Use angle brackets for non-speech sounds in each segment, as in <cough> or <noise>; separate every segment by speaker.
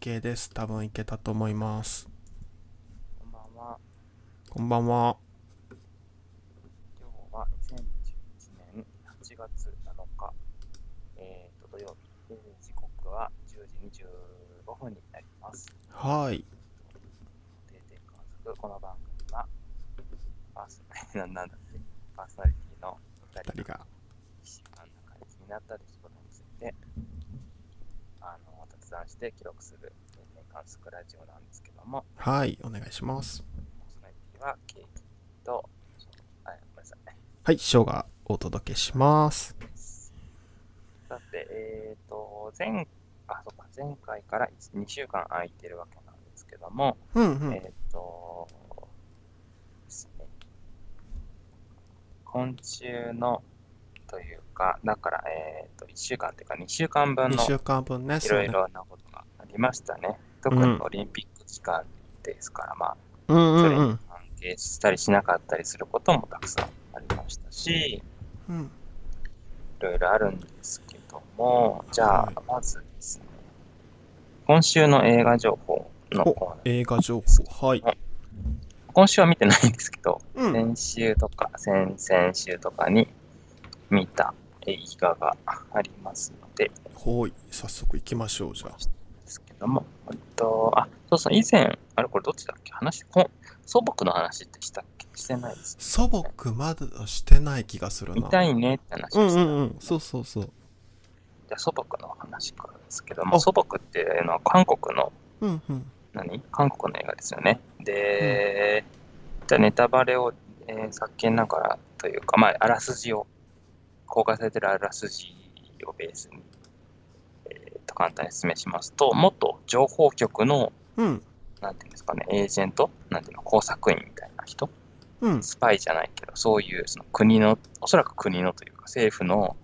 Speaker 1: 系です。多分いけたと思います。
Speaker 2: こんばんは。
Speaker 1: こんばんは。
Speaker 2: 今日は2021年8月7日、えー、と土曜日、えー時刻は10時25分になります。
Speaker 1: はい。
Speaker 2: 定点観測、この番組は、パーソ <laughs> ナリティなんだっけパーソナリティの
Speaker 1: 二
Speaker 2: 2
Speaker 1: 人
Speaker 2: 人が
Speaker 1: が。
Speaker 2: 1週間の中で気になった出来事について、あの、雑談して記録する定点観測ラジオなんですけども、
Speaker 1: はい。お願いします。
Speaker 2: パーソナリティはケーキと、あ、ごめんなさい。
Speaker 1: はい。ショーがお届けします。
Speaker 2: だって、えっ、と、前、あ、そっか、前回から1 2週間空いてるわけなんですけども、
Speaker 1: うんうん。
Speaker 2: えっ、と、ですね、今週の、というか、だから、えっ、と、1週間というか、2週間分
Speaker 1: 2
Speaker 2: の
Speaker 1: 週間分ね。
Speaker 2: いろい
Speaker 1: そうね。
Speaker 2: ろなことがありましたね。特にオリンピック期間ですから、ま
Speaker 1: うん
Speaker 2: あ、
Speaker 1: う
Speaker 2: それ
Speaker 1: んう
Speaker 2: に
Speaker 1: ん。
Speaker 2: 関係したりしなかったりすることもたくさんありましたし、
Speaker 1: うん。
Speaker 2: いろいろあるんですけども、じゃ
Speaker 1: は
Speaker 2: あ
Speaker 1: い、
Speaker 2: まずですね、今週の映画情報の
Speaker 1: お
Speaker 2: コーナー。
Speaker 1: 映画情報。はい。
Speaker 2: 今週は見てないんですけど、
Speaker 1: うん。
Speaker 2: 先週とか先々週とかに見た映画がありますので、
Speaker 1: はい。早速行きましょう、じゃあ。
Speaker 2: ですけども、えっと、あ、そうそう、以前、あれこれどっちだっけ話こん素朴の話ってしたっけしてないです。
Speaker 1: 素朴まだしてない気がする
Speaker 2: 見
Speaker 1: な。
Speaker 2: たいねって話をし
Speaker 1: う
Speaker 2: た。
Speaker 1: んうんうん。そうそうそう。
Speaker 2: じゃあ素朴の話からですけど
Speaker 1: あ
Speaker 2: も、素朴っていうのは韓国の
Speaker 1: うんうん。
Speaker 2: 何韓国の映画ですよね。で、じゃあネタバレを、えー避けながらというか、まあ、あらすじを、公開されてるあらすじをベースに、えーと簡単に説明しますと、元情報局の、
Speaker 1: うん。
Speaker 2: なんていうんですかね、エージェント、なんていうの、工作員みたいな人、
Speaker 1: うん。
Speaker 2: スパイじゃないけど、そういうその国の、おそらく国のというか、政府の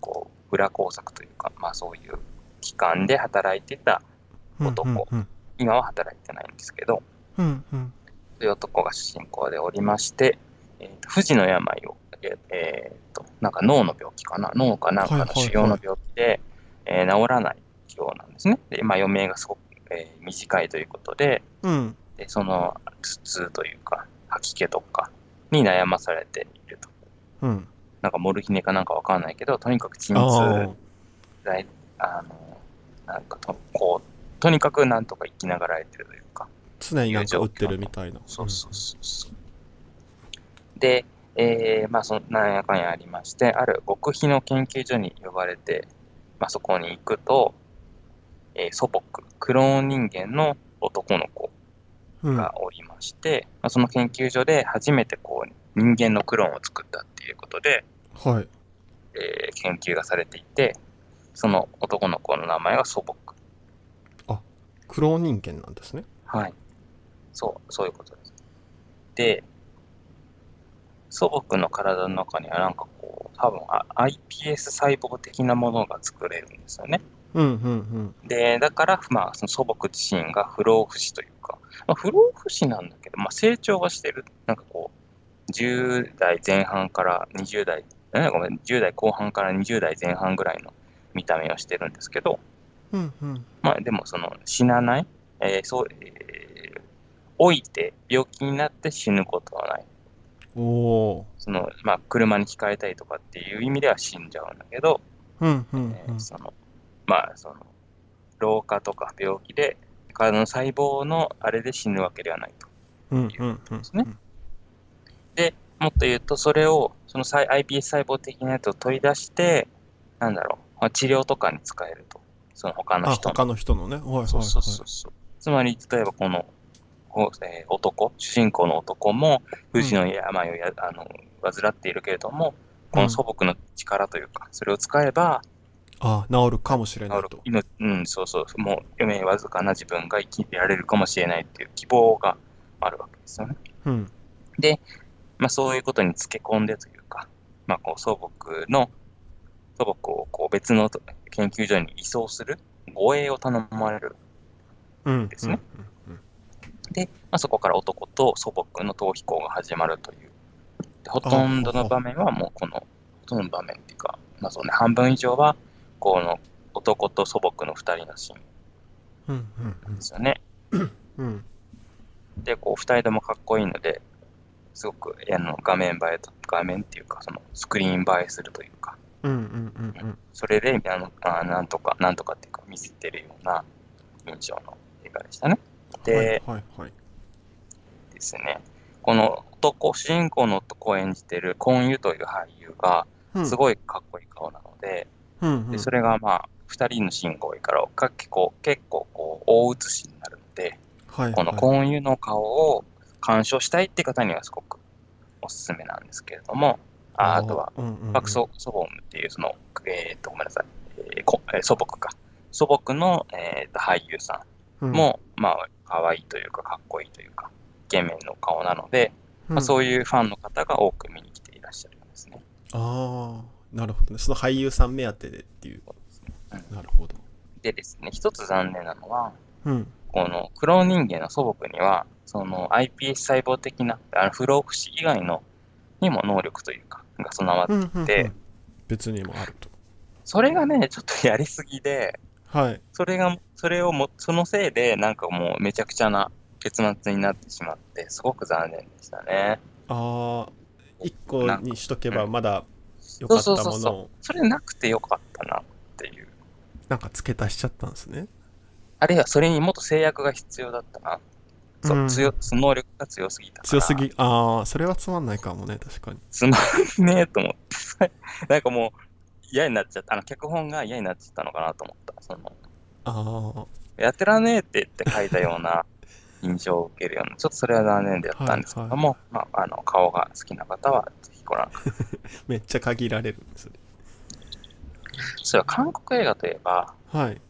Speaker 2: こう裏工作というか、まあ、そういう機関で働いてた、男
Speaker 1: うん
Speaker 2: 今は働いてないんですけど、
Speaker 1: うんうん。
Speaker 2: という男が主人公でおりまして、えーと不治の病を、えーえーとなんか脳の病気かな脳かなんか
Speaker 1: は
Speaker 2: の
Speaker 1: いはいはい
Speaker 2: 腫瘍の病気で、えー治らないようなんですね。でまあ、余命がすごく、えー短いということで
Speaker 1: うん。
Speaker 2: でその頭痛というか吐き気とかに悩まされていると。
Speaker 1: うん。
Speaker 2: なんかモルヒネかなんかわかんないけどとにかく鎮
Speaker 1: ああ。
Speaker 2: 痛剤あのなんかとこうとにかくなんとか生きながらえてるというか
Speaker 1: 常になんか打ってるみたいな。
Speaker 2: そうそうそうそう。で、えーまあ、そんなんやかんやありまして、ある極秘の研究所に呼ばれて、まあ、そこに行くと、えー、祖母、クローン人間の男の子
Speaker 1: うん。うん。
Speaker 2: がおりまして、まあ、その研究所で初めてこう人間のクローンを作ったっていうことで、
Speaker 1: はい。
Speaker 2: えー研究がされていて、その男の子の名前が祖母。
Speaker 1: クローン人間なんですね。
Speaker 2: はい。そう、そういうことです。で、素朴の体の中にはなんかこう、多分あ iPS 細胞的なものが作れるんですよね。
Speaker 1: うんうん
Speaker 2: で、だから、まあ、その素朴自身が不老不死というか、まあ、不老不死なんだけど、まあ、成長はしてる。なんかこう、10代前半から20代、えごめん、10代後半から20代前半ぐらいの見た目をしてるんですけど、
Speaker 1: うん。うんうん。
Speaker 2: まあでもその死なない、えーそうえー老いて病気になって死ぬことはない。
Speaker 1: おお
Speaker 2: そのまあ、車にひかれたりとかっていう意味では死んじゃうんだけど、
Speaker 1: ー。うんうんうん
Speaker 2: えーそのまあその老化とか病気で体の細胞のあれで死ぬわけではないと。
Speaker 1: うんうんうん
Speaker 2: すねでもっと言うとそれをその細 iPS 細胞的なやつを取り出してなんだろうまあ治療とかに使えるとその他の
Speaker 1: あ、
Speaker 2: 人の
Speaker 1: 他の人のね。はいはいはい。
Speaker 2: そうそうそうそう。つまり、例えばこの、こうえー男、主人公の男も、不治の病をや、あの患っているけれども、この素朴の力というか、それを使えば、
Speaker 1: あ、治るかもしれない
Speaker 2: 治る
Speaker 1: と。
Speaker 2: 命うん、そうそう、もう、余命わずかな自分が生きてられるかもしれないっていう希望があるわけですよね。
Speaker 1: うん。
Speaker 2: まあ、そういうことにつけ込んでというか、まあ、こう、素朴の、素朴をこう別の研究所に移送する、護衛を頼まれる
Speaker 1: うん。
Speaker 2: ですね
Speaker 1: うん。うん
Speaker 2: で、まあ、そこから男と祖母の逃避行が始まるという。でほとんどの場面はもうこの、ほとんどの場面っていうか、まあそうね、半分以上は、この男と祖母の二人のシーン。
Speaker 1: ううん
Speaker 2: ですよね。
Speaker 1: うんうん
Speaker 2: で、こう、2人ともかっこいいので、すごくあの画面映えと、画面っていうか、そのスクリーン映えするというか、
Speaker 1: うんうんうんうん
Speaker 2: それで、あの、あなんとか、なんとかっていうか、見せてるような印象の映画でしたね。で
Speaker 1: はいはいはい
Speaker 2: ですね、この男、主人公の男を演じてるコンユという俳優が、
Speaker 1: うん
Speaker 2: すごいかっこいい顔なので、
Speaker 1: うんうん
Speaker 2: でそれがまあ、2人のシーンが多いから、か結構、結構こう、大写しになるので、
Speaker 1: はい
Speaker 2: この婚姻の顔を鑑賞したいって方にはすごくおすすめなんですけれども、ああとは、パク
Speaker 1: ソ
Speaker 2: ソ・ソボンっていうその、えーっと、ごめんなさい、えーこえー祖母か。祖母の、えーっと俳優さんも、まあ、可愛いというか、かっこいいというか、イケメンの顔なので、まあ、そういうファンの方が多く見に来ていらっしゃるんですね。
Speaker 1: ああなるほどねその俳優さん目当てでっていうなるほど
Speaker 2: でですね、一つ残念なのは、
Speaker 1: うん
Speaker 2: このクローン人間の祖母には、その iPS 細胞的な、あの不老不死以外のにも能力というか、が備わって、
Speaker 1: うんうん
Speaker 2: で
Speaker 1: 別にもあると
Speaker 2: それがね、ちょっとやりすぎで、
Speaker 1: はい
Speaker 2: それが、それをも、そのせいで、なんかもうめちゃくちゃな結末になってしまって、すごく残念でしたね。
Speaker 1: ああ一個にしとけばまだ良
Speaker 2: そ
Speaker 1: か
Speaker 2: う
Speaker 1: っ
Speaker 2: そう
Speaker 1: た
Speaker 2: そ
Speaker 1: も
Speaker 2: う
Speaker 1: の
Speaker 2: そう。
Speaker 1: を
Speaker 2: それなくてよかったなっていう。
Speaker 1: なんか付け足しちゃったんですね
Speaker 2: あるいはそれにもっと制約が必要だったな。そう、
Speaker 1: うん
Speaker 2: 強、能力が強すぎたから。
Speaker 1: 強すぎああそれはつまんないかもね確かに
Speaker 2: つまんねえと思って、なんかもう嫌になっちゃった、あの脚本が嫌になっちゃったのかなと思った。その
Speaker 1: ああ
Speaker 2: やってらんねえって言って書いたような印象を受けるような、ちょっとそれは残念でやったんですけども、まあ、あの顔が好きな方はぜひご覧ください。
Speaker 1: めっちゃ限られるんですね
Speaker 2: それは韓国映画といえば、
Speaker 1: はい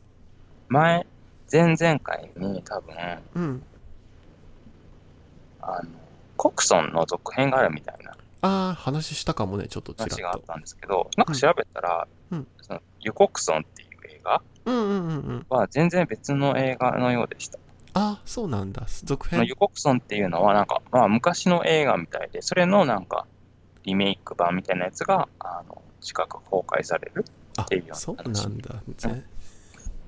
Speaker 2: 前、前々回に多分、
Speaker 1: うん
Speaker 2: あのコクソンの続編があるみたいな
Speaker 1: ああ話したかもねちょっとち
Speaker 2: 話が
Speaker 1: ら
Speaker 2: あ
Speaker 1: っ
Speaker 2: っ
Speaker 1: と
Speaker 2: たんですけど、なんか調べたら、
Speaker 1: うん
Speaker 2: そのユコクソンっていう映画
Speaker 1: うんうんうんうん
Speaker 2: は全然別の映画のようでした。
Speaker 1: ああそうなんだ続
Speaker 2: その
Speaker 1: 編
Speaker 2: ユコクソンっていうのはなんか、まあ、昔の映画みたいで、それのなんかリメイク版みたいなやつがあの近く公開される。
Speaker 1: あ
Speaker 2: ていうような
Speaker 1: そう
Speaker 2: 話
Speaker 1: なんだ、ね、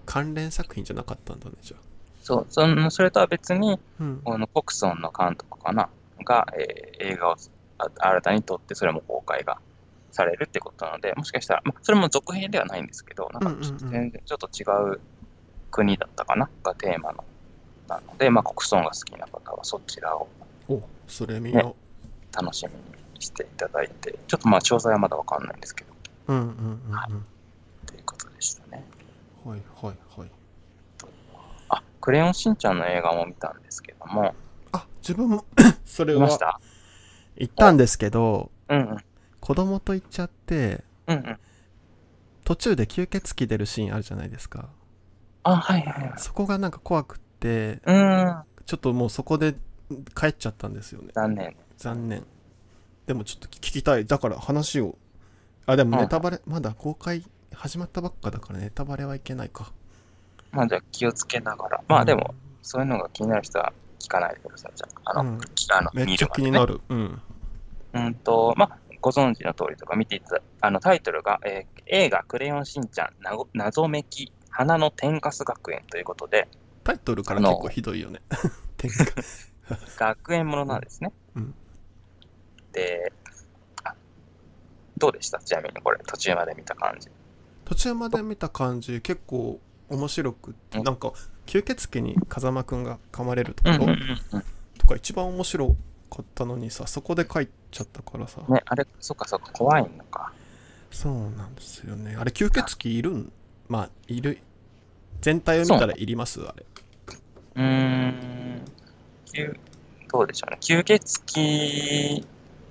Speaker 1: 関連作品じゃなかったんだねじゃあ
Speaker 2: そうそのそれとは別に、
Speaker 1: うん
Speaker 2: このコクソンの監督かなが、えー映画をあ新たに撮って、それも公開がされるってことなので、もしかしたら、まあ、それも続編ではないんですけど、なん
Speaker 1: うんうん
Speaker 2: か
Speaker 1: うん
Speaker 2: 全然ちょっと違う国だったかながテーマの。なので、まあ、コクソンが好きな方はそちらを
Speaker 1: おそれ見よ
Speaker 2: 楽しみにしていただいて、ちょっとまあ詳細はまだわかんないんですけど、
Speaker 1: う、うんうんうんうん
Speaker 2: は
Speaker 1: は
Speaker 2: ということでしたね。
Speaker 1: いはいはい
Speaker 2: あ、クレヨンしんちゃんの映画も見たんですけども、
Speaker 1: あ自分
Speaker 2: <laughs>
Speaker 1: もそれ
Speaker 2: 見まし
Speaker 1: は
Speaker 2: た
Speaker 1: 行ったんですけど
Speaker 2: うんうん。
Speaker 1: 子供と行っちゃって
Speaker 2: うんうん。
Speaker 1: 途中で吸血鬼出るシーンあるじゃないですか
Speaker 2: あ、はいはいはい。
Speaker 1: そこがなんか怖くって
Speaker 2: うーん、
Speaker 1: ちょっともうそこで帰っちゃったんですよね
Speaker 2: 残念。
Speaker 1: 残念でもちょっと聞きたいだから話をあでも
Speaker 2: うん
Speaker 1: ネタバレ、まだ公開始まったばっかだからネタバレはいけないか
Speaker 2: まあじゃあ気をつけながら、まあでも、そういうのが気になる人は聞かないでください。じゃあ、あの、
Speaker 1: うん
Speaker 2: きあの
Speaker 1: めっ
Speaker 2: 見
Speaker 1: ちゃ
Speaker 2: るま
Speaker 1: 気
Speaker 2: で
Speaker 1: に
Speaker 2: ね。
Speaker 1: なる、うん
Speaker 2: うんと、まあ、ご存知の通りとか見ていただあのタイトルが、えー映画クレヨンしんちゃんなご謎めき花の天かす学園ということで、
Speaker 1: タイトルから結構ひどいよね
Speaker 2: <laughs>
Speaker 1: てんか
Speaker 2: 学園ものなんですね。
Speaker 1: うん
Speaker 2: で、あどうでしたちなみにこれ、途中まで見た感じ。
Speaker 1: 途中まで見た感じ結構面白くって
Speaker 2: うん
Speaker 1: なんか吸血鬼に風間くんが噛まれると
Speaker 2: う
Speaker 1: こ
Speaker 2: んうん
Speaker 1: ろ
Speaker 2: うん
Speaker 1: とか一番面白かったのにさそこで帰っちゃったからさ、
Speaker 2: うん。ね、あれ、そっかそっか、怖いのか。
Speaker 1: そうなんですよねあれ吸血鬼いるんまあいる全体を見たらいりますあれ
Speaker 2: うーん、吸どうでしょうね。吸血鬼、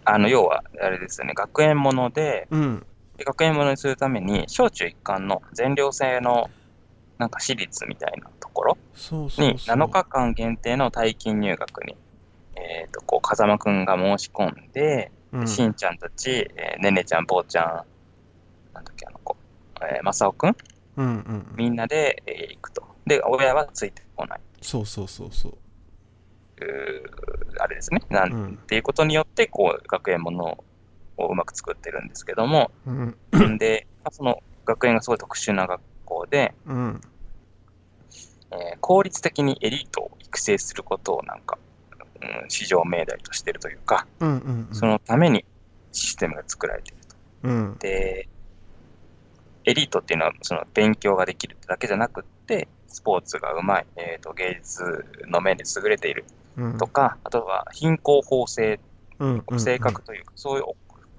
Speaker 2: あの、要は、あれですよね、学園もので、
Speaker 1: うん
Speaker 2: で学園ものにするために、小中一貫の全寮制の、なんか私立みたいなところ
Speaker 1: そうそう
Speaker 2: に
Speaker 1: そう
Speaker 2: 7日間限定の体験入学に、えっ、と、こう、風間くんが申し込んで、
Speaker 1: うん
Speaker 2: しんちゃんたち、えーねねちゃん、ぼうちゃん、なんだっけ、あの子、えー、まさおくん、
Speaker 1: うんうんうん
Speaker 2: みんなで、えー行くと。で、親はついてこない。
Speaker 1: そうそうそうそう
Speaker 2: ーあれですね。なん
Speaker 1: ううん
Speaker 2: ていうことによって、こう、学園ものをうまく作ってるんですけども、
Speaker 1: うん
Speaker 2: で、まあその学園がすごい特殊な学校で、
Speaker 1: うん
Speaker 2: えー効率的にエリートを育成することをなんか、うん、市場命題としてるというか、
Speaker 1: うんうんうん
Speaker 2: そのためにシステムが作られていると。
Speaker 1: うん
Speaker 2: で、エリートっていうのはその勉強ができるだけじゃなくって、スポーツがうまい、えーと、芸術の面で優れている
Speaker 1: うん
Speaker 2: とか、あとは貧困法制
Speaker 1: うんうん
Speaker 2: 性格というか、そういう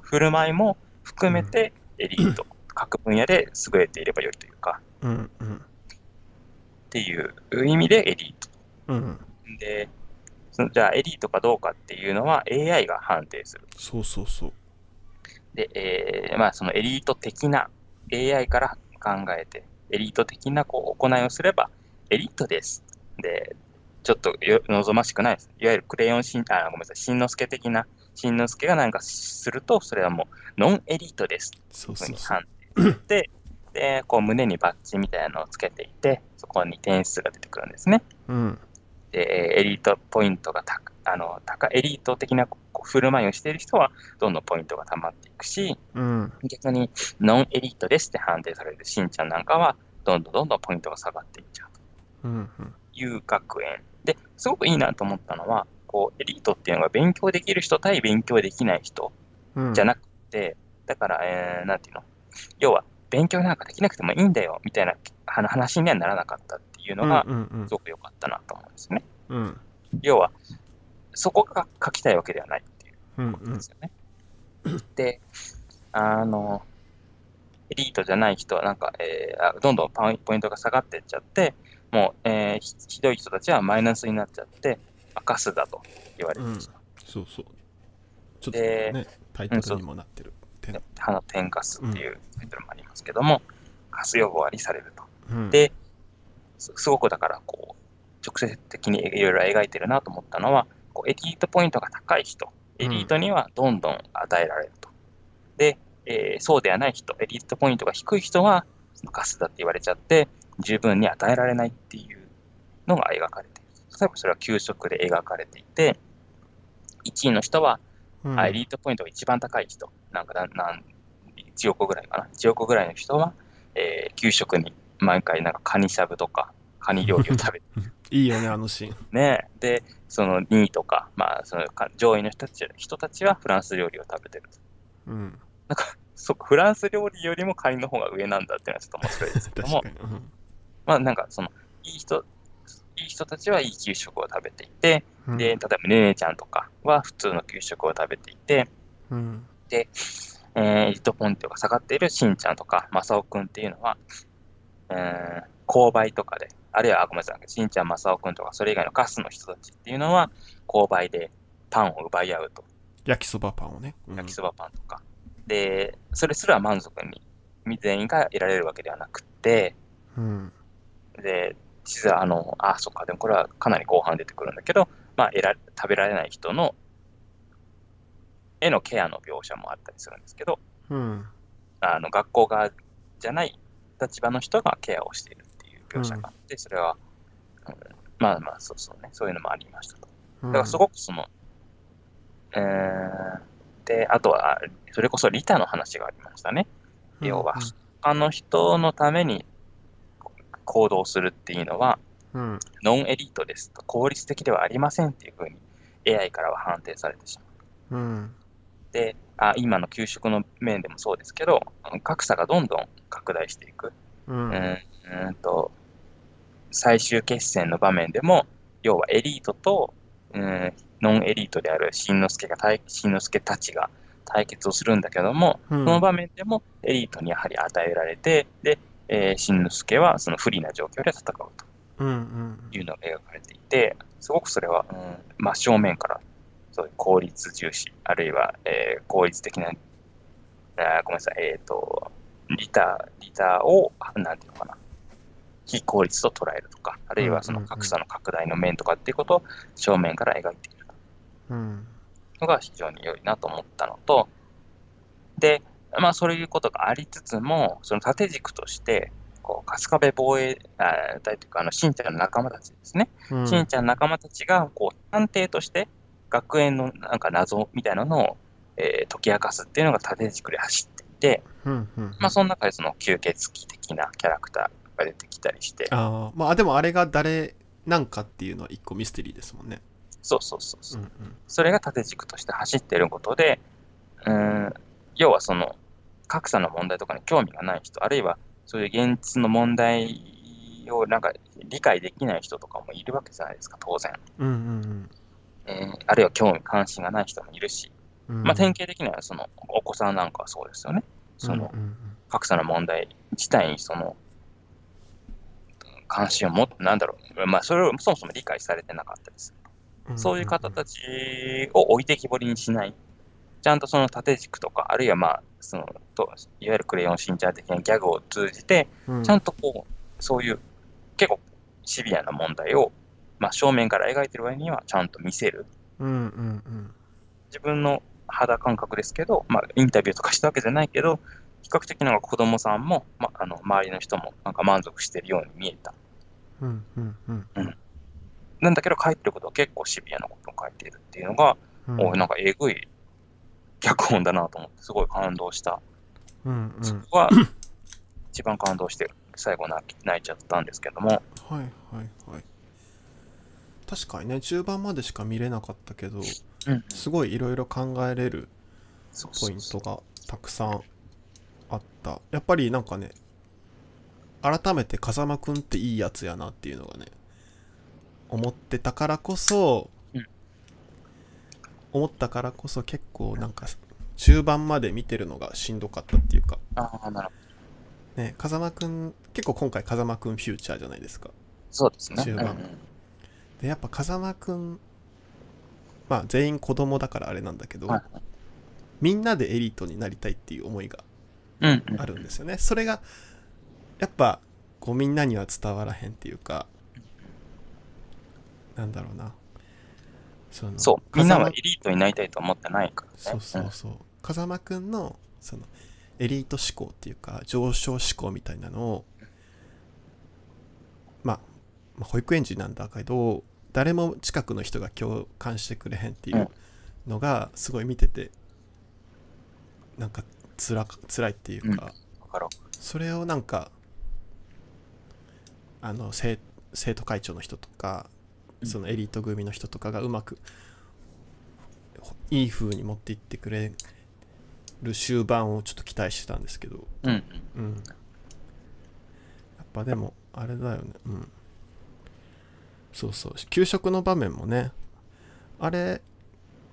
Speaker 2: 振る舞いも含めてエリート、各分野で優れていればよいというか、
Speaker 1: うんうん
Speaker 2: っていう意味でエリート。
Speaker 1: うん
Speaker 2: で、そのじゃあエリートかどうかっていうのは AI が判定する。
Speaker 1: そうそうそう
Speaker 2: で、えーまあ、そのエリート的な AI から考えて、エリート的なこう行いをすれば、エリートです。で、ちょっとよ望ましくないです。いわゆるクレヨンしん、あ、ごめんなさい、しんのすけ的な、しんのすけがなんかすると、それはもうノンエリートです。
Speaker 1: そう
Speaker 2: ふう
Speaker 1: そ
Speaker 2: に
Speaker 1: うそう
Speaker 2: 判定して、で、こう胸にバッジみたいなのをつけていて、そこに点数が出てくるんですね。
Speaker 1: うん
Speaker 2: で、えーエリートポイントがたあの高エリート的なこう振る舞いをしている人は、どんどんポイントが溜まっていくし、
Speaker 1: うん
Speaker 2: 逆にノンエリートですって判定されるしんちゃんなんかは、どんどんどんどんポイントが下がっていっちゃうと
Speaker 1: うん
Speaker 2: いう学園。で、すごくいいなと思ったのは、こうエリートっていうのが勉強できる人対勉強できない人
Speaker 1: うん
Speaker 2: じゃなくて、だから、えーなんていうの、要は、勉強なんかできなくてもいいんだよみたいなあの話にはならなかったっていうのが、
Speaker 1: うんうん
Speaker 2: すごく良かったなと思うんですね。
Speaker 1: うんうん
Speaker 2: 要は、そこが書きたいわけではないっていう
Speaker 1: うん
Speaker 2: こと
Speaker 1: うん
Speaker 2: ですよね。で、あの、エリートじゃない人は、なんか、えーあどんどんパンポイントが下がっていっちゃって、もう、えーひひどい人たちはマイナスになっちゃって、赤すだと言われて
Speaker 1: うん
Speaker 2: ました。
Speaker 1: そうそうちょっと
Speaker 2: で
Speaker 1: ねタイトルにもなってる点
Speaker 2: 花天カスっていうタイトルもありますけども、カス予防ありされると。
Speaker 1: うん
Speaker 2: で、すすごくだからこう直接的にいろいろ描いてるなと思ったのはこうエリートポイントが高い人エリートにはどんどん与えられると、で、えーそうではない人エリートポイントが低い人はそのカスだって言われちゃって十分に与えられないっていうのが描かれている例えばそれは給食で描かれていて1位の人は
Speaker 1: うん
Speaker 2: あエリートポイントが一番高い人、なんかだなん1億ぐらいかな、1億ぐらいの人は、えー給食に毎回なんかカニしゃぶとか、カニ料理を食
Speaker 1: <laughs>
Speaker 2: べて
Speaker 1: いいよねあのシーン
Speaker 2: ね、で、その2位とか、まあ、そのか上位の人たち人たちはフランス料理を食べてる。
Speaker 1: うん
Speaker 2: そフランス料理よりもカニの方が上なんだっていうのはちょっと面白い
Speaker 1: <laughs>
Speaker 2: ですけど
Speaker 1: 確
Speaker 2: も
Speaker 1: か、にうん
Speaker 2: まあなんかその、いい人、いい人たちはいい給食を食べていて、
Speaker 1: うん
Speaker 2: で、例えばねねちゃんとかは普通の給食を食べていて、
Speaker 1: うん
Speaker 2: えー、エリートポイントが下がっているしんちゃんとかまさおくんっていうのは、えー購買とかで、あるいは、あごめんなさい、しんちゃん、まさおくんとか、それ以外のカスの人たちっていうのは、購買でパンを奪い合うと、
Speaker 1: 焼きそばパンをねうん
Speaker 2: 焼きそばパンとか。で、それすら満足に、全員が得られるわけではなくって、
Speaker 1: うん
Speaker 2: で、実は、あの、あ、そっか、でもこれはかなり後半出てくるんだけど、まあ、得ら食べられない人の、へのケアの描写もあったりするんですけど、
Speaker 1: うん
Speaker 2: あの学校側じゃない立場の人がケアをしているっていう描写があって、それは、うんまあまあそうそうね、そういうのもありましたと。だからすごくその、えーで、あとは、あそれこそリタの話がありましたね。
Speaker 1: うん
Speaker 2: 要は他の人のために行動するっていうのは、
Speaker 1: うん
Speaker 2: ノンエリートですと、効率的ではありませんっていうふうに AI からは判定されてしまう。
Speaker 1: うん
Speaker 2: であ、今の給食の面でもそうですけど、格差がどんどん拡大していく。
Speaker 1: うん
Speaker 2: うーんうーんと最終決戦の場面でも要はエリートとうーんノンエリートであるしんのすけが対しんのすけたちが対決をするんだけども、
Speaker 1: うん
Speaker 2: その場面でもエリートにやはり与えられてで、えー、しんのすけはその不利な状況で戦うと
Speaker 1: うんうん
Speaker 2: いうのが描かれていてすごくそれは、うん真正面からそういう効率重視あるいは、えー効率的なあーごめんなさいえっ、とリターリターをなんていうのかな非効率と捉えるとかあるいはその格差の拡大の面とかっていうことを正面から描いている
Speaker 1: うん
Speaker 2: のが非常に良いなと思ったのとでまあそういうことがありつつもその縦軸としてこう春日部防衛あー隊というかあの新ちゃんの仲間たちですね
Speaker 1: うん
Speaker 2: しんちゃん仲間たちがこう探偵として学園のなんか謎みたいなのを、えー解き明かすっていうのが縦軸で走っていて、
Speaker 1: うんうん
Speaker 2: まあ、その中でその吸血鬼的なキャラクターが出てきたりして、
Speaker 1: ああ、まあでもあれが誰なんかっていうのは一個ミステリーですもんね。
Speaker 2: そうそうそうそうう、
Speaker 1: んうん。
Speaker 2: それが縦軸として走ってることで、うーん、要はその格差の問題とかに興味がない人、あるいはそういう現実の問題をなんか理解できない人とかもいるわけじゃないですか、当然。
Speaker 1: うんうん
Speaker 2: えーあるいは興味関心がない人もいるし、
Speaker 1: うん。
Speaker 2: まあ、典型的にはそのお子さんなんかはそうですよね。その
Speaker 1: うんうんうん
Speaker 2: 格差の問題自体にその関心を持って、なんだろう、まあ、それをそもそも理解されてなかったです。
Speaker 1: うんん
Speaker 2: そういう方たちを置いてきぼりにしない、ちゃんとその縦軸とか、あるいはまあそのといわゆるクレヨンしんちゃん的なギャグを通じて、
Speaker 1: うん
Speaker 2: ちゃんとこう、そういう結構シビアな問題を、まあ、正面から描いてる割にはちゃんと見せる。
Speaker 1: うんうんうん
Speaker 2: 自分の肌感覚ですけど、まあ、インタビューとかしたわけじゃないけど、比較的なんか子供さんも、まあ、あの周りの人もなんか満足してるように見えた。
Speaker 1: うんうんうん
Speaker 2: なんだけど書いてることは結構シビアなことを書いてるっていうのが、
Speaker 1: うん
Speaker 2: おいなんかえぐい脚本だなと思って、すごい感動した。
Speaker 1: うんう
Speaker 2: そ
Speaker 1: ん
Speaker 2: こは <laughs> 一番感動してる。最後泣き泣いちゃったんですけども、
Speaker 1: はいはいはい確かにね中盤までしか見れなかったけど
Speaker 2: うん、
Speaker 1: すごいいろいろ考えれる
Speaker 2: そう
Speaker 1: ポ
Speaker 2: そ
Speaker 1: イン
Speaker 2: うそ
Speaker 1: ト
Speaker 2: う
Speaker 1: がたくさんあったやっぱりなんかね改めて風間くんっていいやつやなっていうのがね思ってたからこそ、
Speaker 2: うん
Speaker 1: 思ったからこそ結構なんか中盤まで見てるのがしんどかったっていうか
Speaker 2: ああ、なるほど。
Speaker 1: ね風間くん結構今回風間くんフューチャーじゃないですか
Speaker 2: そうですね。
Speaker 1: 中盤
Speaker 2: うんうん
Speaker 1: でやっぱ風間くんまあ全員子供だからあれなんだけど、
Speaker 2: はい
Speaker 1: みんなでエリートになりたいっていう思いが
Speaker 2: うんうん
Speaker 1: あるんですよねそれがやっぱこうみんなには伝わらへんっていうかなんだろうなその
Speaker 2: そう、み
Speaker 1: 風
Speaker 2: んな
Speaker 1: 間
Speaker 2: はエリートになりたいと思ってないからね。
Speaker 1: そうそ
Speaker 2: ん
Speaker 1: うそう風間くんのそのエリート思考っていうか上昇思考みたいなのをまあまあ保育園児なんだけど誰も近くの人が共感してくれへんっていうのがすごい見ててなんかつら辛いっていうか、
Speaker 2: わかる
Speaker 1: それをなんかあの生生徒会長の人とか
Speaker 2: うん
Speaker 1: そのエリート組の人とかがうまくいい風に持っていってくれる終盤をちょっと期待してたんですけど、
Speaker 2: うんうん、
Speaker 1: うん、やっぱでもあれだよねうんそうそう給食の場面もねあれ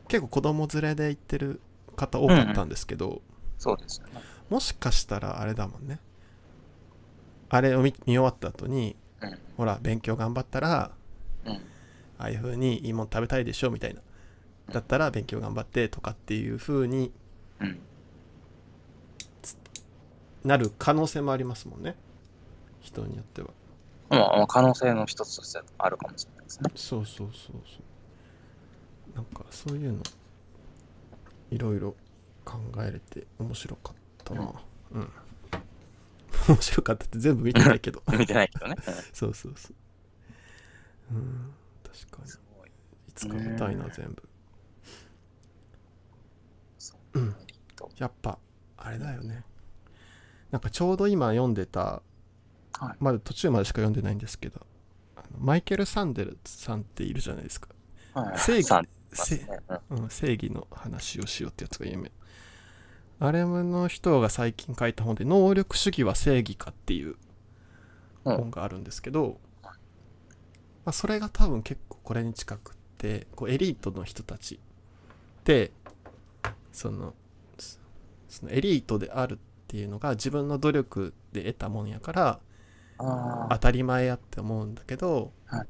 Speaker 1: 結構子供連れで行ってる方多かったんですけど、
Speaker 2: そうですよね。
Speaker 1: もしかしたらあれだもんねあれを見見終わった後にほら勉強頑張ったら
Speaker 2: うん、うん、
Speaker 1: ああいう風にいいもん食べたいでしょみたいなだったら勉強頑張ってとかっていう風に
Speaker 2: うん、
Speaker 1: なる可能性もありますもんね人によっては
Speaker 2: まあまあ、可能性の一つとしてあるかもしれな
Speaker 1: <laughs>
Speaker 2: いですね。
Speaker 1: そうそうそうそうなんかそういうのいろいろ考えれて面白かったなうん面白かったって全部見てない <laughs> けど
Speaker 2: 見てないけどね。うん
Speaker 1: そうそうそううん確かに
Speaker 2: すごい。
Speaker 1: いつか見たいな、
Speaker 2: ねえ
Speaker 1: 全部。
Speaker 2: そう
Speaker 1: うんやっぱ、あれだよね。なんかちょうど今読んでた、
Speaker 2: はい
Speaker 1: まだ途中までしか読んでないんですけど、あのマイケル・サンデルさんっているじゃないですか。
Speaker 2: はい
Speaker 1: 正義
Speaker 2: さんま
Speaker 1: せ
Speaker 2: すねうん
Speaker 1: うん、正義の話をしようってやつが有名。あれの人が最近書いた本で、能力主義は正義かっていう
Speaker 2: うん
Speaker 1: 本があるんですけど、ま
Speaker 2: はい
Speaker 1: あ、それが多分結構これに近くって、こうエリートの人たちって、その、そそのエリートであるっていうのが自分の努力で得たもんやから、
Speaker 2: あ
Speaker 1: 当
Speaker 2: あ、
Speaker 1: たり前やって思うんだけど、
Speaker 2: はい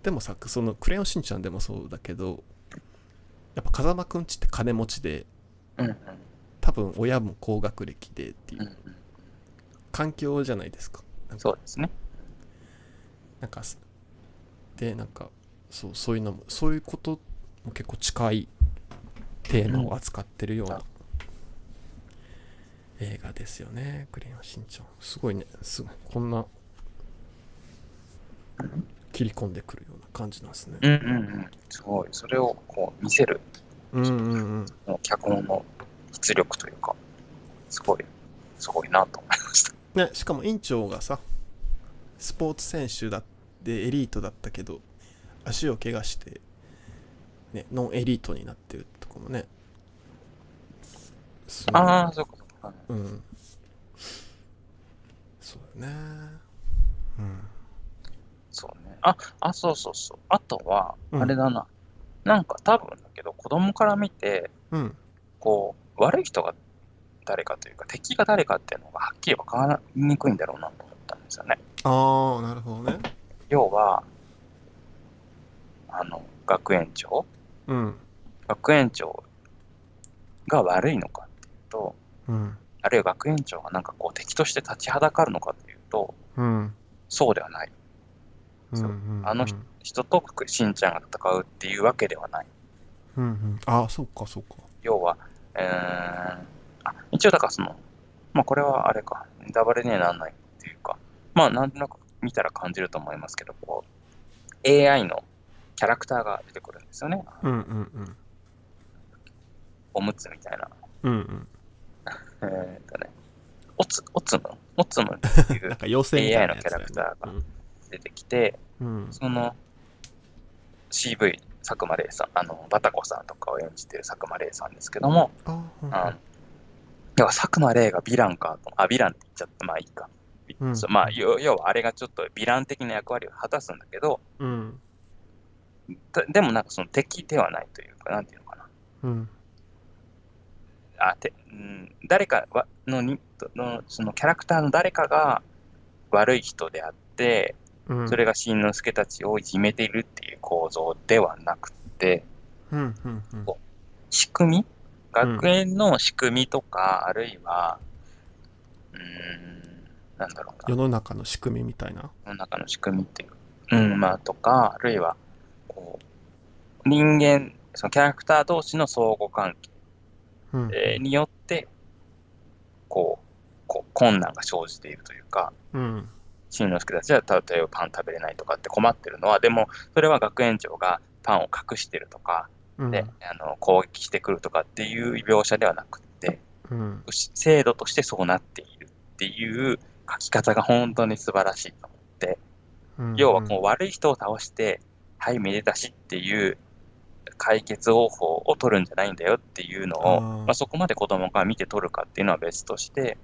Speaker 1: でもさその「クレヨンしんちゃん」でもそうだけどやっぱ風間くんちって金持ちで
Speaker 2: うんうん
Speaker 1: 多分親も高学歴でってい
Speaker 2: うんう。
Speaker 1: うん環境じゃないですか。なんか
Speaker 2: そうですね。
Speaker 1: なんかすでなんかそうそういうのもそういうことも結構近いテーマを扱ってるような映画ですよね「クレヨンしんちゃん」すごいねすこんな切り込んでくるような感じなんですね
Speaker 2: うんうんうん。すごい。それをこう見せる、
Speaker 1: うんうんうん
Speaker 2: もう脚本の出力というか、すごい、すごいなと思いました。
Speaker 1: ね、しかも院長がさスポーツ選手だってエリートだったけど足を怪我して、ね、ノンエリートになってるとこもねすごい
Speaker 2: ああ、そうかそうか。
Speaker 1: うんそうだねうん
Speaker 2: そうね。あ、あ、そうそうそう。あとは、
Speaker 1: うん
Speaker 2: あれだな。なんか多分だけど、子供から見て、
Speaker 1: うん
Speaker 2: こう、悪い人が誰かというか、敵が誰かっていうのがはっきり分かりにくいんだろうなと思ったんですよね。
Speaker 1: ああなるほどね
Speaker 2: 要は、あの、学園長
Speaker 1: うん
Speaker 2: 学園長が悪いのかっていうと、
Speaker 1: うん
Speaker 2: あるいは学園長がなんかこう敵として立ちはだかるのかっていうと、
Speaker 1: うん
Speaker 2: そうではない。
Speaker 1: うん
Speaker 2: そう
Speaker 1: うん
Speaker 2: あの人人としんちゃんが戦うっていうわけではない。
Speaker 1: うんうんああそうかそうか
Speaker 2: 要は、えーあ一応だからその、まあこれはあれか、ネタバレにはならないっていうか、まあなんとなく見たら感じると思いますけど、こう、AI のキャラクターが出てくるんですよね。
Speaker 1: うんうんうん
Speaker 2: おむつみたいな。
Speaker 1: うんうん
Speaker 2: えーっとね、おつ、おつむおつむってい
Speaker 1: なん
Speaker 2: う
Speaker 1: か妖精みたいなやつだよ
Speaker 2: AI のキャラクター
Speaker 1: ね
Speaker 2: 出てきて、 <laughs>
Speaker 1: うんうん
Speaker 2: その CV、佐久間玲さん、あの、バタコさんとかを演じてる佐久間玲さんですけども、
Speaker 1: あうん
Speaker 2: あ要は佐久間玲がヴィランかと。あ、ヴィランって言っちゃった。まあいいか。
Speaker 1: うん
Speaker 2: そうまあ、要要はあれがちょっとヴィラン的な役割を果たすんだけど、
Speaker 1: うん
Speaker 2: たでもなんかその敵ではないというか、なんていうのかな。
Speaker 1: うん
Speaker 2: あてうん、誰かはのにのそのキャラクターの誰かが悪い人であって、
Speaker 1: うん
Speaker 2: それが新之助たちをいじめているっていう構造ではなくて、
Speaker 1: うんうんうん
Speaker 2: 仕組み学園の仕組みとか、あるいは、うーん、なんだろうな
Speaker 1: 世。の中の仕組みみたいな
Speaker 2: 世の中の仕組みっていう、うん、まあとか、あるいは、こう、人間、そのキャラクター同士の相互関
Speaker 1: うん
Speaker 2: 係によって、こう、こう困難が生じているというか、
Speaker 1: うん
Speaker 2: 新之助たちは例えばパン食べれないとかって困ってるのは、でも、それは学園長がパンを隠してるとか、
Speaker 1: うん
Speaker 2: で、あの攻撃してくるとかっていう描写ではなくって、
Speaker 1: うん
Speaker 2: し制度としてそうなっているっていう書き方が本当に素晴らしいと思って、
Speaker 1: うん
Speaker 2: 要はこう悪い人を倒して、はい、めでたしっていう解決方法を取るんじゃないんだよっていうの
Speaker 1: あ
Speaker 2: を、
Speaker 1: ー
Speaker 2: まあ、そこまで子供が見て取るかっていうのは別として、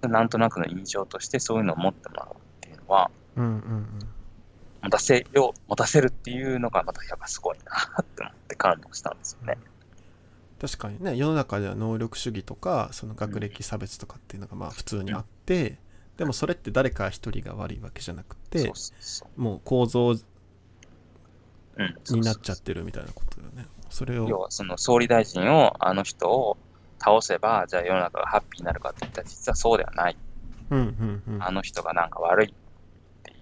Speaker 2: なんとなくの印象としてそういうのを持ってもらうっていうのは、
Speaker 1: うんうんうん
Speaker 2: 持たせよう、持たせるっていうのがまたやっぱすごいなって思って感動したんですよね。
Speaker 1: 確かにね世の中では能力主義とかその学歴差別とかっていうのがまあ普通にあってでもそれって誰か一人が悪いわけじゃなく
Speaker 2: そ
Speaker 1: て
Speaker 2: うそうそう
Speaker 1: もう構造
Speaker 2: うんそうそうそう
Speaker 1: になっちゃってるみたいなことだよねそれ
Speaker 2: 要
Speaker 1: を
Speaker 2: はその総理大臣を、あの人を倒せば、じゃあ世の中がハッピーになるかって言ったら実はそうではない。
Speaker 1: うんうんうん
Speaker 2: あの人がなんか悪いっていう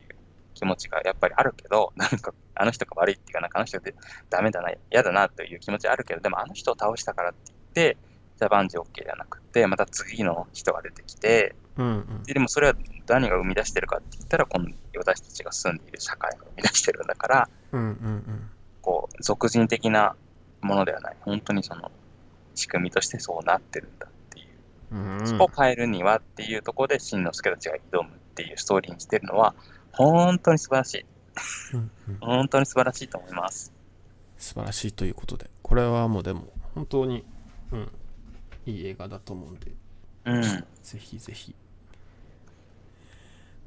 Speaker 2: 気持ちがやっぱりあるけど、 <laughs> なんかあの人が悪いっていうか、なんかあの人でダメだな、嫌だなという気持ちはあるけど、でもあの人を倒したからって言って、じゃあ万事 OK じゃなくて、また次の人が出てきて、
Speaker 1: うんうん
Speaker 2: ででもそれは何が生み出してるかって言ったら、この私たちが住んでいる社会が生み出してるんだから、
Speaker 1: うんうん
Speaker 2: こう、俗人的なものではない。本当にその仕組みとしてそうなってるんだってい
Speaker 1: う
Speaker 2: う。
Speaker 1: ん
Speaker 2: を変えるにはっていうところで、しんのすけたちが挑むっていうストーリーにしてるのは、本当に素晴らしい。
Speaker 1: うんうん
Speaker 2: 本当に素晴らしいと思います。
Speaker 1: 素晴らしいということでこれはもうでも本当にうんいい映画だと思うんで
Speaker 2: うん。
Speaker 1: ぜひぜひ。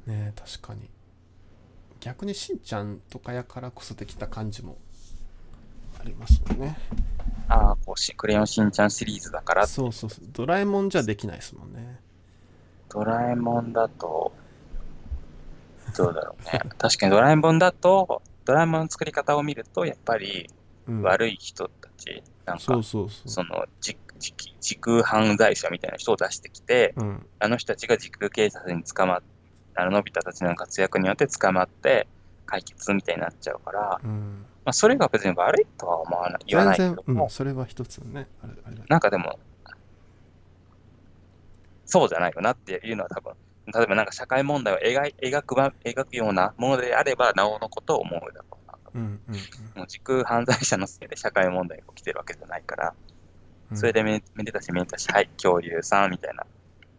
Speaker 1: ねえ、確かに。逆にしんちゃんとかやからこそできた感じもありますよね。
Speaker 2: ああ、こうし、クレヨンしんちゃんシリーズだから、
Speaker 1: そうそうそう。ドラえもんじゃできないですもんね。
Speaker 2: ドラえもんだと、どうだろうね。 <laughs> 確かにドラえもんだと、ドラえもんの作り方を見ると、やっぱり
Speaker 1: うん、
Speaker 2: 悪い人たち、なん
Speaker 1: そ
Speaker 2: か
Speaker 1: う、そうそう。
Speaker 2: その、じじ時空犯罪者みたいな人を出してきて、
Speaker 1: うん、
Speaker 2: あの人たちが時空警察に捕まっあののび太たちの活躍によって捕まって解決みたいになっちゃうから、ま
Speaker 1: うん。
Speaker 2: あ、それが別に悪いとは思わない言わ
Speaker 1: 全
Speaker 2: な
Speaker 1: 然
Speaker 2: いけど、も、
Speaker 1: うん、それは一つのね、あれあれだ
Speaker 2: なんかでもそうじゃないよなっていうのは多分例えばなんか社会問題を描い描くば描くようなものであればなおのことを思うだろうなと
Speaker 1: うんうん
Speaker 2: もう時空犯罪者のせいで社会問題が起きてるわけじゃないから
Speaker 1: うん。
Speaker 2: それでめめでたしめでたしはい恐竜さんみたいな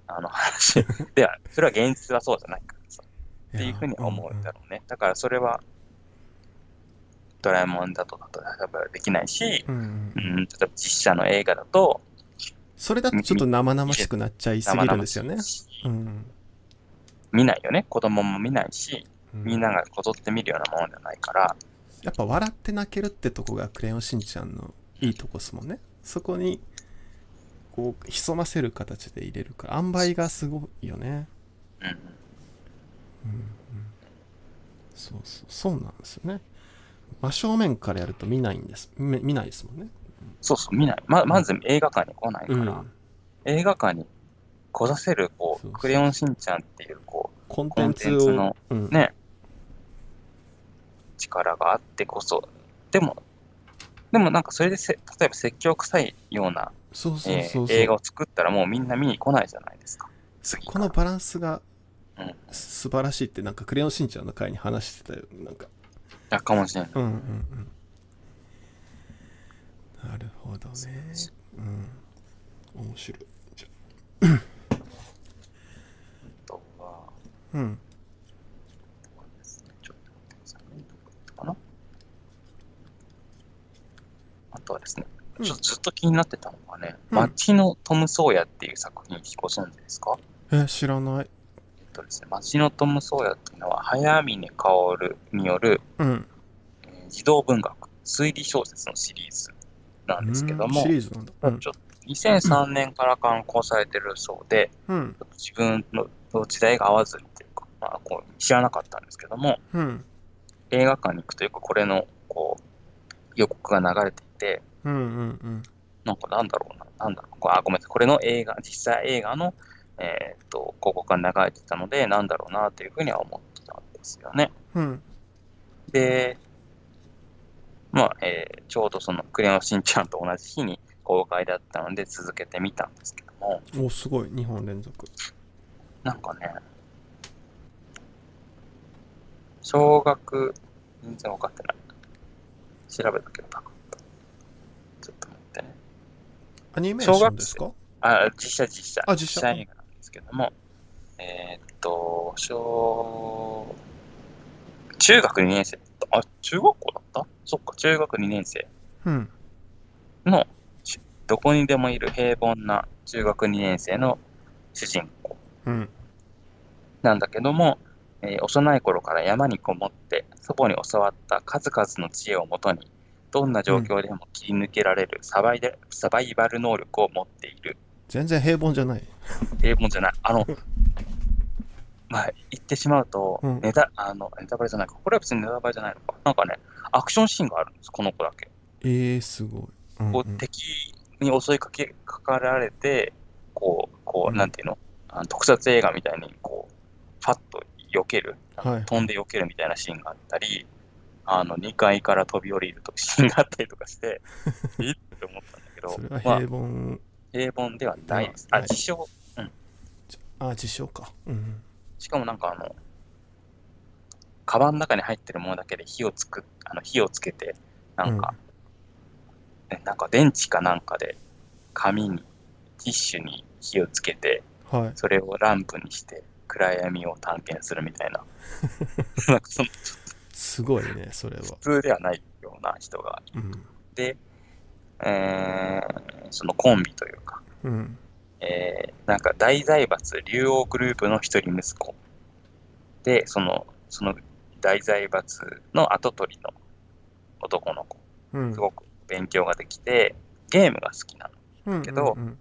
Speaker 2: ああの話では、それは現実はそうじゃないからさ、っていうふうには思うんだ
Speaker 1: ろ
Speaker 2: ろうね。だからそれは、ドラえもんだとだと、例えばできないし、
Speaker 1: うん。うんうん
Speaker 2: うん、例えば実写の映画だと、
Speaker 1: それだとちょっと生々しくなっちゃいすぎるんですよね。
Speaker 2: しいし
Speaker 1: うん。
Speaker 2: 見ないよね。子供も見ないし、
Speaker 1: うん
Speaker 2: みんながこぞって見るようなものじゃないから、
Speaker 1: やっぱ笑って泣けるってとこがクレヨンしんちゃんのいいとこっすもんね。そこに、こう、潜ませる形で入れるから、塩梅がすごいよね。
Speaker 2: うん、
Speaker 1: うんうん。そうそう、そうなんですよね。真正面からやると見ないんです。見見ないですもんね。
Speaker 2: そうそう、見ない。ままず映画館に来ないか
Speaker 1: う
Speaker 2: ら、
Speaker 1: ん。
Speaker 2: 映画館に来させる、こ
Speaker 1: そう
Speaker 2: う、
Speaker 1: そう
Speaker 2: クレヨンしんちゃんっていう、こ
Speaker 1: コンテンツ
Speaker 2: コンテンツ
Speaker 1: を
Speaker 2: の、
Speaker 1: うん
Speaker 2: ねう、力があってこそ、でも、でもなんかそれでせ、例えば説教臭いような、
Speaker 1: そうそう
Speaker 2: え
Speaker 1: そう
Speaker 2: ー
Speaker 1: そう。
Speaker 2: 映画を作ったらもうみんな見に来ないじゃないですか。
Speaker 1: そこのバランスが
Speaker 2: うん
Speaker 1: 素晴らしいってなんか「クレヨンしんちゃん」の回に話してたよなんか
Speaker 2: あ、かもしれない。
Speaker 1: うんうんうんなるほどねうん面白い
Speaker 2: あとは、
Speaker 1: うん
Speaker 2: そうですねちょっと待ってくださいね。どこ行ったかなあとはですね、
Speaker 1: うん
Speaker 2: ちょっとずっと気になってたのがね、
Speaker 1: うん
Speaker 2: 街のトム・ソーヤっていう作品ご存知ですか
Speaker 1: え知らない
Speaker 2: えっとですね、街のトム・ソーヤっていうのは、早峰薫による、
Speaker 1: うん
Speaker 2: えー児童文学、推理小説のシリーズなんですけど
Speaker 1: うん
Speaker 2: も
Speaker 1: シ、リーズなんだうん
Speaker 2: ちょっと2003年から刊行されてるそうで、
Speaker 1: うん
Speaker 2: ちょっと自分の時代が合わずっていうか、まあ、こう知らなかったんですけども、
Speaker 1: うん
Speaker 2: 映画館に行くとよくこれのこう予告が流れていて、
Speaker 1: うんうんうん
Speaker 2: なんかなんだろうな、なんだろう、こあ、ごめんなさい、これの映画、実際映画の、えーっと広告が流れてたので、なんだろうなというふうには思ってたんですよね。
Speaker 1: うん
Speaker 2: で、まあ、えーちょうどそのクレヨンしんちゃんと同じ日に公開だったので続けてみたんですけども、
Speaker 1: おすごい2本連続
Speaker 2: なんかね、小学、全然分かってない。調べたけどなかった。ちょっと待ってね。
Speaker 1: アニメーションですか
Speaker 2: あ、実写実写。
Speaker 1: あ実写
Speaker 2: 映画なんですけども、えーっと、小、中学2年生だった。あ、中学校だったそっか、中学2年生
Speaker 1: うん
Speaker 2: の、しどこにでもいる平凡な中学2年生の主人公
Speaker 1: うん
Speaker 2: なんだけども、えー幼い頃から山にこもって祖母に教わった数々の知恵をもとにどんな状況でも切り抜けられるサバイでサバイバル能力を持っている
Speaker 1: 全然平凡じゃない
Speaker 2: 平凡じゃないあのまあ言ってしまうと
Speaker 1: うん
Speaker 2: ネタあのネタバレじゃないかこれは別にネタバレじゃないのかなんかねアクションシーンがあるんですこの子だけ
Speaker 1: えー、すごいうん
Speaker 2: こ
Speaker 1: う
Speaker 2: うん敵に襲いかけかかられてこうこ
Speaker 1: う
Speaker 2: うんなんていうのあの特撮映画みたいにこうパッと避ける
Speaker 1: はい
Speaker 2: 飛んで避けるみたいなシーンがあったり、あの2階から飛び降りるとシーンがあったりと
Speaker 1: <laughs>
Speaker 2: かして、えっって思ったんだけど
Speaker 1: それ、は
Speaker 2: まあ
Speaker 1: 平、凡
Speaker 2: 平凡ではないです。
Speaker 1: は
Speaker 2: あ、
Speaker 1: い
Speaker 2: 自称、
Speaker 1: あ自称かうん
Speaker 2: しかもなんかあの、カバンの中に入ってるものだけで火をつく、あの火をつけて、なんか、えなんか電池かなんかで、紙に、ティッシュに火をつけて、
Speaker 1: はい
Speaker 2: それをランプにして、暗闇を探検するみたい
Speaker 1: <laughs>
Speaker 2: な、なんかその
Speaker 1: すごいねそれは
Speaker 2: 普通ではないような人が
Speaker 1: うん
Speaker 2: で、えーそのコンビというか、
Speaker 1: うん
Speaker 2: えーなんか大財閥竜王グループの一人息子でそのその大財閥の跡取りの男の子
Speaker 1: うん
Speaker 2: すごく勉強ができてゲームが好きなの、
Speaker 1: うん
Speaker 2: けど
Speaker 1: うん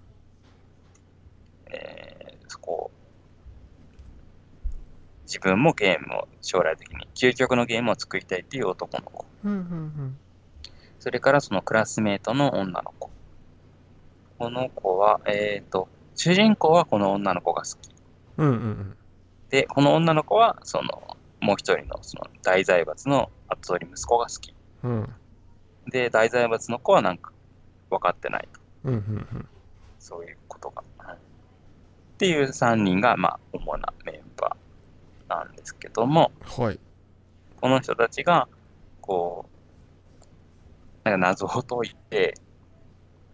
Speaker 2: えーそこ自分もゲームを将来的に究極のゲームを作りたいっていう男の子
Speaker 1: うんうん
Speaker 2: それからそのクラスメートの女の子。この子は、えっ、と、主人公はこの女の子が好き。
Speaker 1: うんうんうん
Speaker 2: で、この女の子は、その、もう一人の、その、大財閥の後取り息子が好き。
Speaker 1: うんうん
Speaker 2: で、大財閥の子はなんか、分かってないと。
Speaker 1: うんうん
Speaker 2: そういうことが。うんっていう3人が、まあ、主なメンバーなんですけども、
Speaker 1: うんはい
Speaker 2: この人たちが、こう、なんか謎を解いて、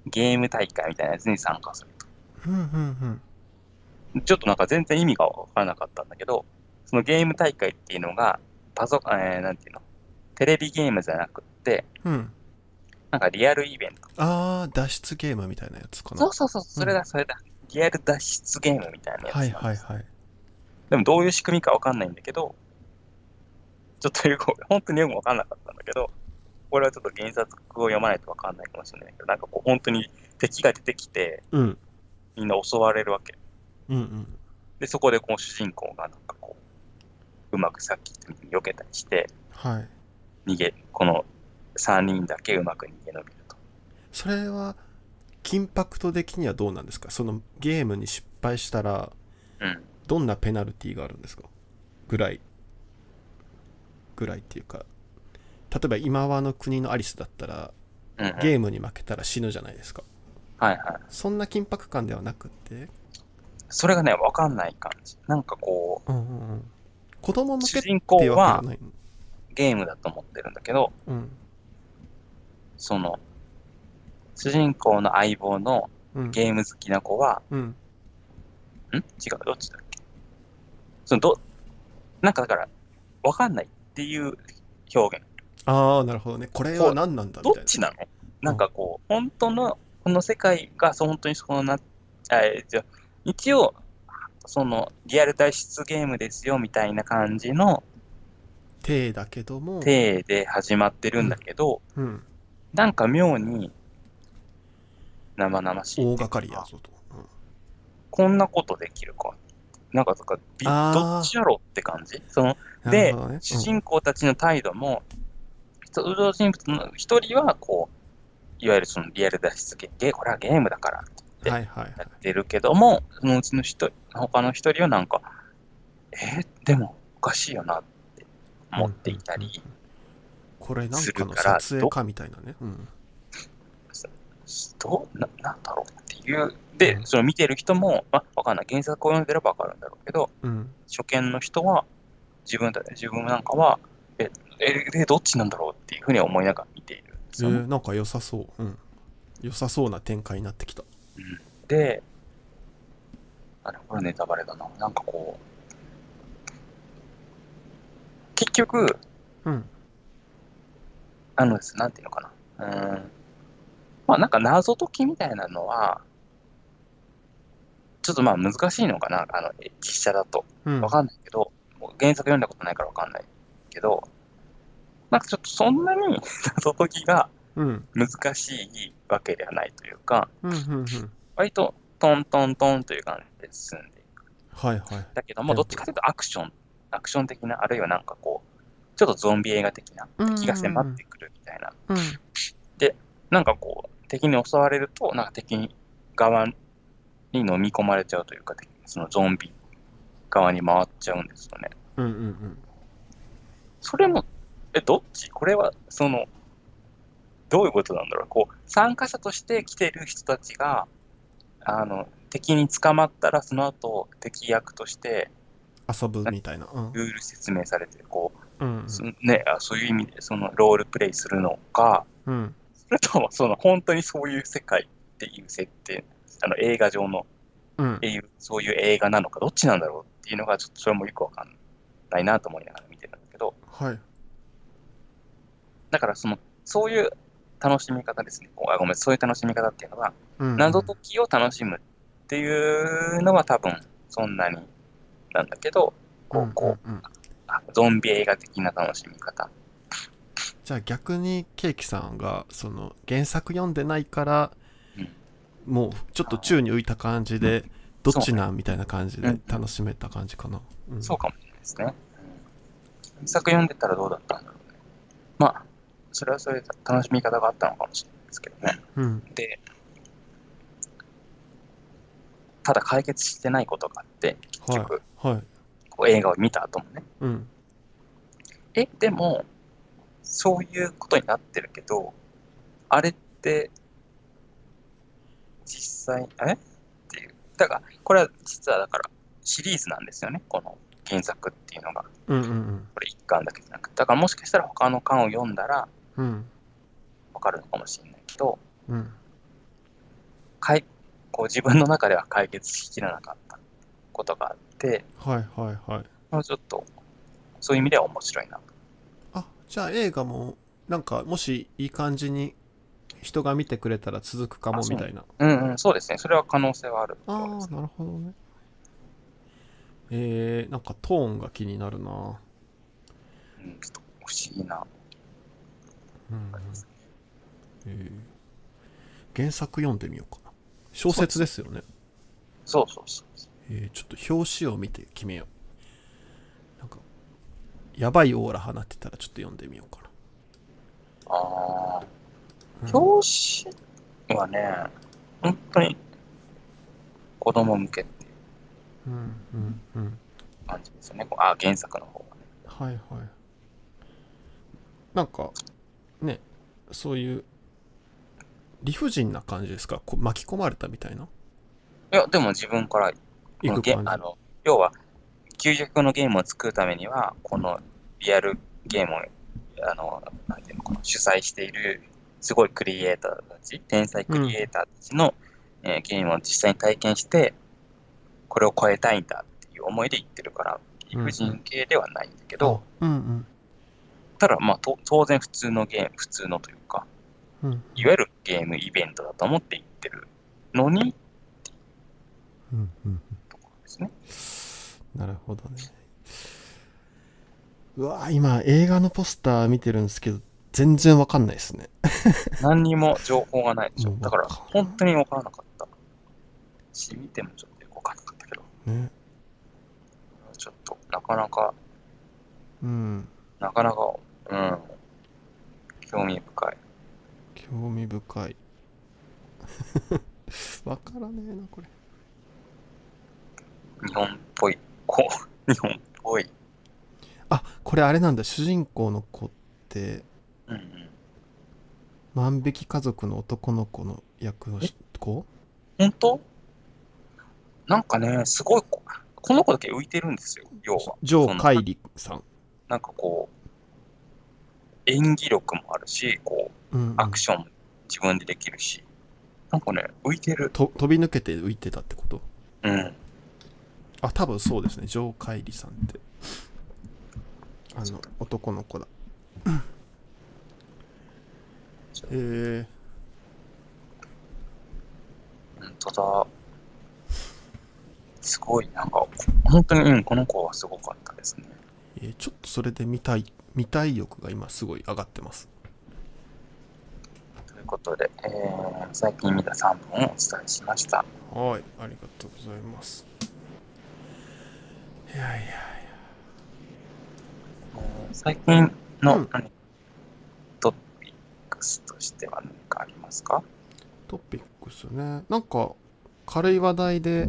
Speaker 2: ゲーム大会みたいなやつに参加すると。
Speaker 1: うんうん
Speaker 2: ちょっとなんか全然意味がわからなかったんだけど、そのゲーム大会っていうのが、パソコン、えーなんていうの、テレビゲームじゃなくって、
Speaker 1: うん。
Speaker 2: なんかリアルイベント。
Speaker 1: ああ、脱出ゲームみたいなやつかな。
Speaker 2: そうそうそう、それだ、それだ。リアル脱出ゲームみたいなやつ。
Speaker 1: はいはいはい。
Speaker 2: でもどういう仕組みかわかんないんだけど、ちょっとよく、本当によくわかんなかったんだけど、これはちょっと原作を読まないとわかんないかもしれないけど、なんかこう本当に敵が出てきて、
Speaker 1: うん。
Speaker 2: みんな襲われるわけ。
Speaker 1: うんうん。
Speaker 2: で、そこでこう主人公がなんかこう、うまくさっき言ったように避けたりして、
Speaker 1: はい。
Speaker 2: 逃げ、この3人だけうまく逃げ延びると。
Speaker 1: それは、金ンパクト的にはどうなんですかそのゲームに失敗したら、
Speaker 2: うん。
Speaker 1: どんなペナルティーがあるんですかぐらい。ぐらいっていうか、例えば今はの国のアリスだったら、
Speaker 2: うんうん、はい
Speaker 1: ゲームに負けたら死ぬじゃないですか。
Speaker 2: はい。
Speaker 1: そんな緊迫感ではなくって、
Speaker 2: それがね、わかんない感じ。なんかこ
Speaker 1: うんうんうん、子供
Speaker 2: う、
Speaker 1: 向け
Speaker 2: 主
Speaker 1: って
Speaker 2: 人公
Speaker 1: いうわ
Speaker 2: は
Speaker 1: けじゃないの。
Speaker 2: ゲームだと思ってるんだけど、
Speaker 1: うん
Speaker 2: その、主人公の相棒の
Speaker 1: うん
Speaker 2: ゲーム好きな子は、
Speaker 1: うん
Speaker 2: ん違う、どっちだっけその、ど、なんかだから、わかんないっていう表現。
Speaker 1: ああ、なるほどね。これは何なんだ
Speaker 2: ど
Speaker 1: みたい
Speaker 2: っちなのなんかこう、本当の、この世界が、そう本当にそのな、あえじゃ一応、その、リアル脱出ゲームですよ、みたいな感じの
Speaker 1: な。手だけども、
Speaker 2: 体で始まってるんだけど、
Speaker 1: うん、
Speaker 2: なんか妙に、生々しいっていう
Speaker 1: 大
Speaker 2: か。
Speaker 1: 掛かりやぞと。うん
Speaker 2: こんなことできるか。なんか、とか、び
Speaker 1: あー
Speaker 2: どっちやろって感じその、
Speaker 1: な
Speaker 2: で
Speaker 1: るほどね
Speaker 2: 主人公たちの態度も、そ登場人物の一人は、こう、いわゆるそのリアル脱出ゲーム、これはゲームだからって
Speaker 1: うんはいはいはい。
Speaker 2: やってるけども、そのうちの一人、他の一人はなんか、えーでもおかしいよなって思っていたり、
Speaker 1: うんうんうんこれなん
Speaker 2: す
Speaker 1: か
Speaker 2: る
Speaker 1: の
Speaker 2: から
Speaker 1: 撮影かみたいなね。うん
Speaker 2: どうななんだろうっていう、で
Speaker 1: う、ん
Speaker 2: その見てる人も、まあ、わかんない、原作を読んでればわかるんだろうけど、
Speaker 1: うん
Speaker 2: 初見の人は、自分た自分なんかは、え、え、えどっちなんだろうっていうふうに思いながら見ているんで
Speaker 1: え
Speaker 2: すよね
Speaker 1: ーなんか良さそう。うん良さそうな展開になってきた。
Speaker 2: で、あれ、これネタバレだな。なんかこう、結局、
Speaker 1: うん
Speaker 2: あのです、なんていうのかな。うーん。まあなんか謎解きみたいなのは、ちょっとまあ難しいのかな、あの、え実写だと。
Speaker 1: うん
Speaker 2: わかんないけど、もう原作読んだことないからわかんないけど、なんかちょっとそんなに <laughs> 謎解きが
Speaker 1: うん
Speaker 2: 難しいわけではないというか、
Speaker 1: うんうんうん
Speaker 2: 割とトントントンという感じで進んでいく。
Speaker 1: はいはい。
Speaker 2: だけども、どっちかというとアクション、アクション的な、あるいはなんかこう、ちょっとゾンビ映画的な、敵が迫ってくるみたいな
Speaker 1: うんうん
Speaker 2: なんかこう、敵に襲われると、なんか敵側に飲み込まれちゃうというか、敵そのゾンビ側に回っちゃうんですよね。
Speaker 1: うんうんうん
Speaker 2: それも、え、どっちこれは、その、どういうことなんだろう。こう、参加者として来てる人たちが、あの、敵に捕まったら、その後、敵役として、
Speaker 1: 遊ぶみたいな。うん
Speaker 2: ルール説明されて、こ
Speaker 1: うん
Speaker 2: う、そね、あそういう意味で、その、ロールプレイするのか、
Speaker 1: うん
Speaker 2: それとも、その、本当にそういう世界っていう設定、あの、映画上の
Speaker 1: うん
Speaker 2: っていう、そういう映画なのか、どっちなんだろうっていうのが、ちょっとそれもよくわかんないなと思いながら見てるんだけど、
Speaker 1: はい。
Speaker 2: だからその、そういう楽しみ方ですね。ごあごめん、そういう楽しみ方っていうのは、
Speaker 1: うん
Speaker 2: 謎解きを楽しむっていうのは多分、そんなになんだけど、こう、こう、
Speaker 1: うんうんうん
Speaker 2: あゾンビ映画的な楽しみ方。
Speaker 1: じゃあ逆にケーキさんがその原作読んでないから
Speaker 2: うん
Speaker 1: もうちょっと宙に浮いた感じでどっちなんみたいな感じ
Speaker 2: う
Speaker 1: で
Speaker 2: ん
Speaker 1: 楽しめた感じかな。うん
Speaker 2: そうかもしれないですね。うん、原作読んでたらどうだったんだろうね。まあ、それはそれで楽しみ方があったのかもしれないですけどね。
Speaker 1: うん
Speaker 2: で、ただ解決してないことがあって、結局、
Speaker 1: はい。
Speaker 2: こう映画を見た後もね、
Speaker 1: うん
Speaker 2: え、でも、そういうことになってるけど、あれって、実際、えっていう。だから、これは実はだから、シリーズなんですよね、この原作っていうのが。
Speaker 1: うんうん
Speaker 2: これ一巻だけじゃなくて。だからもしかしたら他の巻を読んだら
Speaker 1: うんうん
Speaker 2: わかるのかもしれないけど、
Speaker 1: うん
Speaker 2: かいこう自分の中では解決しきらなかった。ことがあって、
Speaker 1: はいはいはい。
Speaker 2: まあ、ちょっとそういう意味では面白いな。
Speaker 1: あ、じゃあ映画も、なんか、もしいい感じに人が見てくれたら続くかも
Speaker 2: あそう
Speaker 1: みたいな。
Speaker 2: うんうん、そうですね。それは可能性はあると思い
Speaker 1: あ
Speaker 2: ま
Speaker 1: あ、
Speaker 2: す。
Speaker 1: なるほどね。えー、なんかトーンが気になるな。
Speaker 2: うん、ちょっと不思議な
Speaker 1: うんうん
Speaker 2: 感じです。
Speaker 1: えー原作読んでみようかな。小説ですよね。
Speaker 2: そうそうそうそう。
Speaker 1: えーちょっと表紙を見て決めよう。なんか、やばいオーラ放ってたらちょっと読んでみようか
Speaker 2: ああ、
Speaker 1: な。うん
Speaker 2: 表紙はね、本当に子供向けって
Speaker 1: うんうんうん。
Speaker 2: 感じですよね。こうあ原作の方がね。
Speaker 1: はいはい。なんか、ね、そういう、理不尽な感じですかこ巻き込まれたみたいない
Speaker 2: や、でも自分から
Speaker 1: 行く
Speaker 2: ゲ
Speaker 1: 感
Speaker 2: あ
Speaker 1: じ。
Speaker 2: の要は究極のゲームを作るためにはこのリアルゲームをあのなんていうのかな主催しているすごいクリエイターたち天才クリエイターたちの、えーゲームを実際に体験してこれを超えたいんだっていう思いで言ってるから理不尽系ではないんだけど、
Speaker 1: あうんうん
Speaker 2: ただまあと当然普通のゲーム普通のというか
Speaker 1: うん
Speaker 2: いわゆるゲームイベントだと思って言ってるのに
Speaker 1: うんうん
Speaker 2: ところですね
Speaker 1: なるほどね。うわー今映画のポスター見てるんですけど全然わかんないですね。
Speaker 2: 何にも情報がないでしょ
Speaker 1: も。う
Speaker 2: だから、
Speaker 1: わかんない
Speaker 2: 本当に分からなかった。し、見てもちょっとよく分からなかったけど、
Speaker 1: ね。
Speaker 2: ちょっと、なかなか、
Speaker 1: うん。
Speaker 2: なかなか、うん、興味深い。
Speaker 1: 興味深い。 <laughs> わからねえなこれ。
Speaker 2: 日本っぽい、こう、 <laughs> 日本っぽい。
Speaker 1: あこれあれなんだ主人公の子って
Speaker 2: うんうん。
Speaker 1: 万引き家族の男の子の役のし子
Speaker 2: 本当なんかね、すごいこ、この子だけ浮いてるんですよ、要は。
Speaker 1: ジョ
Speaker 2: そ
Speaker 1: ー・
Speaker 2: の
Speaker 1: カイリさん。
Speaker 2: なんかこう、演技力もあるし、こう、
Speaker 1: うんうん
Speaker 2: アクションも自分でできるし、なんかね、浮いてる。
Speaker 1: と飛び抜けて浮いてたってこと
Speaker 2: うん。
Speaker 1: あ多分そうですねジョー・カイリさんってあの男の子だへえ
Speaker 2: 本当だ。すごい、なんか、本当に、うん、この子はすごかったですね。
Speaker 1: えーちょっとそれで見たい見たい欲が今すごい上がってます
Speaker 2: ということで、えー最近見た3本をお伝えしました。
Speaker 1: はいありがとうございますいやいや
Speaker 2: えー最近の、
Speaker 1: うん
Speaker 2: 何トピックスとしては何かありますか
Speaker 1: トピックスねなんか軽い話題で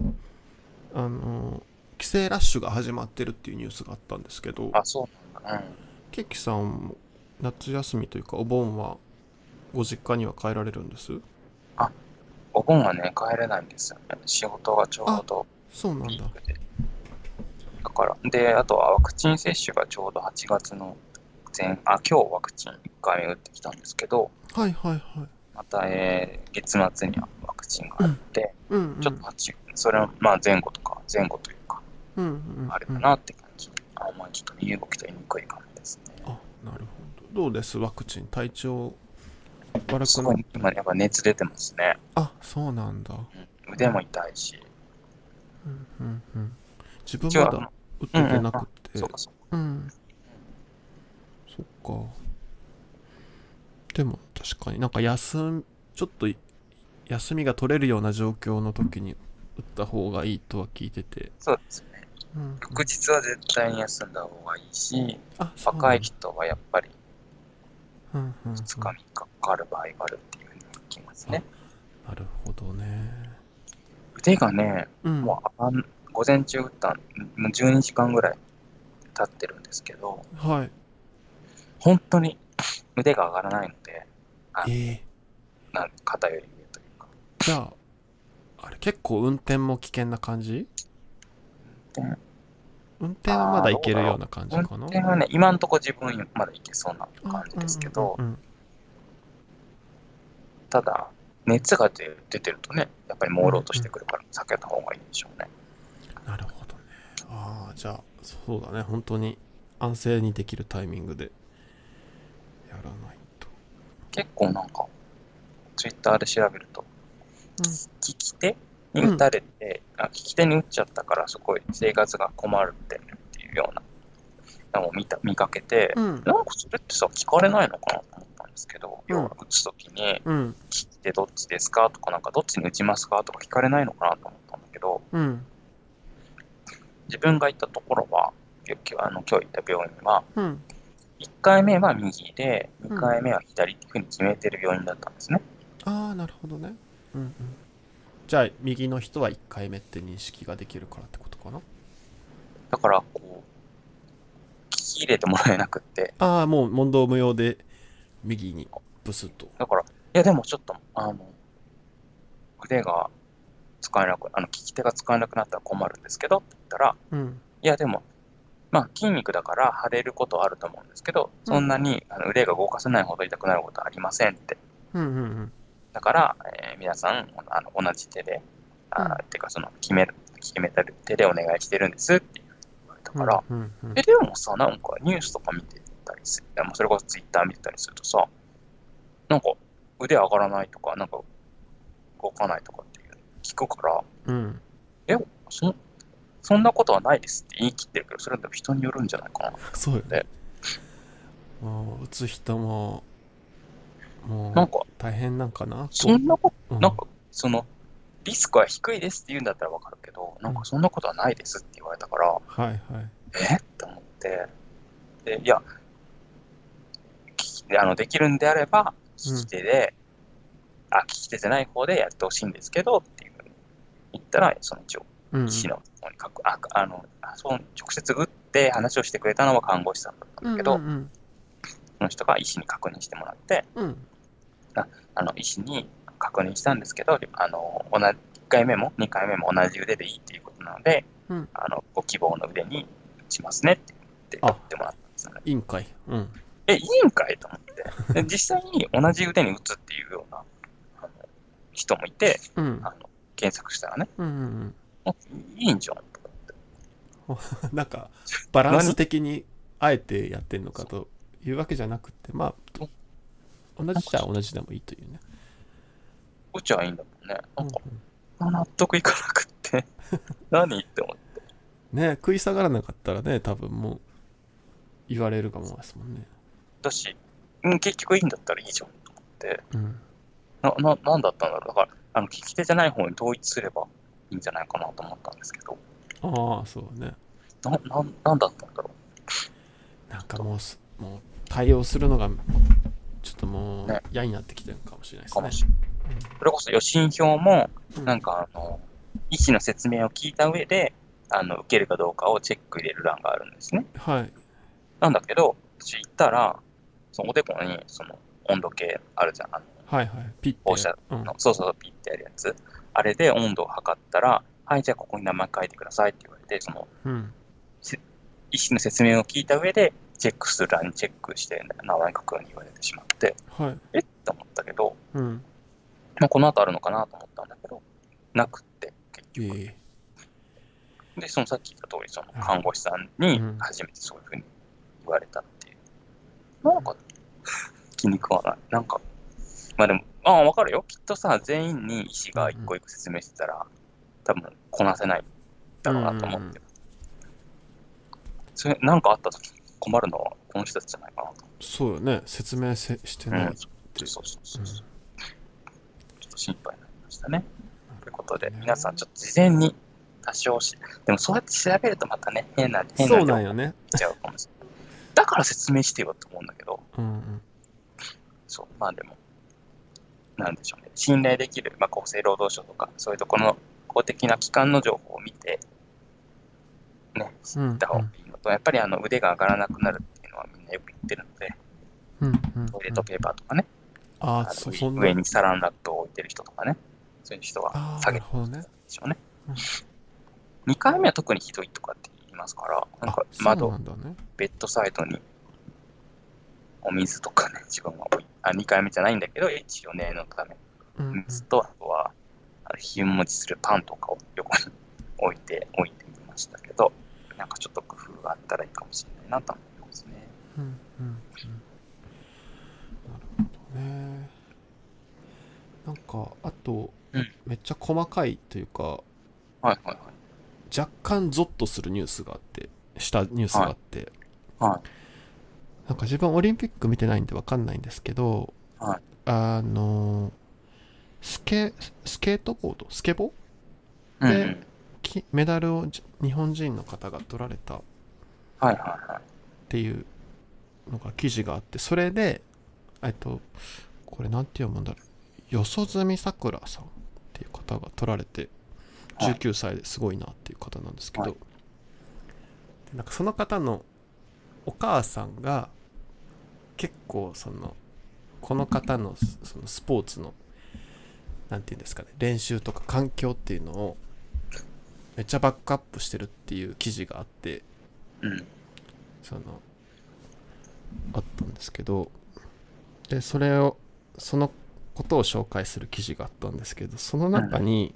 Speaker 1: あの帰省ラッシュが始まってるっていうニュースがあったんですけど
Speaker 2: あ、そうなんだ。
Speaker 1: ケーキさんも夏休みというかお盆はご実家には帰られるんです
Speaker 2: うん。お盆はね、帰れないんですよね。仕事がちょうど
Speaker 1: そうなん
Speaker 2: ピ
Speaker 1: だ
Speaker 2: ークで。だから、で、あとはワクチン接種がちょうど8月の前、あ、今日ワクチン1回目打ってきたんですけど、
Speaker 1: はいはいはい
Speaker 2: また、えー月末にはワクチンがあって、
Speaker 1: うんうん
Speaker 2: ちょっと待ち、それはまあ前後とか、前後というか、
Speaker 1: うんうんうん
Speaker 2: あれかなって感じ。あんまりちょっと身動き取りにくい感じですね。
Speaker 1: あなるほどどうですワクチン体調悪
Speaker 2: す
Speaker 1: く
Speaker 2: ご、
Speaker 1: ない
Speaker 2: 今やっぱ熱出てますね。
Speaker 1: あそうなんだ、
Speaker 2: うん腕も痛いし、
Speaker 1: うんうんうん、自分
Speaker 2: 一応
Speaker 1: ま
Speaker 2: あ
Speaker 1: だ
Speaker 2: の、
Speaker 1: 打っていけなくて
Speaker 2: そうかそうか。
Speaker 1: うんそっかでも確かになんか休んちょっとい休みが取れるような状況の時に打った方がいいとは聞いてて、
Speaker 2: そうですね。
Speaker 1: うんうん
Speaker 2: 翌日は絶対に休んだ方がいいし、
Speaker 1: あそうなんだ
Speaker 2: 若い人はやっぱり
Speaker 1: うんうんうん
Speaker 2: 2日3日かかる場合があるっていうふうに聞きますね。
Speaker 1: なるほどね
Speaker 2: 腕がね、
Speaker 1: うん
Speaker 2: もうあん午前中打ったんもう12時間ぐらい経ってるんですけど、
Speaker 1: はい
Speaker 2: 本当に腕が上がらないので、あ
Speaker 1: えー
Speaker 2: なん肩より上というか、
Speaker 1: じゃあ、あれ結構運転も危険な感じ
Speaker 2: 運転
Speaker 1: 運転はまだいけるような感じか
Speaker 2: 運
Speaker 1: な
Speaker 2: 転はね、今んとこ自分まだいけそうな感じですけど
Speaker 1: う、んうんうん
Speaker 2: ただ、熱が出てるとね、やっぱり朦朧としてくるから避けた方がいいんでしょう
Speaker 1: う
Speaker 2: ね。
Speaker 1: んなるほどああじゃあそうだね本当に安静にできるタイミングでやらないと
Speaker 2: 結構なんか、ツイッターで調べると、
Speaker 1: うん
Speaker 2: 聞き手に打たれて、あ、聞き手に打っちゃったから、すごい生活が困るってっていうようなのを見た見かけて、
Speaker 1: うん
Speaker 2: なんかそれってさ、聞かれないのかなと思ったんですけど、
Speaker 1: うん
Speaker 2: 要は打つときに、
Speaker 1: うん
Speaker 2: 聞き手どっちですかとか、なんかどっちに打ちますかとか聞かれないのかなと思ったんだけど、
Speaker 1: うん
Speaker 2: 自分が行ったところは、ききあの今日行った病院は、
Speaker 1: うん
Speaker 2: 1回目は右で、
Speaker 1: ん
Speaker 2: 2回目は左っていうふうに決めてる病院だったんですね。
Speaker 1: ああなるほどねうんうんじゃあ右の人は1回目って認識ができるからってことかな
Speaker 2: だから、こう、聞き入れてもらえなくって、
Speaker 1: ああもう問答無用で右にブスッと
Speaker 2: だから、いや、でもちょっと、あの、腕が使えなく、あの、利き手が使えなくなったら困るんですけど、って言ったら、
Speaker 1: うん
Speaker 2: いや、でも、まあ、筋肉だから腫れることはあると思うんですけど、そんなにあの腕が動かせないほど痛くなることはありませんって。
Speaker 1: うんうんうん
Speaker 2: だから、えー皆さん、あの同じ手で、あー
Speaker 1: うん
Speaker 2: っていうか、その、決める、決めたる手でお願いしてるんですって言われたから、
Speaker 1: うんうん
Speaker 2: え、でもさ、なんかニュースとか見てたりする、まあそれこそツイッター見てたりするとさ、なんか腕上がらないとか、なんか動かないとかっていうの聞くから、
Speaker 1: うん
Speaker 2: そそんなことはないですって言い切ってるけど、それはでも人によるんじゃないかな。
Speaker 1: そうよね
Speaker 2: ね
Speaker 1: もう打つ人もも
Speaker 2: なん
Speaker 1: う
Speaker 2: か、
Speaker 1: 大変なんかなと
Speaker 2: そんなこ
Speaker 1: う
Speaker 2: と、
Speaker 1: ん
Speaker 2: なんか、その、リスクは低いですって言うんだったらわかるけど、なんかそんなことはないですって言われたから、
Speaker 1: はいはい
Speaker 2: えって思って、で、いや、きあのできるんであれば、
Speaker 1: うん
Speaker 2: 聞き手で、あ、聞き手じゃない方でやってほしいんですけどっていうふうに言ったら、その一応、
Speaker 1: うん
Speaker 2: 医師の方に書く、ああのあそう直接打って話をしてくれたのは看護師さんだったんだけど、
Speaker 1: うんうん
Speaker 2: その人が医師に確認してもらって、
Speaker 1: うんうん
Speaker 2: あの医師に確認したんですけど、あの同じ1回目も2回目も同じ腕でいいっていうことなので、
Speaker 1: うん
Speaker 2: あのご希望の腕に打ちますねって言って
Speaker 1: あ
Speaker 2: 打ってもらったんですよね。
Speaker 1: 委員会うん
Speaker 2: え、いいんかいと思って。で実際に同じ腕に打つっていうようなあの人もいて、
Speaker 1: うん
Speaker 2: あの検索したらね、
Speaker 1: うんうんうん
Speaker 2: あいいんじゃんとかって。
Speaker 1: なんかバランス的にあえてやってんのかというわけじゃなくてまあ同じじゃ同じでもいいというね、
Speaker 2: 打ちゃいいんだもんね。
Speaker 1: う
Speaker 2: なんん
Speaker 1: う
Speaker 2: か、
Speaker 1: ん
Speaker 2: 納得いかな
Speaker 1: <laughs>
Speaker 2: くって。何って思って。
Speaker 1: ね食い下がらなかったらね多分もう言われるかもですもんね
Speaker 2: だし、うん、結局いいんだったらいいじゃんと思って。
Speaker 1: うん
Speaker 2: な、な、なんだったんだろう。だから、あの、利き手じゃない方に統一すればいいんじゃないかなと思ったんですけど、
Speaker 1: ああそうね
Speaker 2: な、な、なんだったんだろ
Speaker 1: なんかもうすもう対応するのがちょっともう
Speaker 2: ね。
Speaker 1: 嫌になってきてるかもしれないうで
Speaker 2: かも
Speaker 1: す
Speaker 2: しれない。それこそ予診票も、
Speaker 1: ね
Speaker 2: なんかあの、医師の説明を聞いた上で、あの、受けるかどうかをチェック入れる欄があるんですね。
Speaker 1: うんはい
Speaker 2: なんだけど、私行ったら、そのおでこに、その、温度計あるじゃん。あ
Speaker 1: はいはいピッて
Speaker 2: 放射
Speaker 1: うん
Speaker 2: の、そうそう、ピッてやるやつ。あれで温度を測ったら、はい、じゃあここに名前書いてくださいって言われて、その、
Speaker 1: うん
Speaker 2: 医師の説明を聞いた上で、チェックする欄にチェックして、名前書くように言われてしまって、
Speaker 1: はい
Speaker 2: えっと思ったけど、
Speaker 1: うん
Speaker 2: まあ、この後あるのかなと思ったんだけど、なくって、結
Speaker 1: ええ
Speaker 2: 局。で、そのさっき言った通り、その看護師さんに
Speaker 1: うん
Speaker 2: 初めてそういうふうに言われたっていう。なんか、気に食わない。なんか、まあでも、ああ、わかるよ。きっとさ、全員に医師が一個一個説明してたら、多分こなせないだろうなと思
Speaker 1: うんうんう
Speaker 2: っ
Speaker 1: ん
Speaker 2: て。それ、なんかあった時困るのはこの人たちじゃないかなと。
Speaker 1: そうよね説明せしてない、
Speaker 2: うん、そうそうそうそう。ちょっと心配になりましたね。ということで、皆さんちょっと事前に多少し、でもそうやって調べるとまたね、変な、変な
Speaker 1: そう
Speaker 2: 情
Speaker 1: なん
Speaker 2: 報
Speaker 1: よね
Speaker 2: しちゃうかもしれない。だから説明してよと思うんだけど、
Speaker 1: うんうん
Speaker 2: そう、まあでも、なんでしょうね、信頼できる、まあ、厚生労働省とか、そういうところの公的な機関の情報を見て、ね、知
Speaker 1: うん
Speaker 2: った方がいいのと、やっぱりあの腕が上がらなくなるっていうのはみんなよく言ってるので、
Speaker 1: うんうんうん
Speaker 2: トイレットペーパーとかね、
Speaker 1: あ
Speaker 2: あ
Speaker 1: あそ
Speaker 2: の
Speaker 1: そんな
Speaker 2: 上にサランラップを置いてる人とかね、そういう人
Speaker 1: あ
Speaker 2: は
Speaker 1: あ
Speaker 2: 下
Speaker 1: な
Speaker 2: げ
Speaker 1: る
Speaker 2: て
Speaker 1: ほどね
Speaker 2: でしょうね
Speaker 1: うん。
Speaker 2: 2回目は特にひどいとかって言いますから、なんか
Speaker 1: あ
Speaker 2: 窓
Speaker 1: そうなんだね
Speaker 2: ベッドサイドにお水とかね、自分は置いあ2回目じゃないんだけど、一応念のため、
Speaker 1: うんうん
Speaker 2: 水と、あとは、あの日持ちするパンとかを横に置いて、置いてみましたけど、なんかちょっと工夫があったらいいかもしれないなと思いますね。
Speaker 1: うんうんうんなるほどねなんかあと、
Speaker 2: うん
Speaker 1: めっちゃ細かいというか
Speaker 2: はいはいはい。
Speaker 1: 若干ゾッとするニュースがあってしたニュースがあって、
Speaker 2: はいはい
Speaker 1: なんか自分オリンピック見てないんでわかんないんですけど、
Speaker 2: はい
Speaker 1: あのスケスケートボードスケボー
Speaker 2: うん、う
Speaker 1: で
Speaker 2: ん。
Speaker 1: きメダルをじ日本人の方が取られたっ
Speaker 2: はいはいはい。
Speaker 1: ていうのが記事があってそれでえっとこれなんて読むんだろう四十住さくらさんっていう方が取られて
Speaker 2: はい
Speaker 1: 19歳ですごいなっていう方なんですけど、
Speaker 2: はい
Speaker 1: でなんかその方のお母さんが結構そのこの方のスそのスポーツのなんていうんですかね練習とか環境っていうのをめっちゃバックアップしてるっていう記事があって
Speaker 2: うん。
Speaker 1: そのあったんですけどでそれをそのことを紹介する記事があったんですけどその中に、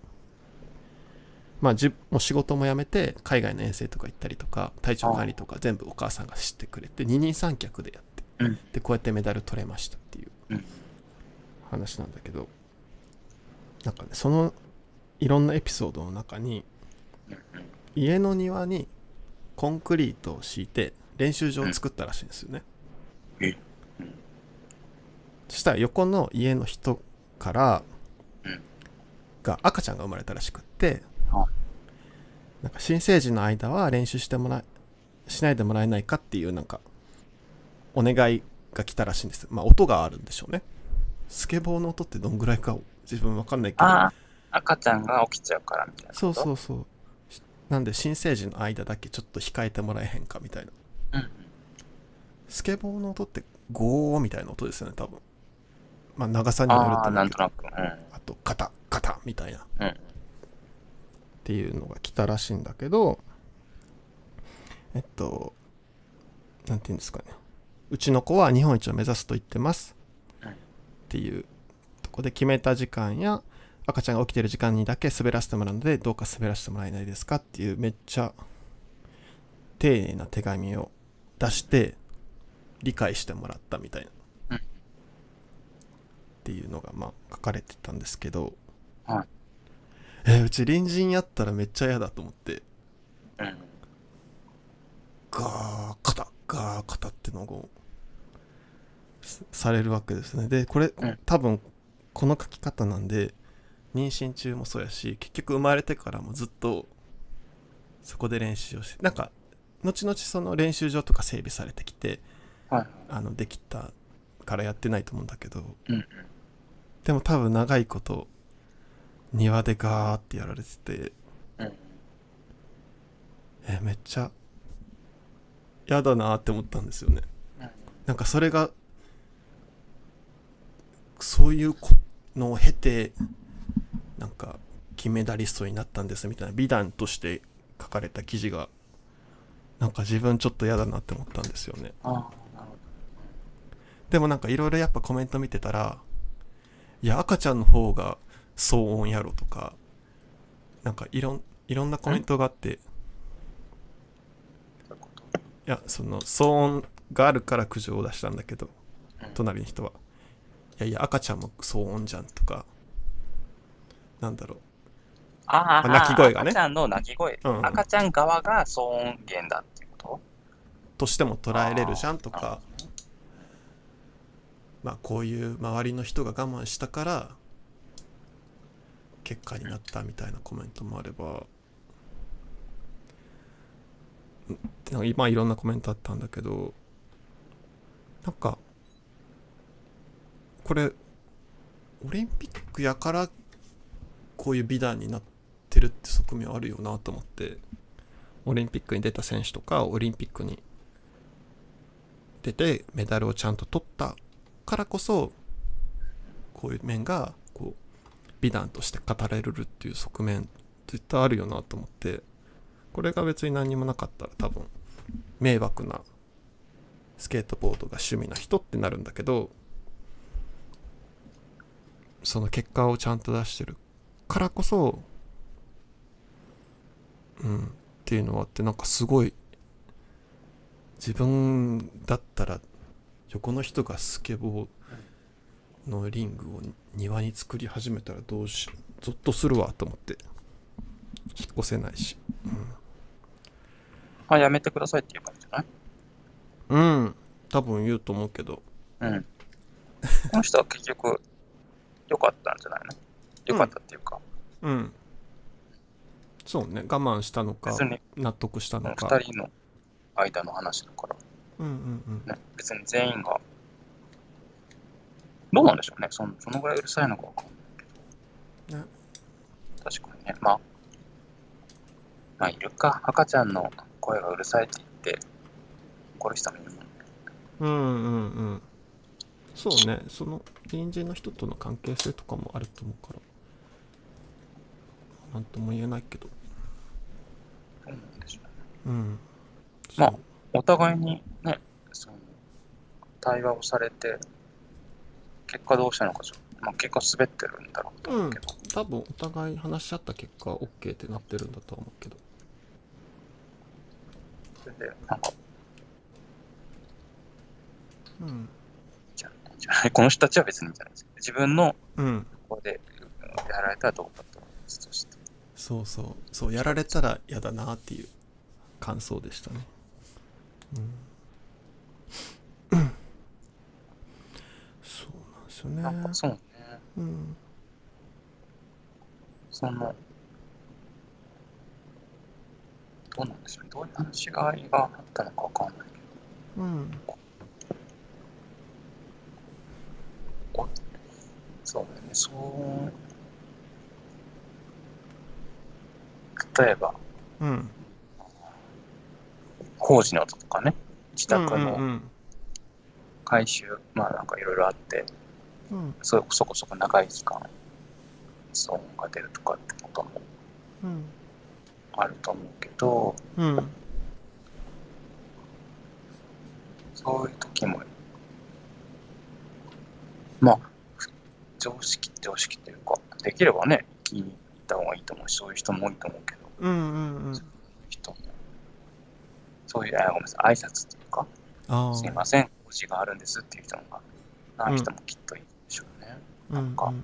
Speaker 1: まあじもう仕事も辞めて海外の遠征とか行ったりとか体調管理とか全部お母さんが知ってくれて二人三脚でやって、
Speaker 2: うん
Speaker 1: でこうやってメダル取れましたっていう
Speaker 2: うん
Speaker 1: 話なんだけどなんかねそのいろんなエピソードの中に、
Speaker 2: うんうん。
Speaker 1: 家の庭にコンクリートを敷いて練習場を作ったらしいんですよね、
Speaker 2: うんえうん
Speaker 1: そしたら横の家の人から
Speaker 2: うん
Speaker 1: が赤ちゃんが生まれたらしくって
Speaker 2: は
Speaker 1: なんか新生児の間は練習してもらえしないでもらえないかっていうなんかお願いが来たらしいんですまあ音があるんでしょうねスケボーの音ってどんぐらいか自分わかんないけど
Speaker 2: ああ、赤ちゃんが起きちゃうからみたいなこと。。
Speaker 1: そうそううそうしなんで新生児の間だけちょっと控えてもらえへんかみたいな
Speaker 2: うんうん。
Speaker 1: スケボーの音ってゴーみたいな音ですよね多分まあ長さによる
Speaker 2: あ
Speaker 1: と
Speaker 2: あ、
Speaker 1: 思
Speaker 2: な
Speaker 1: うんけど
Speaker 2: となく。うん。
Speaker 1: あとカタカタみたいなっ
Speaker 2: うん。
Speaker 1: ていうのが来たらしいんだけどえっとなんて言うんですかねうちの子は日本一を目指すと言ってます
Speaker 2: うん
Speaker 1: っていうとこで決めた時間や赤ちゃんが起きてる時間にだけ滑らせてもらうのでどうか滑らせてもらえないですかっていうめっちゃ丁寧な手紙を出して理解してもらったみたいな、
Speaker 2: うん
Speaker 1: っていうのがまあ書かれてたんですけど、
Speaker 2: はい
Speaker 1: えーうち隣人やったらめっちゃ嫌だと思って
Speaker 2: うん。
Speaker 1: ガーカタガーカタってのをさされるわけですねでこれ、
Speaker 2: うん
Speaker 1: 多分この書き方なんで妊娠中もそうやし結局生まれてからもずっとそこで練習をしてなんか後々その練習場とか整備されてきて
Speaker 2: はい。
Speaker 1: あのできたからやってないと思うんだけど
Speaker 2: うんうん。
Speaker 1: でも多分長いこと庭でガーってやられてて
Speaker 2: うんうん。
Speaker 1: えめっちゃ嫌だなーって思ったんですよね
Speaker 2: うん
Speaker 1: なんかそれがそういうこのを経てなんか金メダリストになったんですみたいな美談として書かれた記事がなんか自分ちょっと嫌だなって思ったんですよね
Speaker 2: ああ、なるほど。
Speaker 1: でもなんかいろいろやっぱコメント見てたらいや赤ちゃんの方が騒音やろとかなんかいろんいろんなコメントがあって
Speaker 2: そういうこと。
Speaker 1: いやその騒音があるから苦情を出したんだけど
Speaker 2: うん
Speaker 1: 隣の人は「いやいや赤ちゃんも騒音じゃん」とかなんだろ
Speaker 2: ああ、
Speaker 1: まあ鳴き声がね
Speaker 2: 赤ちゃんの鳴き声、
Speaker 1: うんうん
Speaker 2: 赤ちゃん側が騒音源だっていうこと
Speaker 1: うとしても捉えれるじゃんとかまあこういう周りの人が我慢したから結果になったみたいなコメントもあればうんなんか今いろんなコメントあったんだけどなんかこれオリンピックやからこういう美談になってるって側面あるよなと思ってオリンピックに出た選手とかオリンピックに出てメダルをちゃんと取ったからこそこういう面がこう美談として語られるっていう側面絶対あるよなと思ってこれが別に何にもなかったら多分迷惑なスケートボードが趣味な人ってなるんだけどその結果をちゃんと出してるからこそうんってっていうのはあってなんかすごい自分だったら横の人がスケボーのリングを庭に作り始めたらどうしゾッとするわと思って引っ越せないし
Speaker 2: あ、やめてくださいっていう感じじゃ
Speaker 1: うん、うん、多分言うと思うけど
Speaker 2: ない
Speaker 1: <laughs>
Speaker 2: うん。この人は結局、良かったんじゃないの良かったっていうか、
Speaker 1: うんそうね我慢したのか
Speaker 2: 別に
Speaker 1: 納得した
Speaker 2: もう
Speaker 1: のか
Speaker 2: 二人の間の話だから、
Speaker 1: うんうんうん
Speaker 2: ね、別に全員が、どうなんでしょうね、そのそのぐらいうるさいのかわかんない
Speaker 1: ね
Speaker 2: けど、確かにね、まあ、まあ、いるか、赤ちゃんの声がうるさいって言って、怒る人もいるもんね。
Speaker 1: うんうんうんそうねその隣人の人との関係性とかもあると思うからなんとも言えないけど
Speaker 2: どうなんでしょうね
Speaker 1: うん
Speaker 2: まあ
Speaker 1: そう
Speaker 2: お互いにね、その対話をされて、結果どうしたのかちょっと、まあ、結果滑ってるんだろうと思うけど、
Speaker 1: 多分お互い話し合った結果 OK ってなってるんだとは思うけど
Speaker 2: それで、なんか、
Speaker 1: うん
Speaker 2: じゃあいいんじゃないこの人たちは別にいいんじゃないですか。自分の
Speaker 1: うん
Speaker 2: ここでうんやられたらどうかと思います。そして、
Speaker 1: そうそうそうやられたら嫌だなっていう感想でしたねうんそうなんですよね
Speaker 2: なんかそうね、
Speaker 1: うん
Speaker 2: その、どうなんでしょうね、どういう話し合いがあったのかわかんないけ
Speaker 1: うん
Speaker 2: ど、そうだよね、そう、例えば、
Speaker 1: うん
Speaker 2: 工事の音とかね、自宅
Speaker 1: うんう
Speaker 2: の
Speaker 1: ん
Speaker 2: 改修、まあなんかいろいろあって、
Speaker 1: うんうん
Speaker 2: そそこそこ長い期間、騒音が出るとかってことも
Speaker 1: うん
Speaker 2: あると思うけど、
Speaker 1: うん
Speaker 2: そういう時も、まあ、常識、常識というか、できればね、気に入った方がいいと思うし、そういう人も多いと思うけど、
Speaker 1: うんうんうん
Speaker 2: 人も、そういう、あごめんなさい、挨拶というか、
Speaker 1: ああ
Speaker 2: すいません、工事があるんですっていう人が、ない人もきっといるでしょうね。
Speaker 1: うん
Speaker 2: か
Speaker 1: うんうん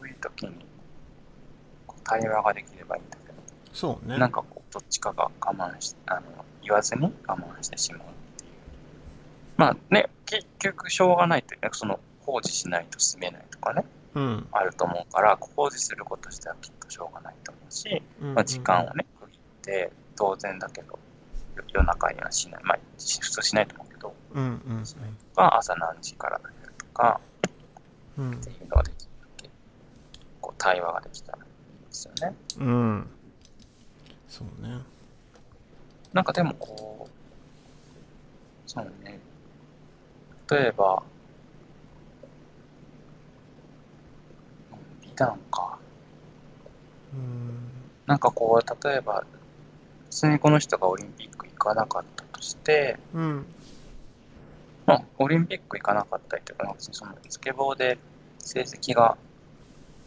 Speaker 2: そういう時にこう対話ができればいいんだけど、
Speaker 1: そうね
Speaker 2: なんかこうどっちかが我慢しあの言わずに我慢してしまうっていうまあね結局しょうがないというかその放置しないと進めないとかね
Speaker 1: うん
Speaker 2: あると思うから放置すること自体はきっとしょうがないと思うし、
Speaker 1: うん
Speaker 2: まあ、時間をね区切って当然だけどよ夜中にはしないまあし普通しないと思うけど
Speaker 1: うんうん
Speaker 2: まあ朝何時からだよとか
Speaker 1: うん
Speaker 2: っていうのができるだけこう対話ができたらいいですよね。
Speaker 1: うんうんそうね
Speaker 2: なんかでもこう、そうね、例えば、うん美談か。
Speaker 1: うん
Speaker 2: なんかこう、例えば、普通にこの人がオリンピック行かなかったとして、
Speaker 1: うん
Speaker 2: まあ、オリンピック行かなかったりとか、別にそのスケボーで成績が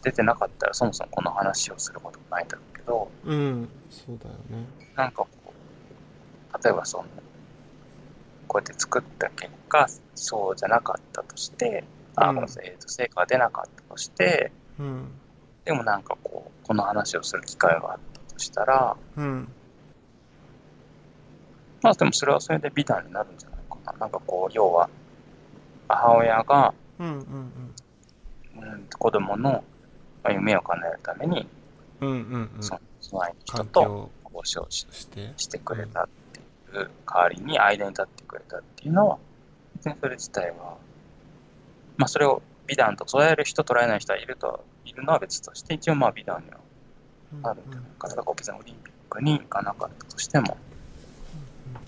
Speaker 2: 出てなかったら、そもそもこの話をすることもないだろうけど、
Speaker 1: うんそうだよね
Speaker 2: なんかこう、例えばその、こうやって作った結果、そうじゃなかったとして、あ、
Speaker 1: うん
Speaker 2: ごめんなさい、えーと、成果が出なかったとして、
Speaker 1: うん
Speaker 2: でもなんかこう、この話をする機会があったとしたら、
Speaker 1: うん
Speaker 2: まあでもそれはそれで美談になるんじゃないかな。なんかこう、要は、母親が、
Speaker 1: うんうん
Speaker 2: うん、子供のまあ夢を叶えるために、
Speaker 1: うんうんうんうん
Speaker 2: その、その人
Speaker 1: 環
Speaker 2: と
Speaker 1: 境
Speaker 2: 交渉し
Speaker 1: して
Speaker 2: してくれたっていう代わりに間に立ってくれたっていうのは別にそれ自体はまあそれを美談と捉える人捉えない人はいるといるのは別として一応まあ美談にはあるんじゃないかなだから別にオリンピックに行かなかったとしても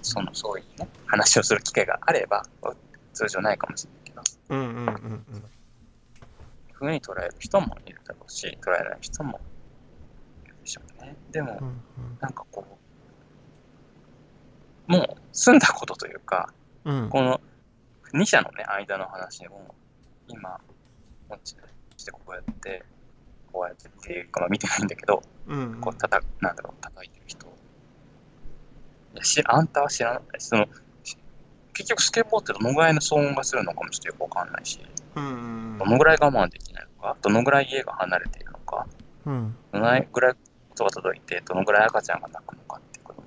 Speaker 2: そのそういうね話をする機会があれば通常ないかもしれないけど
Speaker 1: うんうんうんうん
Speaker 2: ふうに捉える人もいるだろうし捉えない人もいるでしょうねでも
Speaker 1: うん
Speaker 2: なんかこうもう済んだことというか
Speaker 1: うんうん
Speaker 2: この2社のね間の話を今持ち出してこうやってこうやってっていうか、まあ、見てないんだけど、
Speaker 1: うん
Speaker 2: こうたたなんだろう叩いてる人いやしあんたは知らないそのし結局スケボーってどのぐらいの騒音がするのかもちょっとよくわかんないし
Speaker 1: うんうん
Speaker 2: どのぐらい我慢できないのかどのぐらい家が離れているのか
Speaker 1: うん
Speaker 2: どのぐらい音が届いてどのぐらい赤ちゃんが泣くのかっていうこと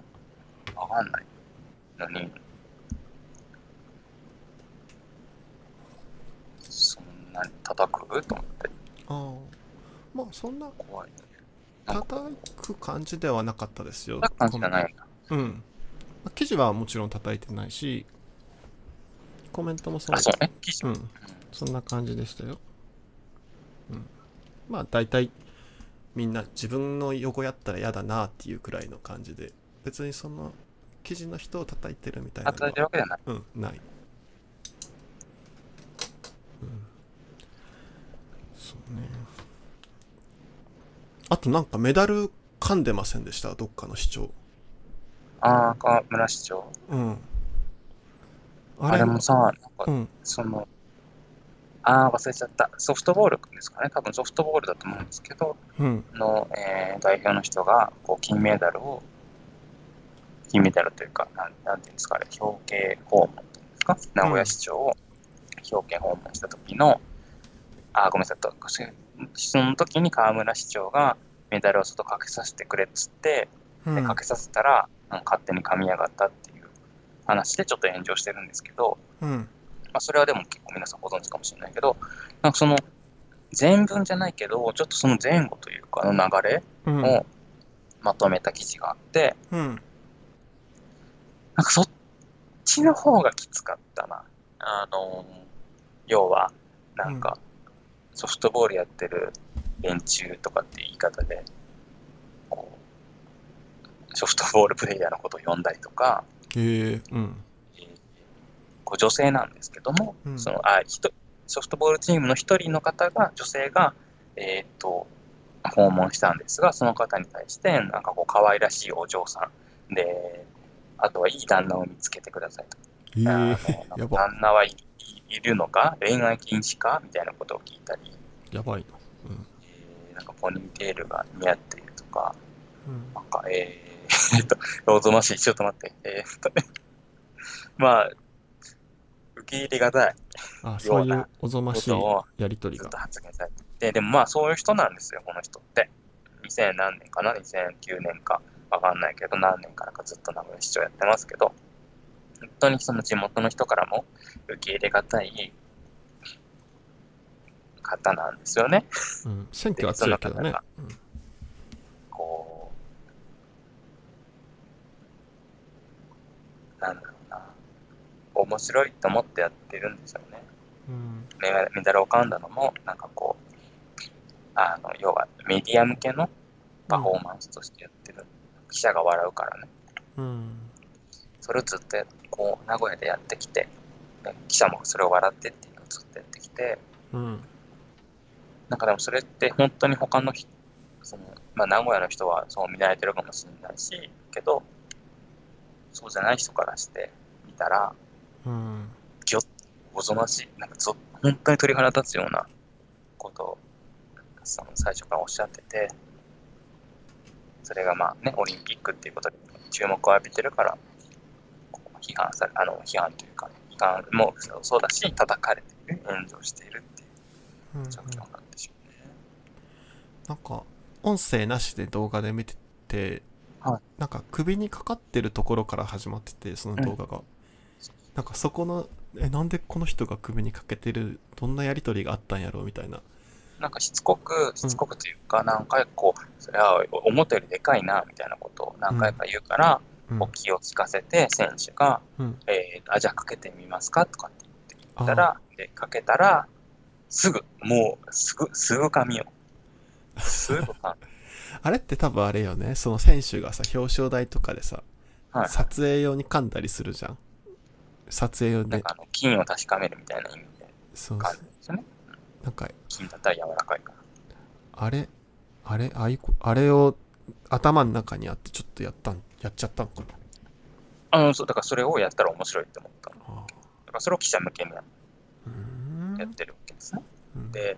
Speaker 2: もわかんないのにそんなに叩くと思って
Speaker 1: ああまあそんな
Speaker 2: 怖いなんか
Speaker 1: 叩く感じではなかったですよ
Speaker 2: 叩く感じじゃないんだ
Speaker 1: うん記事はもちろん叩いてないしコメントもそん
Speaker 2: あ
Speaker 1: な
Speaker 2: そうね記事
Speaker 1: うんそんな感じでしたよ。うん。まあ大体みんな自分の横やったら嫌だなっていうくらいの感じで別にその記事の人を叩いてるみたいなの
Speaker 2: 叩いてる
Speaker 1: は
Speaker 2: わけじゃない
Speaker 1: うんない。うん。そうね。あとなんかメダル噛んでませんでしたどっかの市長。
Speaker 2: ああ、河村市長。
Speaker 1: うん。あ
Speaker 2: あ
Speaker 1: れ
Speaker 2: れもさ、なん
Speaker 1: う
Speaker 2: か、
Speaker 1: ん。
Speaker 2: その、ああ、忘れちゃった。ソフトボールですかね。多分ソフトボールだと思うんですけど、
Speaker 1: うん。
Speaker 2: の、えー代表の人が、こう、金メダルを、金メダルというか、なんなんていうんですか、あれ、表敬訪問っていうんですか。名古屋市長を表敬訪問した時の、ああ、ごめんなさいと。その時に河村市長がメダルを外かけさせてくれっつって、
Speaker 1: う
Speaker 2: で
Speaker 1: ん
Speaker 2: かけさせたら、あの勝手に噛み上がったっていう話でちょっと炎上してるんですけど、
Speaker 1: うん。
Speaker 2: まあ、それはでも結構皆さんご存知かもしれないけどなんかその全文じゃないけどちょっとその前後というかの流れ
Speaker 1: うん。
Speaker 2: をまとめた記事があって、
Speaker 1: うん。
Speaker 2: なんかそっちの方がきつかったなあの要はなんかソフトボールやってる連中とかって言い方でこうソフトボールプレイヤーのことを呼んだりとか、
Speaker 1: へえ。うん。
Speaker 2: えーこう女性なんですけども、
Speaker 1: うん
Speaker 2: そのあひとソフトボールチームの一人の方が女性が、えーっと訪問したんですがその方に対してなんかこう可愛らしいお嬢さんであとはいい旦那を見つけてくださいと、
Speaker 1: ええ
Speaker 2: あの
Speaker 1: やば
Speaker 2: 旦那はい、いいるのか恋愛禁止かみたいなことを聞いたり、
Speaker 1: やばい
Speaker 2: えーなんかポニーテールが似合っているとか
Speaker 1: な。
Speaker 2: なんか、えー、え <laughs> っと、ロードマシー、ちょっと待って、えー、っとね、 <laughs> まあ、受け入れがたい
Speaker 1: あ、そういうおぞま
Speaker 2: こ
Speaker 1: し
Speaker 2: と
Speaker 1: い
Speaker 2: を
Speaker 1: やりとり
Speaker 2: ずっ
Speaker 1: が
Speaker 2: と。発言されてて、でもまあ、そういう人なんですよ、この人って。2000何年かな、2009年か、わかんないけど、何年からかずっと名古屋市長やってますけど、本当にその地元の人からも受け入れがたい方なんですよね。
Speaker 1: うん、選挙は強いけどね。
Speaker 2: こう、なんだろうな、面白いと思ってやってるんでしょうね。
Speaker 1: うん、
Speaker 2: メダメダルを噛んだのも、なんかこう、あの、要はメディア向けのパフォーマンスとしてやってる。記者が笑うからね。
Speaker 1: うん、
Speaker 2: それをずっとや、こう、名古屋でやってきて、ね、記者もそれを笑ってっていうのをずっとやってきて、
Speaker 1: うん、
Speaker 2: なんかでもそれって本当に他のひその、まあ、名古屋の人はそう見慣れてるかもしれないしけどそうじゃない人からして見たら
Speaker 1: うん、
Speaker 2: おぞましいなんかぞ本当に鳥肌立つようなことをその最初からおっしゃっててそれがまあねオリンピックっていうことで注目を浴びてるからこう批判されあの批判というか批判もそうだし叩かれている炎上しているっていう
Speaker 1: うん。
Speaker 2: 状況なんでしょうね。
Speaker 1: なんか、音声なしで動画で見てて、
Speaker 2: はい
Speaker 1: なんか首にかかってるところから始まってて、その動画が。なんかそこの、え、なんでこの人が首にかけてる、どんなやりとりがあったんやろうみたいな。
Speaker 2: なんかしつこく、しつこくというか、何回かこう、それは思ったよりでかいな、みたいなことを何回か言うから、
Speaker 1: うん
Speaker 2: お、気を利かせて、選手が、
Speaker 1: うん
Speaker 2: えーあ、じゃあかけてみますかとかって言って言ったら、で、かけたら、すぐ、もう、すぐ、すぐ髪を。すぐ髪。
Speaker 1: <laughs> あれって多分あれよね、その選手がさ、表彰台とかでさ、
Speaker 2: はい。
Speaker 1: 撮影用に噛んだりするじゃん。撮影用
Speaker 2: なん
Speaker 1: で。
Speaker 2: かあの、菌を確かめるみたいな意味で、
Speaker 1: そう
Speaker 2: 感
Speaker 1: そ
Speaker 2: じ
Speaker 1: う
Speaker 2: ですよね。
Speaker 1: なんか
Speaker 2: 菌だったら柔らかいから。
Speaker 1: あれ、あれ、ああいうこあれを頭の中にあってちょっとやったん、やっちゃったのかな。
Speaker 2: あの、そう、だからそれをやったら面白いって思ったの。
Speaker 1: ああ
Speaker 2: だからそれを記者向けにや
Speaker 1: うーん
Speaker 2: やってるわけですね。
Speaker 1: うん
Speaker 2: で、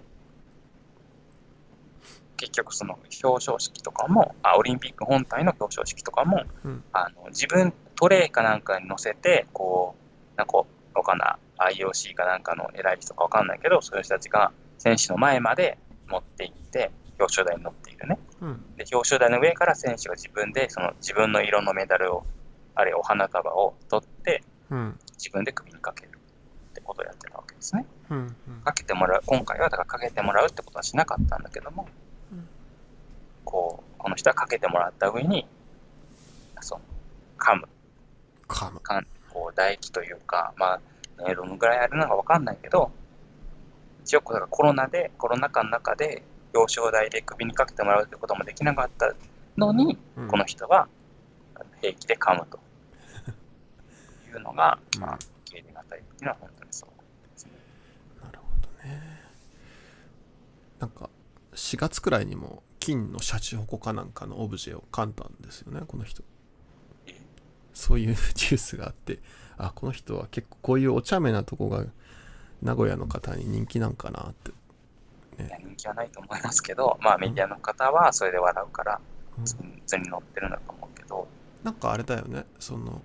Speaker 2: 結局その表彰式とかもあオリンピック本体の表彰式とかも、
Speaker 1: うん
Speaker 2: あの自分トレイかなんかに載せてこうなんかわかんない IOC かなんかの偉い人かわかんないけどそういう人たちが選手の前まで持って行って表彰台に乗っているね
Speaker 1: うん
Speaker 2: で表彰台の上から選手が自分でその自分の色のメダルをあれお花束を取って
Speaker 1: うん
Speaker 2: 自分で首にかけるってことをやってたわけですね
Speaker 1: うんうん
Speaker 2: かけてもらう今回はだからかけてもらうってことはしなかったんだけど
Speaker 1: う
Speaker 2: も、
Speaker 1: ん
Speaker 2: こうこの人はかけてもらった上にその噛む
Speaker 1: 噛む
Speaker 2: 噛んこう唾液というかまあ、ね、どのぐらいあるのかわかんないけど一応これがコロナでコロナ禍の中で表彰台で首にかけてもらうってこともできなかったのに、
Speaker 1: うん
Speaker 2: この人は平気で噛むというのが、まあ、受け入れがたいっていうのは本当にそう。
Speaker 1: なるほどねなんか4月くらいにも金のシャチホコかなんかのオブジェを噛んだんですよねこの人
Speaker 2: え
Speaker 1: そういうニュースがあってあこの人は結構こういうお茶目なとこが名古屋の方に人気なんかなって、
Speaker 2: いや人気はないと思いますけど、 <laughs> まあメディアの方はそれで笑うから、
Speaker 1: うん
Speaker 2: 普通に乗ってるんだと思うけど、
Speaker 1: なんかあれだよねその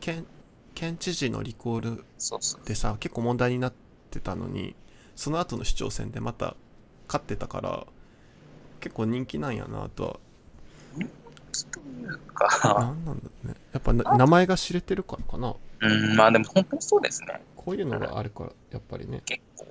Speaker 1: 県県知事のリコール
Speaker 2: そうそう。
Speaker 1: でさ結構問題になってたのにその後の市長選でまた勝ってたから結構人気なんやなとは
Speaker 2: というか、 <laughs>
Speaker 1: 何なんだろうねやっぱな名前が知れてるからかな
Speaker 2: うん、まあでも本当にそうですね。
Speaker 1: こういうのがあるからやっぱりね
Speaker 2: 結構、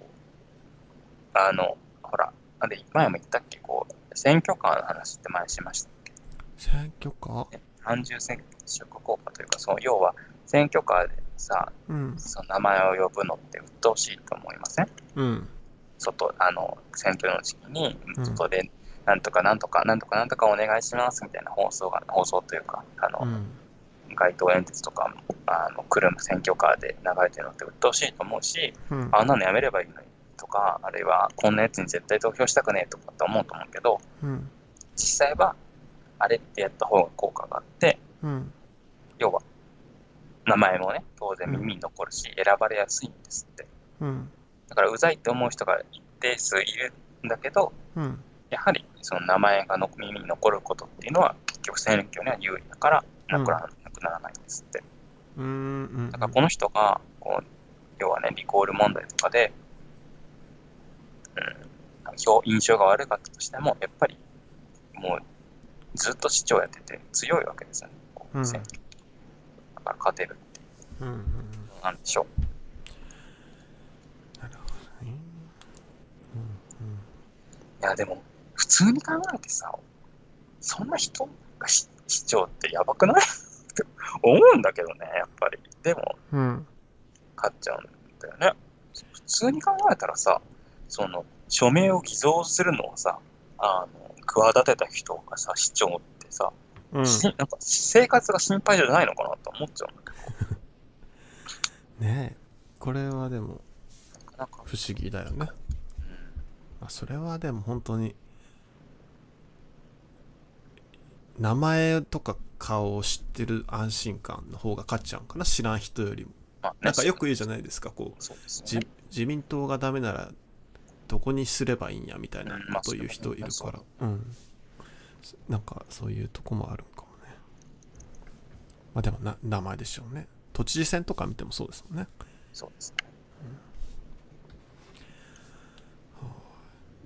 Speaker 2: あの、ほら、あれ、前も言ったっけ、こう、選挙カーの話って前しましたっけ
Speaker 1: 選挙か
Speaker 2: ね。単純接触効果というか、その要は選挙カーでさ、
Speaker 1: うん
Speaker 2: その名前を呼ぶのって鬱陶しいと思いません
Speaker 1: うん
Speaker 2: 外あの選挙の時期に
Speaker 1: うん
Speaker 2: 外でなんとかなんとかなんとかなんとかお願いしますみたいな放送が放送というかあ
Speaker 1: う
Speaker 2: の、
Speaker 1: ん
Speaker 2: 街頭演説とかあの車選挙カーで流れてるのって鬱陶しいと思うし
Speaker 1: うん
Speaker 2: あんなのやめればいいのにとかあるいはこんなやつに絶対投票したくねえとかって思うと思うけど
Speaker 1: うん
Speaker 2: 実際はあれってやった方が効果があって
Speaker 1: うん
Speaker 2: 要は名前もね当然耳に残るし選ばれやすいんですって
Speaker 1: うん
Speaker 2: だからうざいって思う人が一定数いるんだけど
Speaker 1: うん
Speaker 2: やはりその名前がの耳に残ることっていうのは結局選挙には有利だからなくな,、なくならないんですって
Speaker 1: うんうんうん
Speaker 2: だからこの人がこう要はねリコール問題とかで、うん、表印象が悪かったとしてもやっぱりもうずっと市長やってて強いわけですよねこう
Speaker 1: うん
Speaker 2: 選挙だから勝てるってい
Speaker 1: うんうんうん
Speaker 2: うのなんでしょう
Speaker 1: なるほどねうんうん
Speaker 2: いやでも普通に考えてさそんな人が市市長ってやばくないって思うんだけどねやっぱりでも
Speaker 1: うん
Speaker 2: 買っちゃうんだよね。普通に考えたらさ、その署名を偽造するのをさ、あの、企てた人がさ、市長ってさ、 <laughs>
Speaker 1: うん
Speaker 2: しなんか生活が心配じゃないのかなと思っちゃうんだけ
Speaker 1: ねえこれはでも
Speaker 2: ど、なかなか、
Speaker 1: 不思議だよね
Speaker 2: うん
Speaker 1: まあそれはでも本当に名前とか顔を知ってる安心感の方が勝っちゃうんかな知らん人よりも
Speaker 2: まあね
Speaker 1: なんかよく言うじゃないですかこう
Speaker 2: そうですよ
Speaker 1: 自
Speaker 2: ね。
Speaker 1: 自民党がダメならどこにすればいいんやみたいな
Speaker 2: うん
Speaker 1: こ
Speaker 2: まあ
Speaker 1: とを言う人いる
Speaker 2: そ
Speaker 1: か
Speaker 2: う
Speaker 1: らうんそなんかそういうとこもあるんかもねまあでもな名前でしょうね都知事選とか見てもそうですもんね
Speaker 2: そうですね。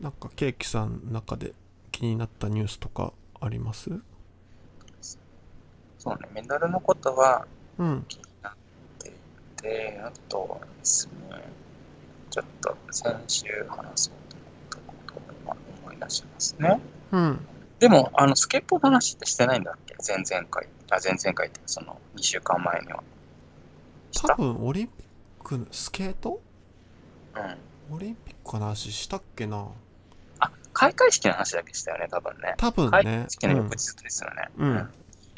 Speaker 1: なんかケーキさんの中で気になったニュースとかあります
Speaker 2: そうね、メダルのことは
Speaker 1: うん
Speaker 2: 気になっていて、あとはですね、ちょっと先週話そうと思ったことを今思い出しますね。
Speaker 1: うん
Speaker 2: でも、あの、スケッポーの話ってしてないんだっけ前々回。あ、前々回っていうか、その、2週間前には。し
Speaker 1: 多
Speaker 2: た
Speaker 1: 分オリンピックのスケート
Speaker 2: うん。
Speaker 1: オリンピックの話したっけな
Speaker 2: あ、開会式の話だけしたよね、多分ね。
Speaker 1: 多分
Speaker 2: 開
Speaker 1: ね
Speaker 2: 会、式の翌日ですよね。
Speaker 1: うんうん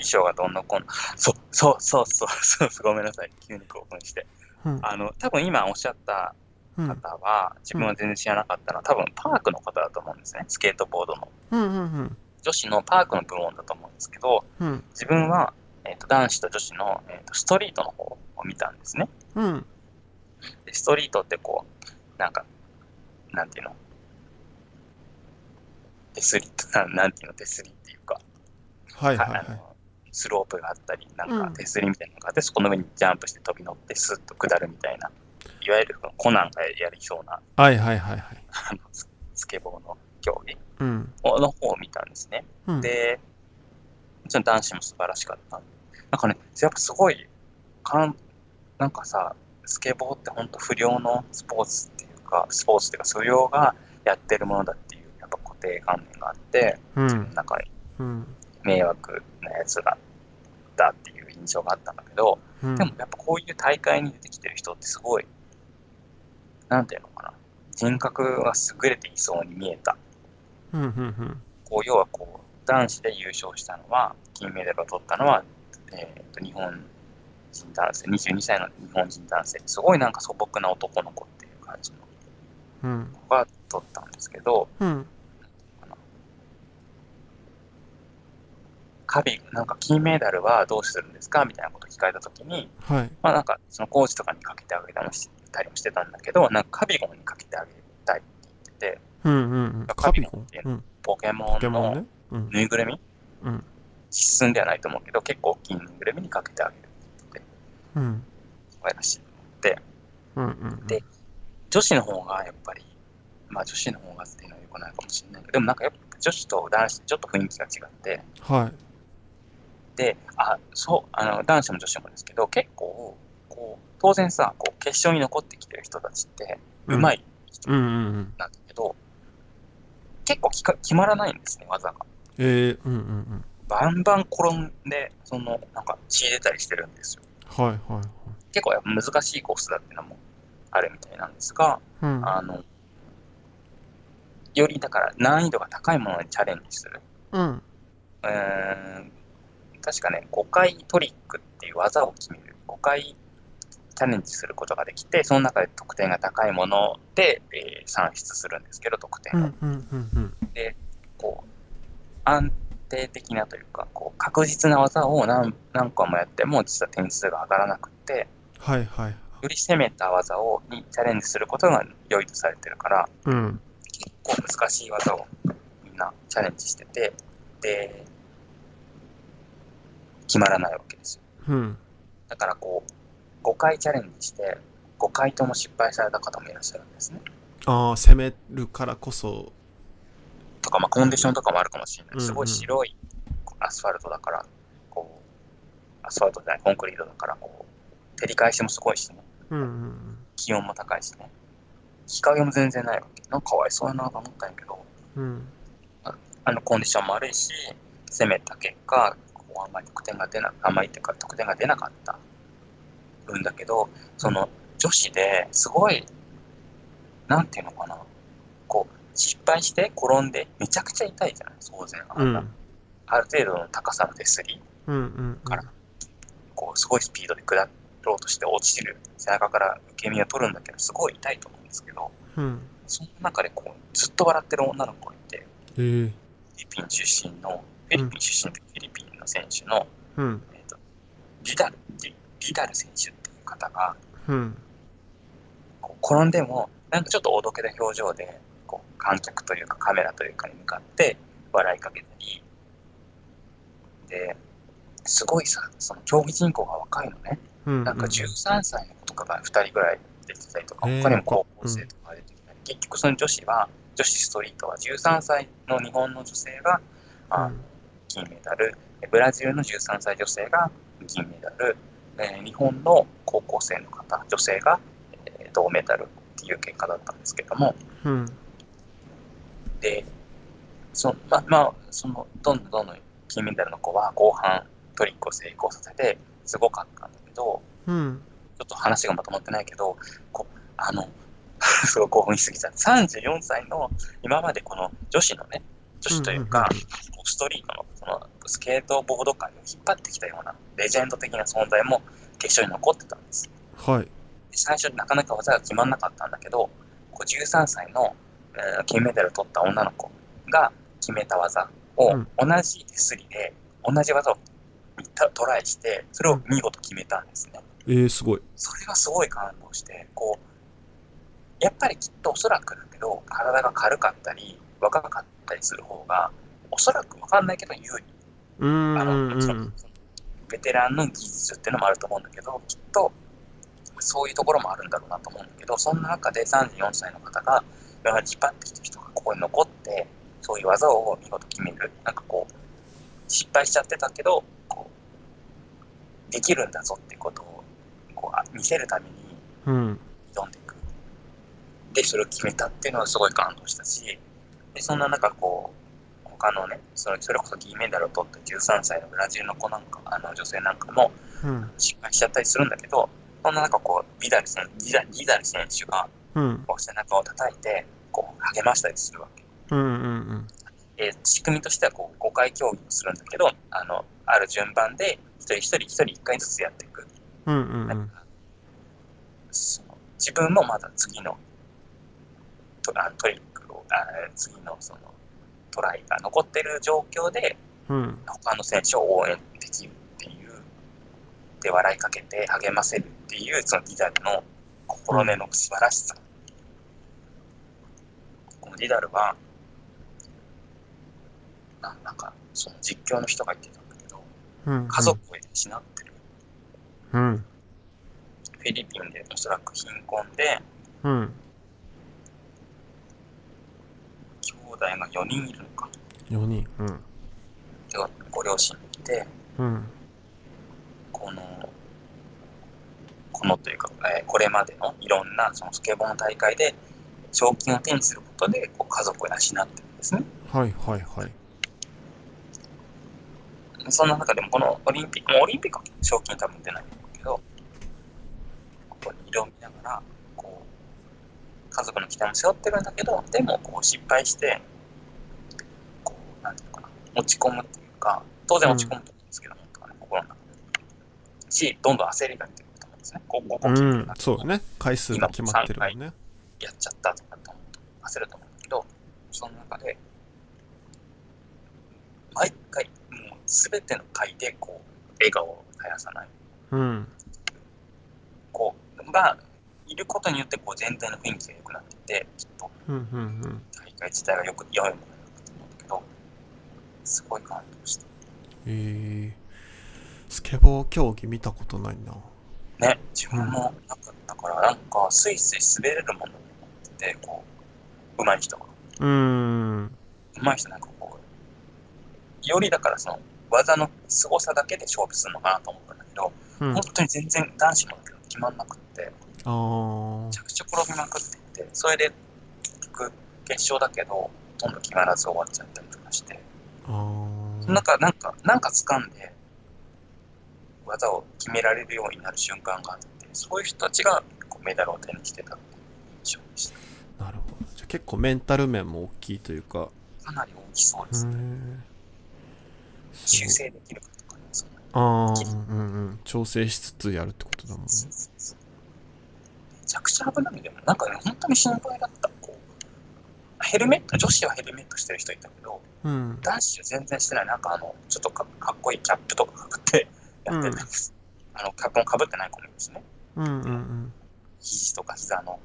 Speaker 2: 衣装がどんなこんな。そう、そう、そう、そう、そう、そうごめんなさい。急に興奮して。
Speaker 1: うん
Speaker 2: あの、多分今おっしゃった
Speaker 1: うんうん
Speaker 2: 方は、自分は全然知らなかったのは、多分パークの方だと思うんですね。スケートボードの。
Speaker 1: うんうん
Speaker 2: 女子のパークの部門だと思うんですけど、
Speaker 1: うん
Speaker 2: 自分は、えっ、と、男子と女子の、えっ、と、ストリートの方を見たんですね。
Speaker 1: うん
Speaker 2: でストリートってこうなんかなんていうの手すり <laughs> となん、なんていうの、手すりっていうか、
Speaker 1: はいはい
Speaker 2: あ
Speaker 1: はい
Speaker 2: のスロープがあったり、なん
Speaker 1: う
Speaker 2: か
Speaker 1: ん
Speaker 2: 手すりみたいなのがあって、そこの上にジャンプして飛び乗って、スッと下るみたいな、いわゆるコナンがやりそうな
Speaker 1: はいはいはいはい
Speaker 2: あのススケボーの競技
Speaker 1: うん
Speaker 2: の方を見たんですね。
Speaker 1: うん
Speaker 2: で、もちろん男子も素晴らしかった。なんかね、やっぱすごい、かんなんかさ、スケボーって本当不良のスポーツっていうか、スポーツっていうか、不良がやってるものだっていう、やっぱ固定観念があって、
Speaker 1: うん
Speaker 2: なんか
Speaker 1: うん
Speaker 2: 迷惑なやつらだっていう印象があったんだけど、
Speaker 1: うん
Speaker 2: でもやっぱこういう大会に出てきてる人ってすごい、なんていうのかな、人格が優れていそうに見えた。
Speaker 1: うんうん
Speaker 2: こう要はこう男子で優勝したのは金メダルを取ったのは、えーと日本人男性22歳の日本人男性すごいなんか素朴な男の子っていう感じの
Speaker 1: うん
Speaker 2: 子が取ったんですけど
Speaker 1: うん
Speaker 2: カビなんか金メダルはどうするんですかみたいなことを聞かれた時に
Speaker 1: はい
Speaker 2: まあなんかそのコーチとかにかけてあげたりもしたりもしてたんだけどなんかカビゴンにかけてあげたいって言ってて
Speaker 1: うんうんうん
Speaker 2: カビ
Speaker 1: コンうん
Speaker 2: ポケモ
Speaker 1: ポ
Speaker 2: ン
Speaker 1: ケモン
Speaker 2: の
Speaker 1: ねうん
Speaker 2: ぬいぐるみ
Speaker 1: うん
Speaker 2: 実寸ではないと思うけど結構大きいぬいぐるみにかけてあげる
Speaker 1: うん
Speaker 2: 親らしい
Speaker 1: うんうん
Speaker 2: で女子の方がやっぱり、まあ女子の方がっていうのは良くないかもしれないけど、でもなんかやっぱ女子と男子ちょっと雰囲気が違って、
Speaker 1: はい
Speaker 2: で、あ、そう、あの、男子も女子もですけど、結構、こう、当然さ、こう、決勝に残ってきてる人たちって、うま
Speaker 1: い
Speaker 2: い
Speaker 1: うんうんうん
Speaker 2: なんだけど、結構きか決まらないんですね、技が。
Speaker 1: えーうんうんうん
Speaker 2: バンバン転んで、その、なんか血出たりしてるんですよ。
Speaker 1: はいはいはい
Speaker 2: 結構やっぱ難しいコースだっていうのもあるみたいなんですが、
Speaker 1: うん
Speaker 2: あの、よりだから難易度が高いものにチャレンジする。
Speaker 1: うん
Speaker 2: うーん、確かね、5回トリックっていう技を決める。5回チャレンジすることができて、その中で得点が高いもので、えー算出するんですけど、得
Speaker 1: う
Speaker 2: 点
Speaker 1: ん
Speaker 2: が。
Speaker 1: うんうんうん
Speaker 2: こう、安定的なというか、こう、確実な技を何何個もやっても、実は点数が上がらなくて、
Speaker 1: はいはい
Speaker 2: より攻めた技をにチャレンジすることが良いとされてるから、
Speaker 1: うん
Speaker 2: 結構難しい技をみんなチャレンジしてて、で、決まらないわけですよ。
Speaker 1: うん
Speaker 2: だからこう、5回チャレンジして、5回とも失敗された方もいらっしゃるんですね。
Speaker 1: ああ攻めるからこそ
Speaker 2: とか、まあコンディションとかもあるかもしれな
Speaker 1: うん
Speaker 2: い。すごい白いアスファルトだから、こう、アスファルトじゃない、コンクリートだから、こう、照り返しもすごいしね、
Speaker 1: うんうん
Speaker 2: 気温も高いしね、日陰も全然ないわけ。なんかかわいそうやなと思ったんやけど、
Speaker 1: うん
Speaker 2: あのコンディションも悪いし、攻めた結果、こうあんまり得点が出な、あんまりというか得点が出なかった分だけど、その女子ですごい、なんていうのかな、こう、失敗して転んで、めちゃくちゃ痛いじゃない、当然。あ
Speaker 1: うんん
Speaker 2: なある程度の高さの手すり、
Speaker 1: うんうん
Speaker 2: からこう、すごいスピードで下ろうとして落ちる、背中から受け身を取るんだけど、すごい痛いと思うんですけど、
Speaker 1: うん
Speaker 2: その中でこう、ずっと笑ってる女の子がいて、
Speaker 1: ええ
Speaker 2: フィリピン出身の、フィリピン出身というフィリピンの選手の、
Speaker 1: うん
Speaker 2: えー、とビダルビビダル選手っていう方が
Speaker 1: うん
Speaker 2: こう転んでもなんかちょっとおどけた表情でこう観客というかカメラというかに向かって笑いかけたりですごいさその競技人口が若いのね
Speaker 1: うん
Speaker 2: なんか13歳の子とかが2人ぐらい出てたりとか
Speaker 1: えー
Speaker 2: 他にも高校生とかが出てきたり結局その女子は女子ストリートは13歳の日本の女性が、まあ
Speaker 1: うん
Speaker 2: 金メダル、えブラジルの13歳女性が銀メダル、えー日本の高校生の方、女性が、えー銅メダルっていう結果だったんですけども、
Speaker 1: うん
Speaker 2: で、そのままあ、そのどんどんどんどん金メダルの子は後半トリックを成功させて、すごかったんだけど、
Speaker 1: うん
Speaker 2: ちょっと話がまとまってないけど、こあの、 <laughs> すごい興奮しすぎちゃった。34歳の今までこの女子のね、女子というか、こうストリートのそのスケートボード界を引っ張ってきたようなレジェンド的な存在も決勝に残ってたんです。
Speaker 1: はい
Speaker 2: で最初なかなか技が決まらなかったんだけど、こう13歳の、えー金メダルを取った女の子が決めた技を
Speaker 1: うん
Speaker 2: 同じ手すりで同じ技をたトライして、それを見事決めたんですね。
Speaker 1: ええすごい
Speaker 2: それがすごい感動して、こう、やっぱりきっとおそらくだけど、体が軽かったり、若かっったりする方が、おそらくわかんないけど有利。
Speaker 1: うん
Speaker 2: あ
Speaker 1: う
Speaker 2: の
Speaker 1: ん
Speaker 2: もちろんベテランの技術っていうのもあると思うんだけど、きっとそういうところもあるんだろうなと思うんだけど、そんな中で34歳の方が、今まで引っ張ってきた人がここに残って、そういう技を見事決める。なんかこう、失敗しちゃってたけど、こう、できるんだぞってことをこうあ見せるために、
Speaker 1: うん
Speaker 2: 挑んでいく。で、それを決めたっていうのはすごい感動したし、で、そんな中、こう、他のね、そのそれこそ銀メダルを取った13歳のブラジルの子なんか、あの女性なんかも
Speaker 1: うん
Speaker 2: 失敗しちゃったりするんだけど、そんな中、こう、ビダル選手、ビダビダル選手が、
Speaker 1: うん
Speaker 2: こう、背中を叩いて、こう、励ましたりするわけ。
Speaker 1: うんうん
Speaker 2: で、仕組みとしては、こう、5回競技をするんだけど、あの、ある順番で、一人一人一人1回ずつやっていく。
Speaker 1: うんうんうんう
Speaker 2: なん
Speaker 1: ん
Speaker 2: かその自分もまだ次のトあトリックをあ次のそのトライが残ってる状況で
Speaker 1: うん
Speaker 2: 他の選手を応援できるっていうで笑いかけて励ませるっていうそのディダルの心根の素晴らしさ、このディダルはななんかその実況の人が言ってたんだけど
Speaker 1: うん
Speaker 2: 家族を失ってる、
Speaker 1: うん
Speaker 2: フィリピンでおそらく貧困で
Speaker 1: うん
Speaker 2: 兄弟が4人いるのか。
Speaker 1: 4人うん
Speaker 2: でご両親いて、
Speaker 1: うん
Speaker 2: この、このというか、えーこれまでのいろんなそのスケボーの大会で賞金を手にすることでこう家族を養ってるんですね。
Speaker 1: はいはいはい
Speaker 2: そんな中でもこのオリンピック、もうオリンピックは賞金多分出ないんだけど、ここに色を見ながら、こう、家族の期待も背負ってるんだけど、でもこう失敗して、こう、なんていうのかな、落ち込むっていうか、当然落ち込むと思うんですけど、本当はね、心の中で。し、どんどん焦りが出てくると思うんですね。こう、ここ
Speaker 1: う
Speaker 2: 来た
Speaker 1: んそうだね回数が決まってるもんね
Speaker 2: やっちゃったとかと思うと焦ると思うんだけど、その中で、毎回、もう全ての回で、こう、笑顔を絶やさない。
Speaker 1: うん
Speaker 2: こう、が、いることによって、こう、全体の雰囲気が良くなっていて、きっと
Speaker 1: うんうんうん
Speaker 2: 大会自体がよく、良いものになったと思うんだけど、すごい感動した。
Speaker 1: えー、スケボー競技見たことないな
Speaker 2: ね、自分もなかったから、なんか、スイスイ滑れるものになってて、こう、上手い人が。
Speaker 1: うーん
Speaker 2: 上手い人なんかこう、よりだからその技の凄さだけで勝負するのかなと思ったんだけど、
Speaker 1: うん
Speaker 2: 本当に全然男子もだけど決まんなくって、め
Speaker 1: あー
Speaker 2: ちゃくちゃ転びまくっていて、それで結局決勝だけど、ほとんど決まらず終わっちゃったりとかして、
Speaker 1: あー
Speaker 2: なんか、なんか、なんか掴んで、技を決められるようになる瞬間があって、そういう人たちがこうメダルを手にしてたっていう印象でした。
Speaker 1: なるほどじゃあ結構メンタル面も大きいというか
Speaker 2: かなり大きそ
Speaker 1: へ
Speaker 2: うですね。修
Speaker 1: ー
Speaker 2: 正できるかとかね、そんな
Speaker 1: ああうんうん調整しつつやるってことだもんね
Speaker 2: めちゃくちゃ危ないんだよ。なんかね、本当に心配だった。こうヘルメット、女子はヘルメットしてる人いたけど、
Speaker 1: うん
Speaker 2: 男子は全然してない。なんかあの、ちょっとかかっこいいキャップとかかぶってやってたんです。あの、キャップもかぶってない子もいるしね。
Speaker 1: うんうん
Speaker 2: 肘とか膝の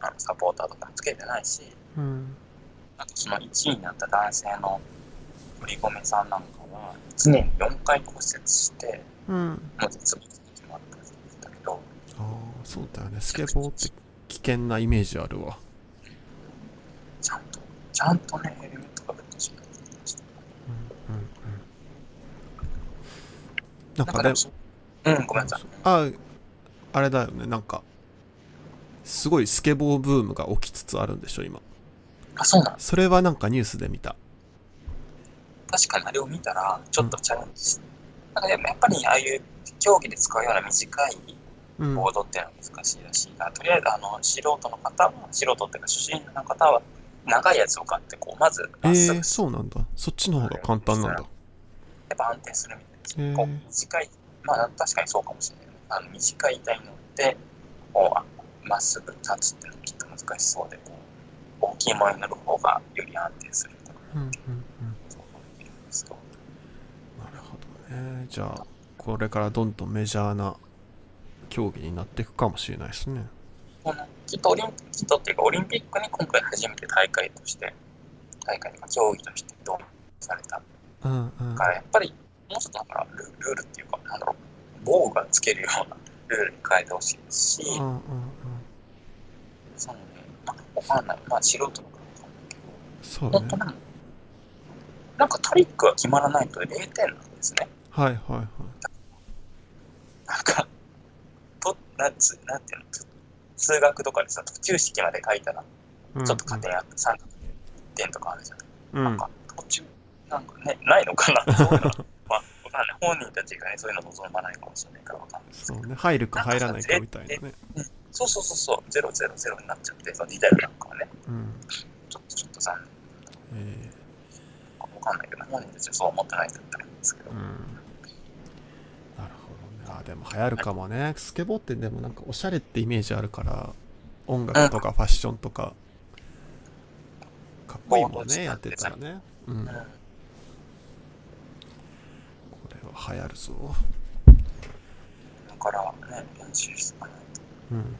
Speaker 2: あのサポーターとかつけてないし、
Speaker 1: うんうん
Speaker 2: あとその1位になった男性の堀米さんなんかは、1年4回骨折して、
Speaker 1: うん
Speaker 2: もう絶望的に決まったんだけど、
Speaker 1: ああそうだよねスケボーって危険なイメージあるわ
Speaker 2: ちゃんと、ちゃんとね、ヘルメットかぶってしまって
Speaker 1: うんうんうんなん
Speaker 2: なんか
Speaker 1: か
Speaker 2: で
Speaker 1: で
Speaker 2: も
Speaker 1: も
Speaker 2: そう、うん、ごめんなさい。
Speaker 1: ああれだよねなんかすごいスケボーブームが起きつつあるんでしょ今
Speaker 2: あ、そうなんです。
Speaker 1: それはなんかニュースで見た
Speaker 2: 確かにあれを見たら、ちょっとチャレンジして、なんかでもやっぱりああいう競技で使うような短い
Speaker 1: うん
Speaker 2: ボードっていうのは難しいらしいが、とりあえずあの素人の方は、素人っていうか初心者の方は、長いやつを買って、こう、まず、
Speaker 1: え
Speaker 2: まっすぐ、
Speaker 1: ー、そうなんだそっちの方が簡単なんだ
Speaker 2: やっぱ安定するみたいです。
Speaker 1: へー
Speaker 2: こう短い、まあ確かにそうかもしれないね。あの短い板に乗って、こうあまっすぐ立つっていうのはきっと難しそうで、こう大きいものに乗る方がより安定するとか、
Speaker 1: うんうんうん
Speaker 2: 想像できるんですけど。
Speaker 1: なるほどねじゃあこれからどんどんメジャーな競技になっていくかもしれないですね
Speaker 2: このきっとオリンきっとっていうかオリンピックに今回初めて大会として大会が競技として導入された
Speaker 1: うんうん
Speaker 2: から、やっぱりもうちょっとだからルルールっていうか、なんだろう、防具がつけるようなルールに変えてほしいですし、
Speaker 1: うんうんうん
Speaker 2: そのね、まあ、わかんない、まあ素人のかな
Speaker 1: そう
Speaker 2: ほ
Speaker 1: ね
Speaker 2: んとなんなんかトリックが決まらないと0点なんですね。
Speaker 1: はいはいはい
Speaker 2: なんか、となんつなんていうの、つ数学とかでさ、途中式まで書いたら、
Speaker 1: うん
Speaker 2: ちょっと加点あって3点とかあるじゃん。
Speaker 1: うん
Speaker 2: なんか、途中、なんかね、ないのか
Speaker 1: <laughs>
Speaker 2: な、そういうの。まあ、わかんない。本人たちがね、そういうの望まないかもしれないからわかんないです
Speaker 1: そ
Speaker 2: けど
Speaker 1: うね入るか入らないかみたいなね
Speaker 2: そうそうそうそう、ゼロゼロゼロになっちゃって、その時代なんかはね、
Speaker 1: うん
Speaker 2: ちょっとちょっと残念
Speaker 1: え
Speaker 2: かわかんないけど、本人たちはそう思ってないんだったらいいんですけ
Speaker 1: ー
Speaker 2: ど
Speaker 1: う、んなるほどねあでも流行るかもねスケボーってでもなんかおしゃれってイメージあるから音楽とかファッションとかかっこいいもんねやってたらねうん
Speaker 2: うん
Speaker 1: これは流行るぞ
Speaker 2: だからね、練習してかないと。
Speaker 1: うん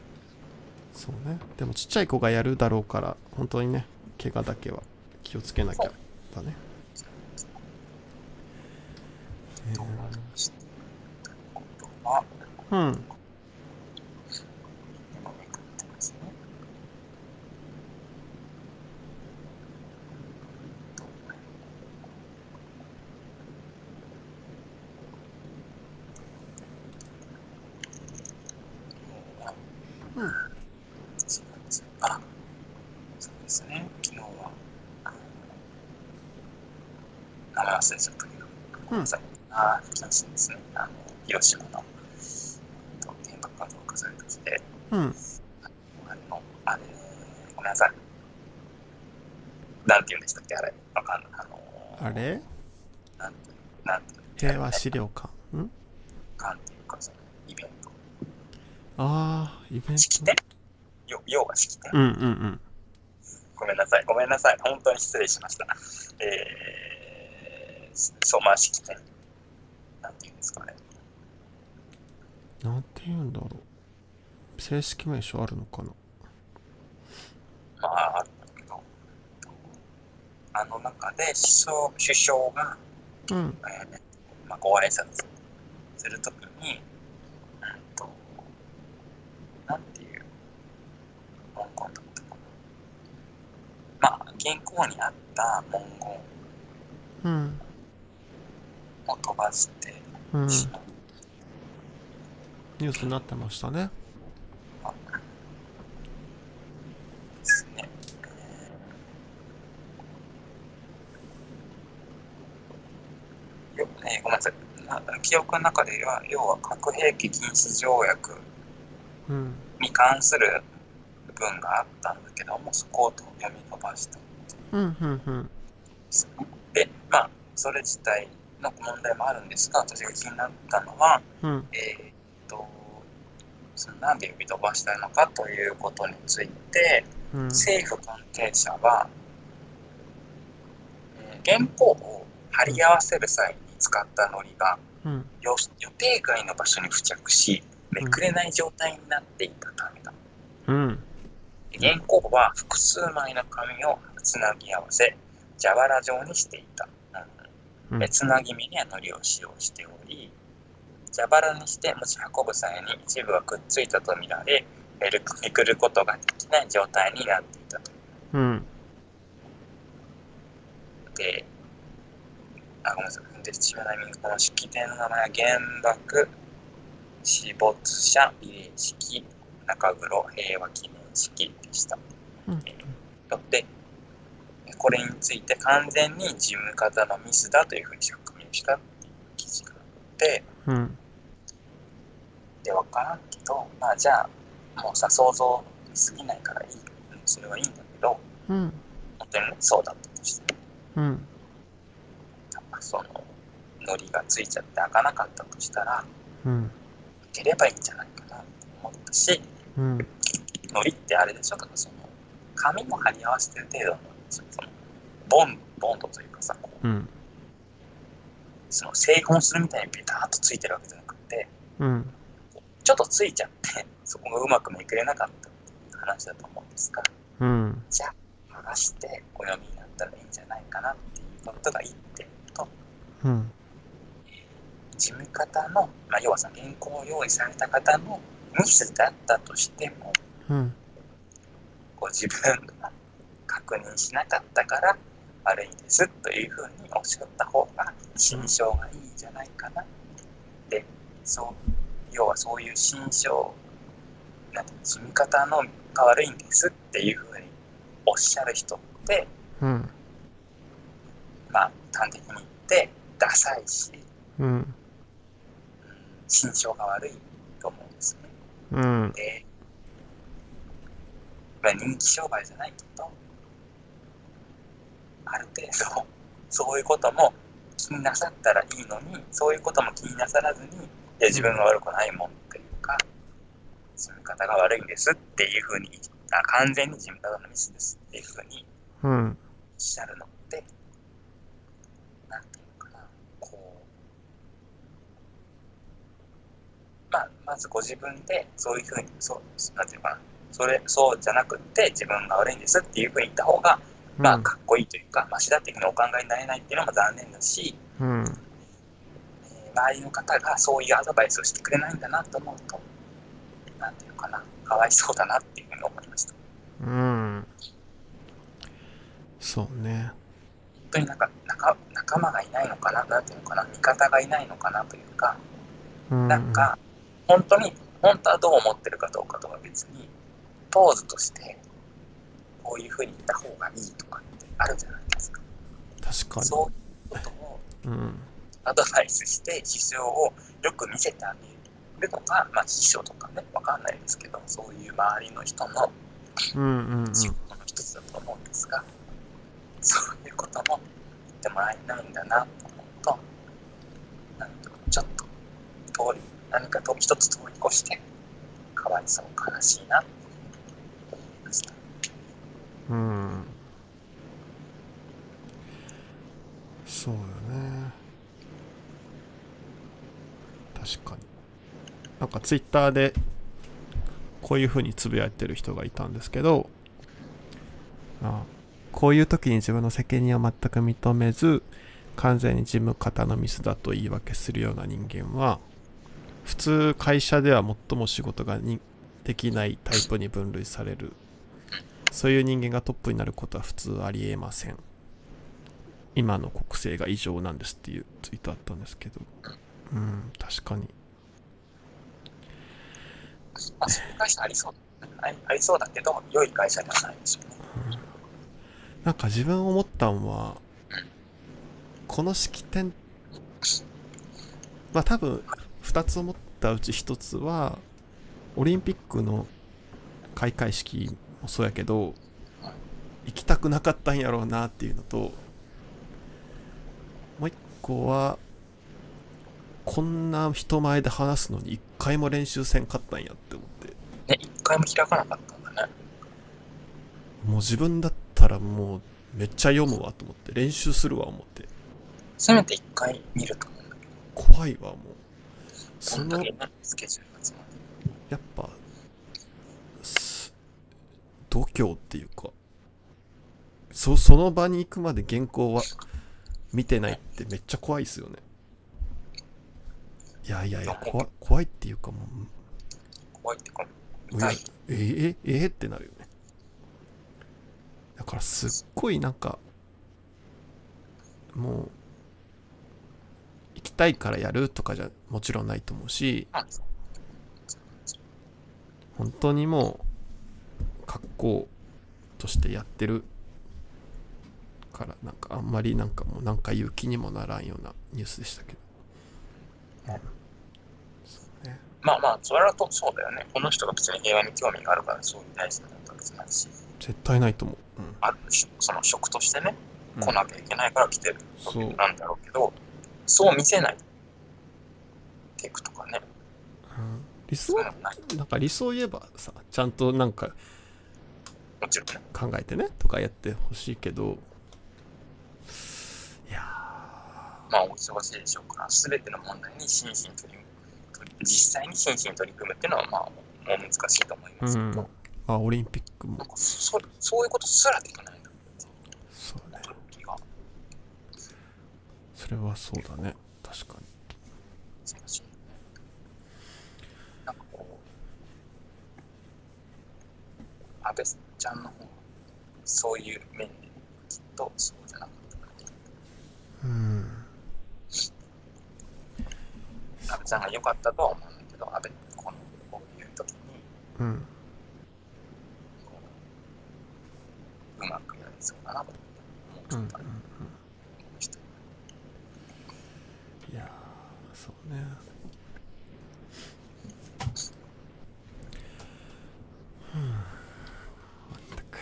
Speaker 1: そうねでもちっちゃい子がやるだろうから本当にね怪我だけは気をつけなきゃだねえ
Speaker 2: どうなるかしてことは、
Speaker 1: ーうん
Speaker 2: 今めくってますね。
Speaker 1: うん
Speaker 2: そうなんですよあそうですね、昨日は、あの名前忘れちゃったけど、ごめんなさい。ああ、昨日ですね、あの、広島の、えっと原爆が投下された日で、
Speaker 1: うん
Speaker 2: あの、あれ、ごめんなさい。なんて言うんでしたっけ、あれ、わかんない。あの
Speaker 1: あれ
Speaker 2: なんて、なんて、
Speaker 1: 平和資料館ん
Speaker 2: 館っていうか、その、イベント。
Speaker 1: あーイベン
Speaker 2: 式
Speaker 1: ト
Speaker 2: 典よ要は式典、
Speaker 1: うんうんうん
Speaker 2: ごめんなさい、ごめんなさい、本当に失礼しました。えー、そう、まあ、式典。なんていうんですかね。
Speaker 1: なんて言うんだろう正式名称あるのかな
Speaker 2: まあ、あるんだけど、あの中で首相首相が、
Speaker 1: うん
Speaker 2: えーまあ、ご挨拶するときに、うんと、なんていう文言だったかな。まあ、原稿にあった文言
Speaker 1: うん
Speaker 2: を飛ばして
Speaker 1: うん
Speaker 2: しまう。
Speaker 1: ニュースになってましたね
Speaker 2: ですね。よえーごめんなさいな。記憶の中では、要は核兵器禁止条約
Speaker 1: うん
Speaker 2: に関する部分があったんだけども、そこを読み飛ばしたん
Speaker 1: うんうんうん
Speaker 2: ですね。で、まあ、それ自体の問題もあるんですが、私が気になったのは、
Speaker 1: うん
Speaker 2: えーっと、そのなんで呼び飛ばしたのかということについて、
Speaker 1: うん
Speaker 2: 政府関係者は、えー原稿を貼り合わせる際に使った糊が
Speaker 1: うん
Speaker 2: よ予定外の場所に付着し、めくれない状態になっていたためだ。
Speaker 1: うん
Speaker 2: 原稿は複数枚の紙をつなぎ合わせ、蛇腹状にしていた。
Speaker 1: うん
Speaker 2: えつなぎ目には糊を使用しており、蛇腹にして持ち運ぶ際に一部がくっついたとみられ、めるめくることができない状態になっていたと。
Speaker 1: うん
Speaker 2: で、あ、ごめんなさい。で、ちなみにこの式典の名前は原爆、死没者慰霊式、中黒平和記念式でした。
Speaker 1: うん
Speaker 2: よって、これについて完全に事務方のミスだというふうに釈明したっていう記事があって、
Speaker 1: うん
Speaker 2: で、わからんけど、まあじゃあ、もうさ、想像に過ぎないからいい、うんそれはいいんだけど、
Speaker 1: うん
Speaker 2: 本当にねそうだったとして
Speaker 1: うん
Speaker 2: その糊がついちゃって開かなかったとしたら
Speaker 1: うん
Speaker 2: 開ければいいんじゃないかなと思ったし
Speaker 1: うん
Speaker 2: 糊ってあれでしょだからその紙も貼り合わせてる程度のそのボンボンドというかさこう
Speaker 1: うん
Speaker 2: その製本するみたいにベターっとついてるわけじゃなくて
Speaker 1: うん
Speaker 2: ちょっとついちゃってそこがうまくめくれなかったっていう話だと思うんですが
Speaker 1: うん
Speaker 2: 剥がしてお読みになったたらいいんじゃないかなっていうことが一点と、
Speaker 1: うん
Speaker 2: 事務方の、まあ、要はさ、原稿を用意された方のミスだったとしても、
Speaker 1: うん
Speaker 2: ご自分が確認しなかったから悪いんですというふうにおっしゃった方が心象がいいんじゃないかな。で、そう、要はそういう心象、なんていうの事務方のが悪いんですっていうふうにおっしゃる人って、
Speaker 1: うん
Speaker 2: まあ、端的に言って、ダサいし、
Speaker 1: うん
Speaker 2: 心象が悪いと思うんですよね。
Speaker 1: うん
Speaker 2: で、まあ、人気商売じゃないけど、ある程度、そういうことも気になさったらいいのに、そういうことも気になさらずに、いや、自分が悪くないもんというか、住み方が悪いんですっていうふうに、あ完全に自分方のミスですっていうふうに
Speaker 1: うん
Speaker 2: おっしゃるのって、なんていうのかな、こう、まあ、まずご自分でそういうふうに、そう、なんていうのかな、それ、そうじゃなくって自分が悪いんですっていうふうに言った方が、まあ、かっこいいというか、まあ、しだっていうふうにお考えになれないっていうのも残念だし、
Speaker 1: うん
Speaker 2: えー周りの方がそういうアドバイスをしてくれないんだなと思うと、なんていうのかな、かわいそうだなっていうふうに思いました。
Speaker 1: うんそうね
Speaker 2: 本当になんか仲仲間がいないのかな、なんていうのかな、味方がいないのかなというか、
Speaker 1: うん
Speaker 2: なんか、本当に、本当はどう思ってるかどうかとか別に、ポーズとして、こういう風に言った方がいいとかってあるじゃないですか。
Speaker 1: 確かに
Speaker 2: そういうことを
Speaker 1: うん
Speaker 2: アドバイスして、指標をよく見せてあげるのが、まあ、秘書とかね、わかんないですけど、そういう周りの人の
Speaker 1: うんうんうん
Speaker 2: 仕事の一つだと思うんですが、そういうことも言ってもらえないんだなと思うと、なんとちょっと通り、何かと一つ通り越して、かわいそう、悲しいなって思いました。
Speaker 1: うんそうよね確かになんかツイッターでこういうふうにつぶやいてる人がいたんですけどあこういう時に自分の責任を全く認めず完全に事務方のミスだと言い訳するような人間は普通会社では最も仕事がにできないタイプに分類されるそういう人間がトップになることは普通ありえません。今の国政が異常なんですっていうツイートあったんですけど。うん、確かに。
Speaker 2: まあ、そういう会社ありそうありありそうだけど、良い会社ではないですよね。
Speaker 1: なんか自分思ったんは、この式典、まあ多分2つ思ったうち1つは、オリンピックの開会式もそうやけど、行きたくなかったんやろうなっていうのと、もう1個は、こんな人前で話すのに1回も練習せんかったんやって思って。
Speaker 2: ね、一回も開かなかったんだね。
Speaker 1: もう自分だったらもうめっちゃ読むわと思って練習するわ思って
Speaker 2: せめて一回見ると思うんだけど、
Speaker 1: 怖いわもうそ
Speaker 2: そん
Speaker 1: の
Speaker 2: だ
Speaker 1: や
Speaker 2: けスケジュールが詰まって
Speaker 1: っ
Speaker 2: る
Speaker 1: ぱす度胸っていうかそその場に行くまで原稿は見てないってめっちゃ怖いですよねいやいやいや怖怖いっていうかも
Speaker 2: 怖いってこ
Speaker 1: う
Speaker 2: の、
Speaker 1: い
Speaker 2: 痛
Speaker 1: や
Speaker 2: い。
Speaker 1: ええええってなるよねだからすっごいなんかもう行きたいからやるとかじゃもちろんないと思うし
Speaker 2: うん
Speaker 1: 本当にもう格好としてやってるからなんかあんまりなんかもうなんか言う気にもならんようなニュースでしたけどそうね
Speaker 2: まあまあ、それはとそうだよね。この人が別に平和に興味があるから、そういう大事なことは別にないし、
Speaker 1: 絶対ないと思う、うん
Speaker 2: ある種その職としてね、
Speaker 1: うん
Speaker 2: 来なきゃいけないから来てるわ
Speaker 1: そ
Speaker 2: け
Speaker 1: う
Speaker 2: なんだろうけど、そう見せないテクとかね、
Speaker 1: うん理想
Speaker 2: そういうのもない。
Speaker 1: なんか理想を言えばさちゃんとなんか
Speaker 2: もちろんね、
Speaker 1: 考えてねとかやってほしいけどいや
Speaker 2: まあ、お忙しいでしょうから、すべての問題に真摯に取り組む、実際に真摯に取り組むっていうのは、まあ、もう難しいと思いますけど、
Speaker 1: うんまあオリンピックも
Speaker 2: なんかそそういうことすらできないんだ。
Speaker 1: そうねれはそうだね確かに
Speaker 2: 難しい。なんかこう、安部ちゃんの方そういう面で、きっとそうじゃなかったか
Speaker 1: う
Speaker 2: ら、
Speaker 1: ん
Speaker 2: 安部ちゃんが良かったとは思うんだけど、安部、この、こういう時に、
Speaker 1: うん
Speaker 2: こう、うまくやりそうだなと思った。
Speaker 1: うんうんう
Speaker 2: も
Speaker 1: ん
Speaker 2: うちょっとあの人に
Speaker 1: いやーそうねうん全く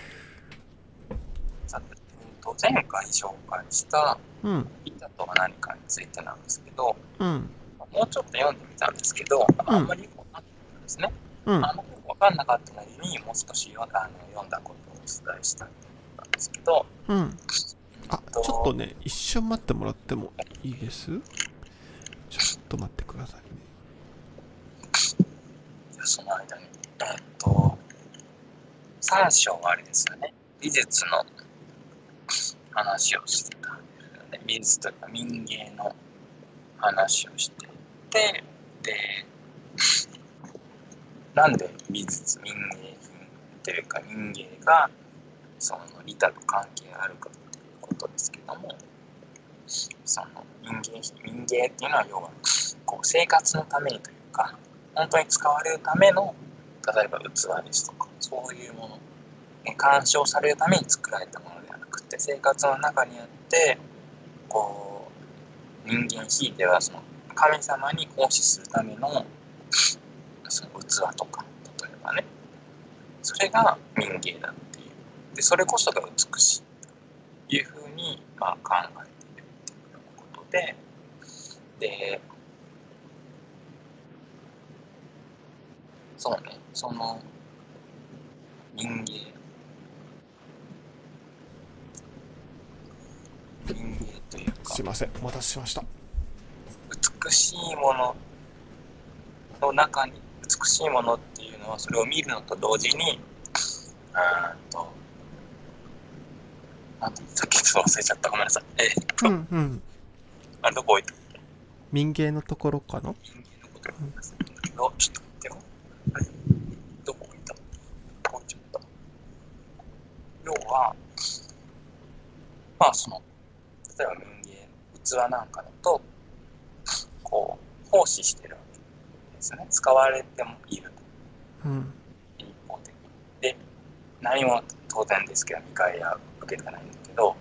Speaker 2: さて、うんと前回紹介した、
Speaker 1: うん
Speaker 2: 板とは何かについてなんですけど、
Speaker 1: うん
Speaker 2: もうちょっと読んでみたんですけど、あんまりよくわかんなかったですね。
Speaker 1: うん
Speaker 2: あの分かんなかったのにもう少し読んだあの読んだことをお伝えしたいと思ったんですけど、
Speaker 1: うんあ
Speaker 2: え
Speaker 1: ちょっとね一瞬待ってもらってもいいですちょっと待ってくださいね
Speaker 2: じゃあその間にえっと3章はあれですよね美術の話をしてたんですよね美術というか民芸の話をしててでなんで美術民芸品というか民芸がその利他と関係あるかっていうことですけどもその民芸品民芸っていうのは要はこう生活のためにというか本当に使われるための例えば器ですとかそういうものえ鑑賞されるために作られたものではなくて生活の中にあってこう人間ひいてはその神様に奉仕するためのその器とか例えばねそれが民芸だっていうでそれこそが美しいというふうに、まあ、考えているっていうようなことででそうね、その、民芸。民芸というか
Speaker 1: すい、ませんお待たせしました
Speaker 2: 美しいものの中に、美しいものっていうのは、それを見るのと同時に、うーんと、なんて言ったっけ、ちょっと忘れちゃった、ごめんなさい。えーっと、
Speaker 1: うんうん
Speaker 2: あどこ置いた
Speaker 1: 民芸のところかな
Speaker 2: 民芸のことなんですけど、ちょっと待ってよ。あれどこ置いたこうちゃった。要は、まあその、例えば民芸、器なんかだと、こう、奉仕してるわけですね。使われてもいる
Speaker 1: うん
Speaker 2: 一方的に。で、何も当然ですけど、見返りは受けてないんだけど、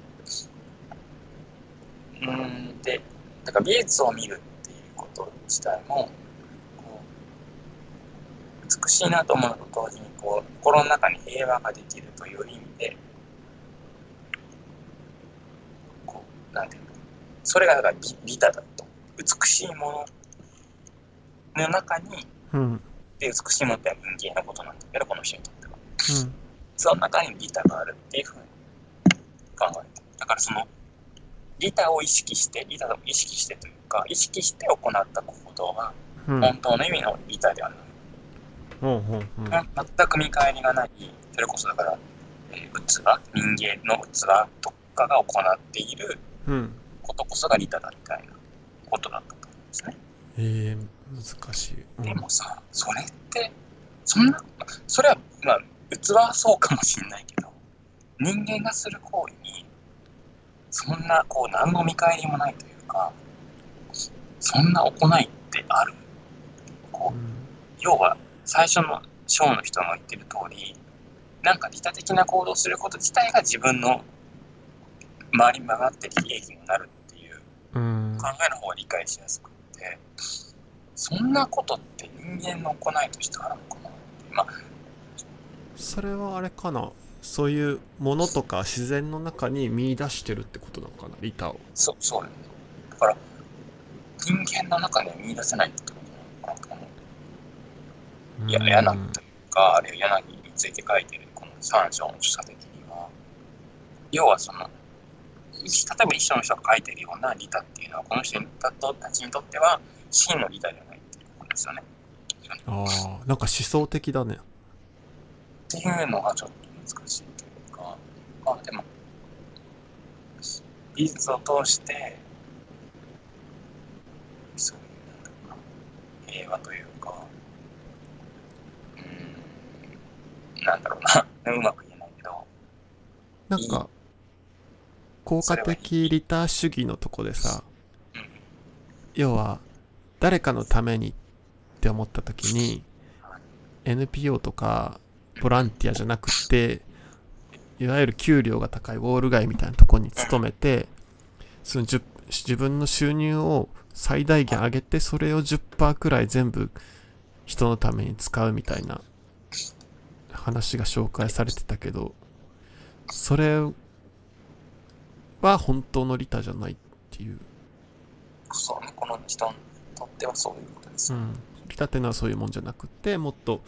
Speaker 2: うーん、で、だから美術を見るっていうこと自体も、こう、美しいなと思うのと同時に、こう、心の中に平和ができるという意味で、こう、なんていうの、それがだから美美だだと。美しいものの中に、
Speaker 1: うんうん
Speaker 2: で美しいものって人間のことなんだけどこの人にとってはその中に利他があるっていうふうに考えてだからその利他を意識して利他を意識してというか意識して行った行動が
Speaker 1: うん
Speaker 2: 本当の意味の利他ではない、
Speaker 1: うんうんうん
Speaker 2: 全く見返りがないそれこそだから、えー器人間の器とかが行っている
Speaker 1: うん
Speaker 2: ことこそが利他だみたいなことだったと思うんですね
Speaker 1: えー、難しい、うん
Speaker 2: でもさ、それって、そんな、それは、まあ、器はそうかもしんないけど、人間がする行為に、そんな、こう、何の見返りもないというか、そんな行いってあるこ
Speaker 1: う
Speaker 2: うん要は、最初のショーの人の言ってる通り、なんか利他的な行動をすること自体が自分の周りに曲がって利益になるっていう
Speaker 1: うん
Speaker 2: 考えの方が理解しやすくってそんなことって人間の行いとしてあるのかなってまあ
Speaker 1: それはあれかなそういうものとか自然の中に見出してるってことなのかなリタを
Speaker 2: そそうよねだから人間の中では見出せないってことなのかなと思ういや嫌なというかあるいは柳について書いてるこの三章の下的には要はその例えば一緒の人が書いてるような利他っていうのはこの人にたちにとっては真の利他じゃないっていうことですよね。
Speaker 1: あーなんか思想的だね
Speaker 2: っていうのがちょっと難しいというか、まあでも、美術を通して、そういうなんだろうな平和というか、うん、なんだろうな、う <laughs> まく言えないけど、
Speaker 1: なんか効果的利他主義のとこでさ
Speaker 2: うん、
Speaker 1: 要は誰かのためにって思った時に NPO とかボランティアじゃなくていわゆる給料が高いウォール街みたいなとこに勤めてその10自分の収入を最大限上げてそれを10%くらい全部人のために使うみたいな話が紹介されてたけどそれは本当の利他じゃないっていう、
Speaker 2: そうこの人にとってはそういうことです。
Speaker 1: ん、利他っていうのはそういうもんじゃなくてもっと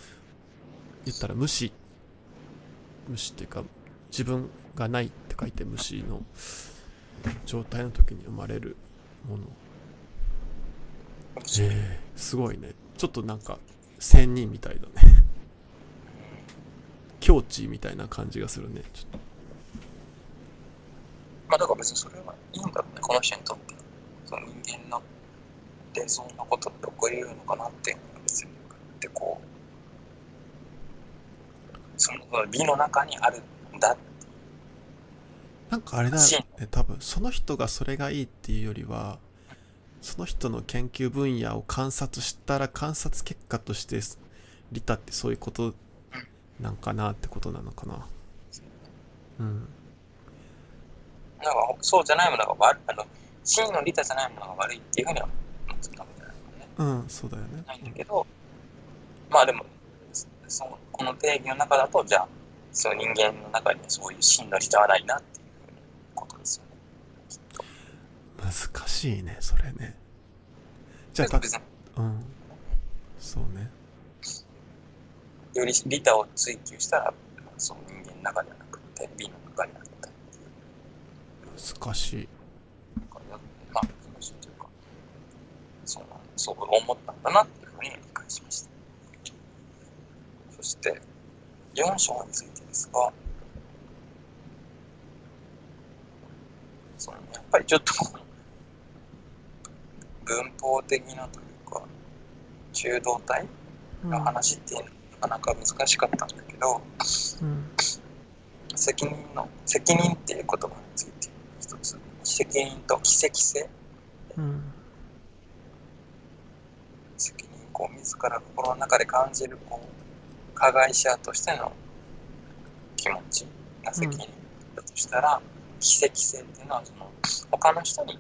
Speaker 1: 言ったら無視無視っていうか自分がないって書いて無視の状態の時に生まれるものえーすごいねちょっとなんか仙人みたいだね <laughs> 境地みたいな感じがするねちょっと
Speaker 2: まあだから別にそれはいいんだろうね、この人にとっての。その人間の理想のことって起こり得るのかなって、別に。で、こう、その美の中にあるんだ
Speaker 1: なんかあれだよね多分その人がそれがいいっていうよりはその人の研究分野を観察したら観察結果として利他ってそういうことなんかなってことなのかなうん
Speaker 2: なんかそうじゃないものが悪い、あの、真の利他じゃないものが悪いっていうふうには思ってたわけじゃないもんね。
Speaker 1: うんそうだよね
Speaker 2: ないんだけど、まあでも、そのこの定義の中だと、じゃあ、その人間の中にそういう真の利他はないなっていうことですよね。
Speaker 1: 難しいねそれねじゃあ
Speaker 2: 別に
Speaker 1: たうんそうね
Speaker 2: より利他を追求したら、その人間の中ではなくて、美の中にあったり
Speaker 1: 難しい
Speaker 2: とか、まあ、難しいというか、そうなんそう思ったんだなっていうふうに理解しました。そして、4章についてですが、そのやっぱりちょっと文法的なというか、中道体
Speaker 1: うん
Speaker 2: の話っていうのがなかなか難しかったんだけど、
Speaker 1: うん
Speaker 2: 責任の責任っていう言葉について一つ責任と奇跡性
Speaker 1: うん
Speaker 2: 責任こう自ら心の中で感じるこう加害者としての気持ちが責任だとしたら、奇跡性っていうのはその他の人に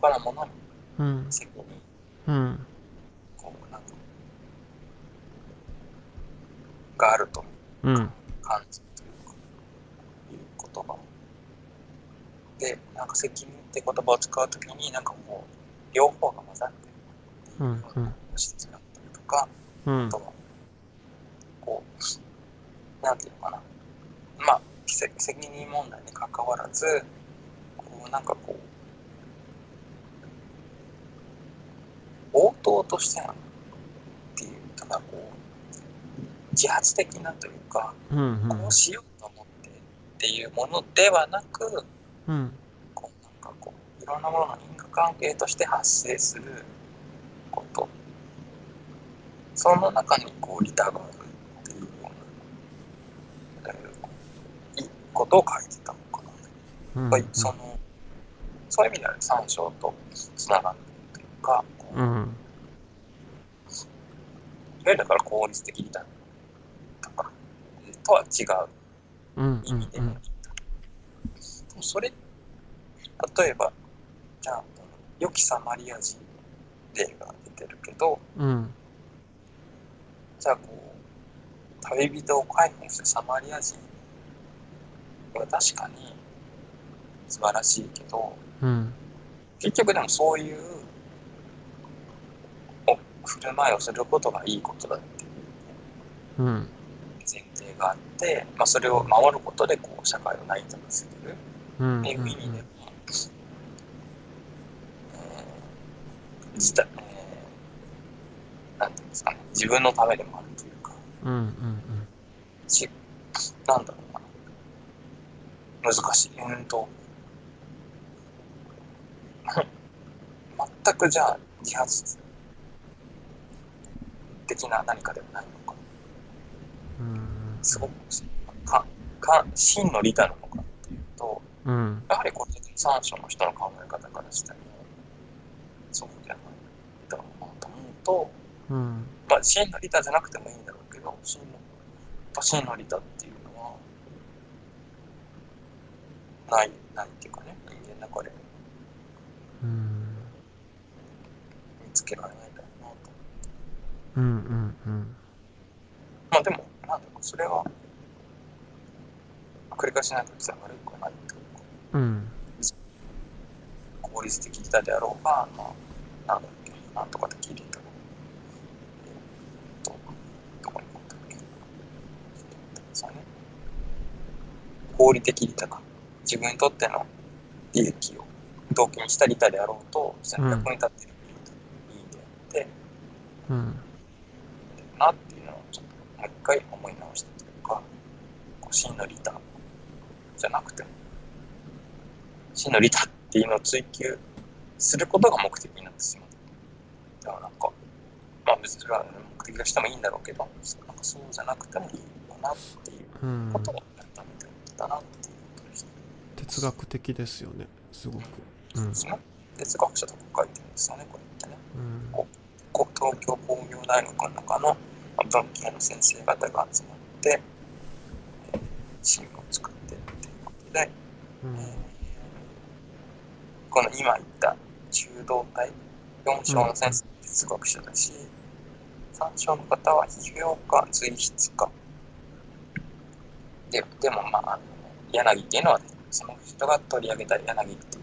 Speaker 2: 他のものに
Speaker 1: うん
Speaker 2: 責任
Speaker 1: うん
Speaker 2: こうなんかがあると
Speaker 1: うん
Speaker 2: 感じというか、いう言葉で、なんか責任って言葉を使うときに、なんかもう、両方が混ざって
Speaker 1: う
Speaker 2: る
Speaker 1: んうん
Speaker 2: してしまったりとか、
Speaker 1: うん
Speaker 2: あとは、こう、なんていうのかな、まあ、責責任問題に関わらず、こう、なんかこう、応答としてのっていう、ただこう、自発的なというか、
Speaker 1: うん
Speaker 2: こうしようと思ってっていうものではなく、
Speaker 1: うん
Speaker 2: こうなんかこういろんなものの因果関係として発生すること、その中にこう利他があるっていうような、えーいいことを書いてたのかな。
Speaker 1: うん
Speaker 2: やっぱりその、そういう意味では参照とつながってるというか、こう
Speaker 1: う
Speaker 2: いわ
Speaker 1: ん
Speaker 2: ゆるだから効率的利他とか、えーとは違う。
Speaker 1: うん
Speaker 2: 意
Speaker 1: う
Speaker 2: 味
Speaker 1: ん
Speaker 2: で、
Speaker 1: う
Speaker 2: も
Speaker 1: ん
Speaker 2: うそれ例えばじゃあ良きサマリア人例が出てるけど
Speaker 1: うん
Speaker 2: じゃあこう旅人を解放するサマリア人は確かに素晴らしいけど
Speaker 1: うん
Speaker 2: 結局でもそういうお振る舞いをすることがいいことだっていう
Speaker 1: うん
Speaker 2: 前提があって、まあ、それを守ることでこう社会を成り立たせてる
Speaker 1: うん
Speaker 2: っていう意味でも、えー自たえーなんていうんですかね、自分のためでもあるというか、
Speaker 1: うんうん
Speaker 2: しなんだろうな、難しい。うんと、全くじゃあ、自発的な何かではないのか、
Speaker 1: うん
Speaker 2: すごくかか真の利他なのかっていうと、
Speaker 1: うん
Speaker 2: やはりこれ三者の人の考え方からしても、そうではないだろうなと思うと、
Speaker 1: うん
Speaker 2: まあ、真の利他じゃなくてもいいんだろうけど、真の、やっぱ真の利他っていうのは、ない、ないっていうかね、人間の中で
Speaker 1: うん
Speaker 2: 見つけられないだろうなと。
Speaker 1: うんうんうん
Speaker 2: まあでも、なんだろう、それは、繰り返しないとつながるくはないというか、
Speaker 1: うん
Speaker 2: 効率的利他であろうが、まあ、なんだっけ、なんとか的利他。えーとどこに書いてあるっけそうね。合理的利他か。自分にとっての利益を動機にした利他であろうと、その役に立っている利益であって、
Speaker 1: うん
Speaker 2: なっていうのをちょっともう一回思い直したというか、こう真の利他じゃなくても、真の利他っていうのを追求することが目的なんですよ。だからなんか、まあ別にそれは目的としてもいいんだろうけど、なんかそうじゃなくてもいいのかなっていう
Speaker 1: うん
Speaker 2: ことを改めて思ったなっていうことですね。
Speaker 1: 哲学的ですよねすごくう
Speaker 2: うんですね。哲学者とか書いてるんですよね、これってね。
Speaker 1: うん
Speaker 2: こう東京工業大学の中のまあ文系の先生方が集まって、えーチームを作ってっていうことで、
Speaker 1: うん
Speaker 2: えーこの今言った中道体4章の先生は哲学者だし、3章の方は批評家随筆家ででもまああの柳っていうのは、ね、その人が取り上げた柳っていう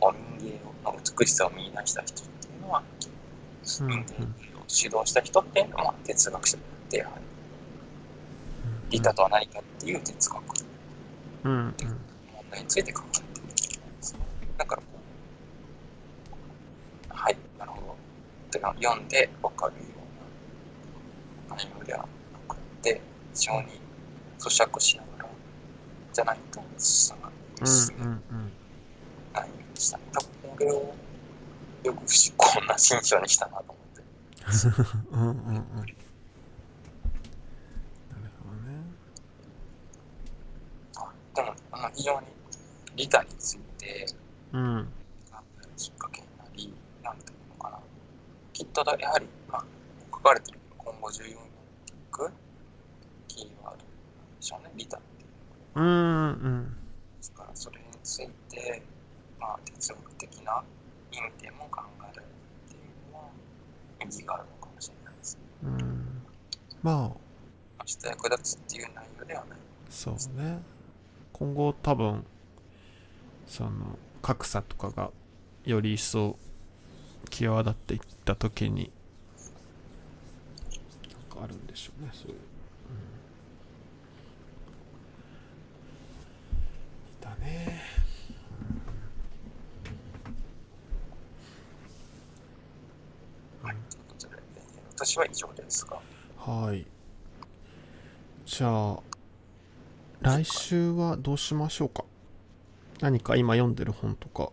Speaker 2: こう民芸の美しさを見出した人っていうのは
Speaker 1: うん
Speaker 2: 民芸を指導した人っていうのは哲学者である利他とは何かっていう哲学
Speaker 1: うんうん
Speaker 2: 問題について考えていきますだからこうはいなるほどってのを読んで分かるような内容ではなくて非常に咀嚼しながらじゃないと進ま
Speaker 1: うん
Speaker 2: 進
Speaker 1: う
Speaker 2: め
Speaker 1: んうん
Speaker 2: ないようにしたねだからこれをよくこんな新書にしたなと思って
Speaker 1: うんうんうんなるほどね
Speaker 2: でもあの非常に利他について
Speaker 1: うん
Speaker 2: きっかけになり、なんていうのかな。きっとだ、やはり、まあ、書かれてる今後重要になっていくキーワードなんでしょうね、リタっていう
Speaker 1: うんうん
Speaker 2: んですから、それについて、まあ、哲学的な意味でも考えられるっていうのは、意義があるのかもしれないですね。
Speaker 1: うんまあ
Speaker 2: 明日役立つっていう内容ではない。
Speaker 1: そうね今後多分その格差とかがより一層際立っていった時になんかあるんでしょうねそういう、うん、だね
Speaker 2: ということで、えー私は以上ですが、
Speaker 1: はいじゃあ来週はどうしましょうか何か今読んでる本とか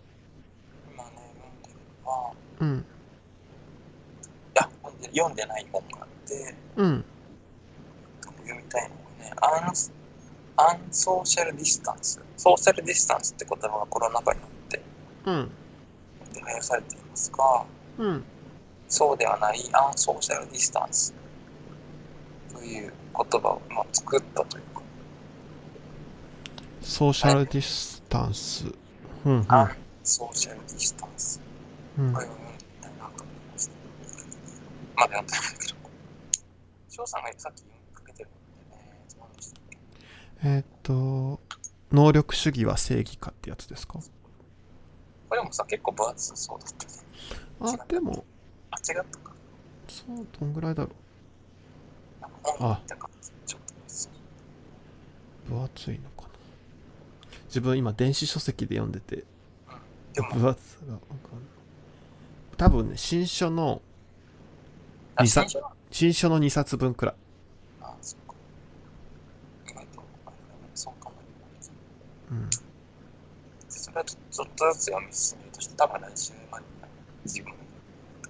Speaker 2: 今ね、読んでるのは、
Speaker 1: うん
Speaker 2: いや、読んで読んでない本があって、 <laughs>
Speaker 1: うん
Speaker 2: 読みたいのがね、アンスアンソーシャルディスタンス。ソーシャルディスタンスって言葉がコロナ禍になって
Speaker 1: うん
Speaker 2: 流行されていますが、
Speaker 1: うん
Speaker 2: そうではないアンソーシャルディスタンスという言葉をまあ作ったというか、
Speaker 1: ソーシャルディスタンス。うんうん
Speaker 2: アンソーシャルディスタンス。
Speaker 1: うん
Speaker 2: これを読んでみたいなと思います。まだ読んでないけど。翔さんがさっき読みかけてるんでね、つまんでしたっけ
Speaker 1: えーっと、能力主義は正義かってやつですか
Speaker 2: これでもさ、結構分厚そうだったね。違
Speaker 1: あ
Speaker 2: う、
Speaker 1: でも、
Speaker 2: あ、違ったか。
Speaker 1: そう、どんぐらいだろ
Speaker 2: なんか本に見た感じ。ちょっとですね。
Speaker 1: う。分厚いのかな。自分今、電子書籍で読んでて、
Speaker 2: うんでも、
Speaker 1: 分厚さがわかんない。多分ね、新書の、
Speaker 2: あ
Speaker 1: 二冊
Speaker 2: 新書は
Speaker 1: 新書の2冊分くらい。
Speaker 2: あ、そうか。意外と、あれだね、そうかも。
Speaker 1: うん。
Speaker 2: それはちょっとずつ読み進めるとして、多分来週までには自分のと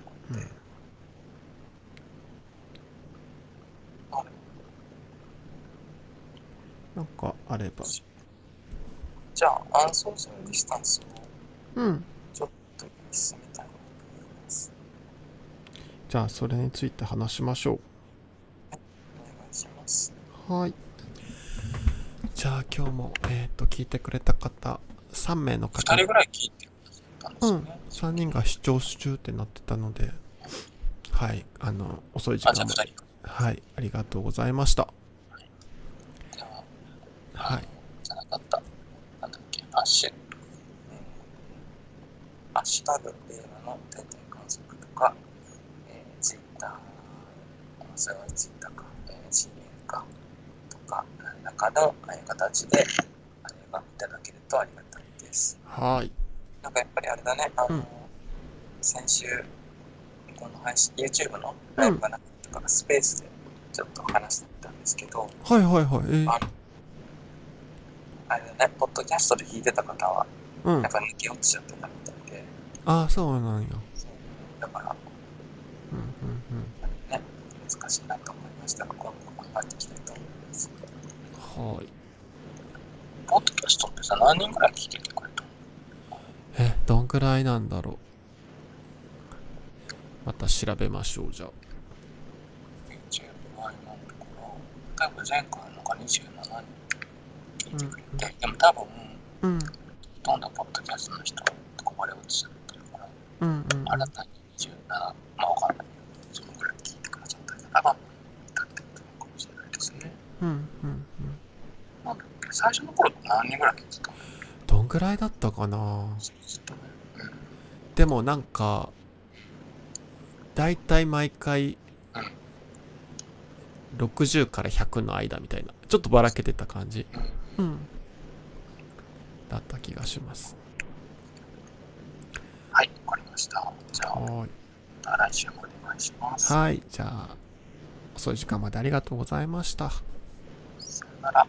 Speaker 2: こ
Speaker 1: うんなんかあれば。
Speaker 2: じゃあ、アンソーシャルディスタンスを
Speaker 1: うん。
Speaker 2: と進めたいと思います。
Speaker 1: じゃあ、それについて話しましょ
Speaker 2: お願いします。
Speaker 1: う。はい。じゃあ、今日も、えっ、と、聞いてくれた方、3名の方
Speaker 2: 2、人ぐらい聞いてたんですよね。
Speaker 1: 3人が視聴中ってなってたので、はい。あの、遅い時
Speaker 2: あ、じゃ
Speaker 1: 間
Speaker 2: あ
Speaker 1: も。
Speaker 2: 2人か。
Speaker 1: はい。ありがとうございました。
Speaker 2: じゃあ、
Speaker 1: はい。
Speaker 2: じゃなかった。なんだっけ、ハッシュ。うんハッシュタグ、令和の定点観測とか、えー、ツイッター、それはツイッターか、えー、CM か、とか、何らかのああいう形で、あれがいただけるとありがたいです。
Speaker 1: はい。
Speaker 2: なんかやっぱりあれだね、あの、
Speaker 1: うん
Speaker 2: 先週、この配信、YouTube のライブがなかったから、スペースでちょっと話してたんですけど、
Speaker 1: はいはいはい。えー
Speaker 2: ああれだね、ポッドキャストで聞いてた方は、
Speaker 1: うん
Speaker 2: なん。か抜け落ちちゃってたみたいで、
Speaker 1: ああ、そうなんや。
Speaker 2: そうだから、
Speaker 1: うんうんうん。
Speaker 2: ね、難しいなと思いましたが、今後頑張っていきたいと思います。
Speaker 1: はい。
Speaker 2: ポッドキャストってさ、何人ぐらい聞いててくれたの
Speaker 1: え、どんくらいなんだろう。また調べましょう、じゃあ。
Speaker 2: ?20 倍なんだから、多分前回のが27人聞いてくれて、でも多分、
Speaker 1: うん。
Speaker 2: ほとんどポッドキャストの人がこぼれ落ちちゃってるから、
Speaker 1: うんうん。
Speaker 2: 新たに27、まあわかんないけど、そのぐらい聞いてくださったりとか、まあ、だってことなのかもしれないですね。
Speaker 1: うんうんうん。
Speaker 2: なんだっけ最初の頃って何人ぐらい聞いてたの
Speaker 1: どんくらいだったかな
Speaker 2: ずっとねう
Speaker 1: でもなんか、だいたい毎回、60から100の間みたいな。ちょっとばらけてた感じ。
Speaker 2: ん。うん
Speaker 1: うん。だった気がします。
Speaker 2: はい、わかりました。じゃあ、
Speaker 1: はい。
Speaker 2: また来週もお願いします。
Speaker 1: はい。じゃあ、遅い時間までありがとうございました。
Speaker 2: さよなら。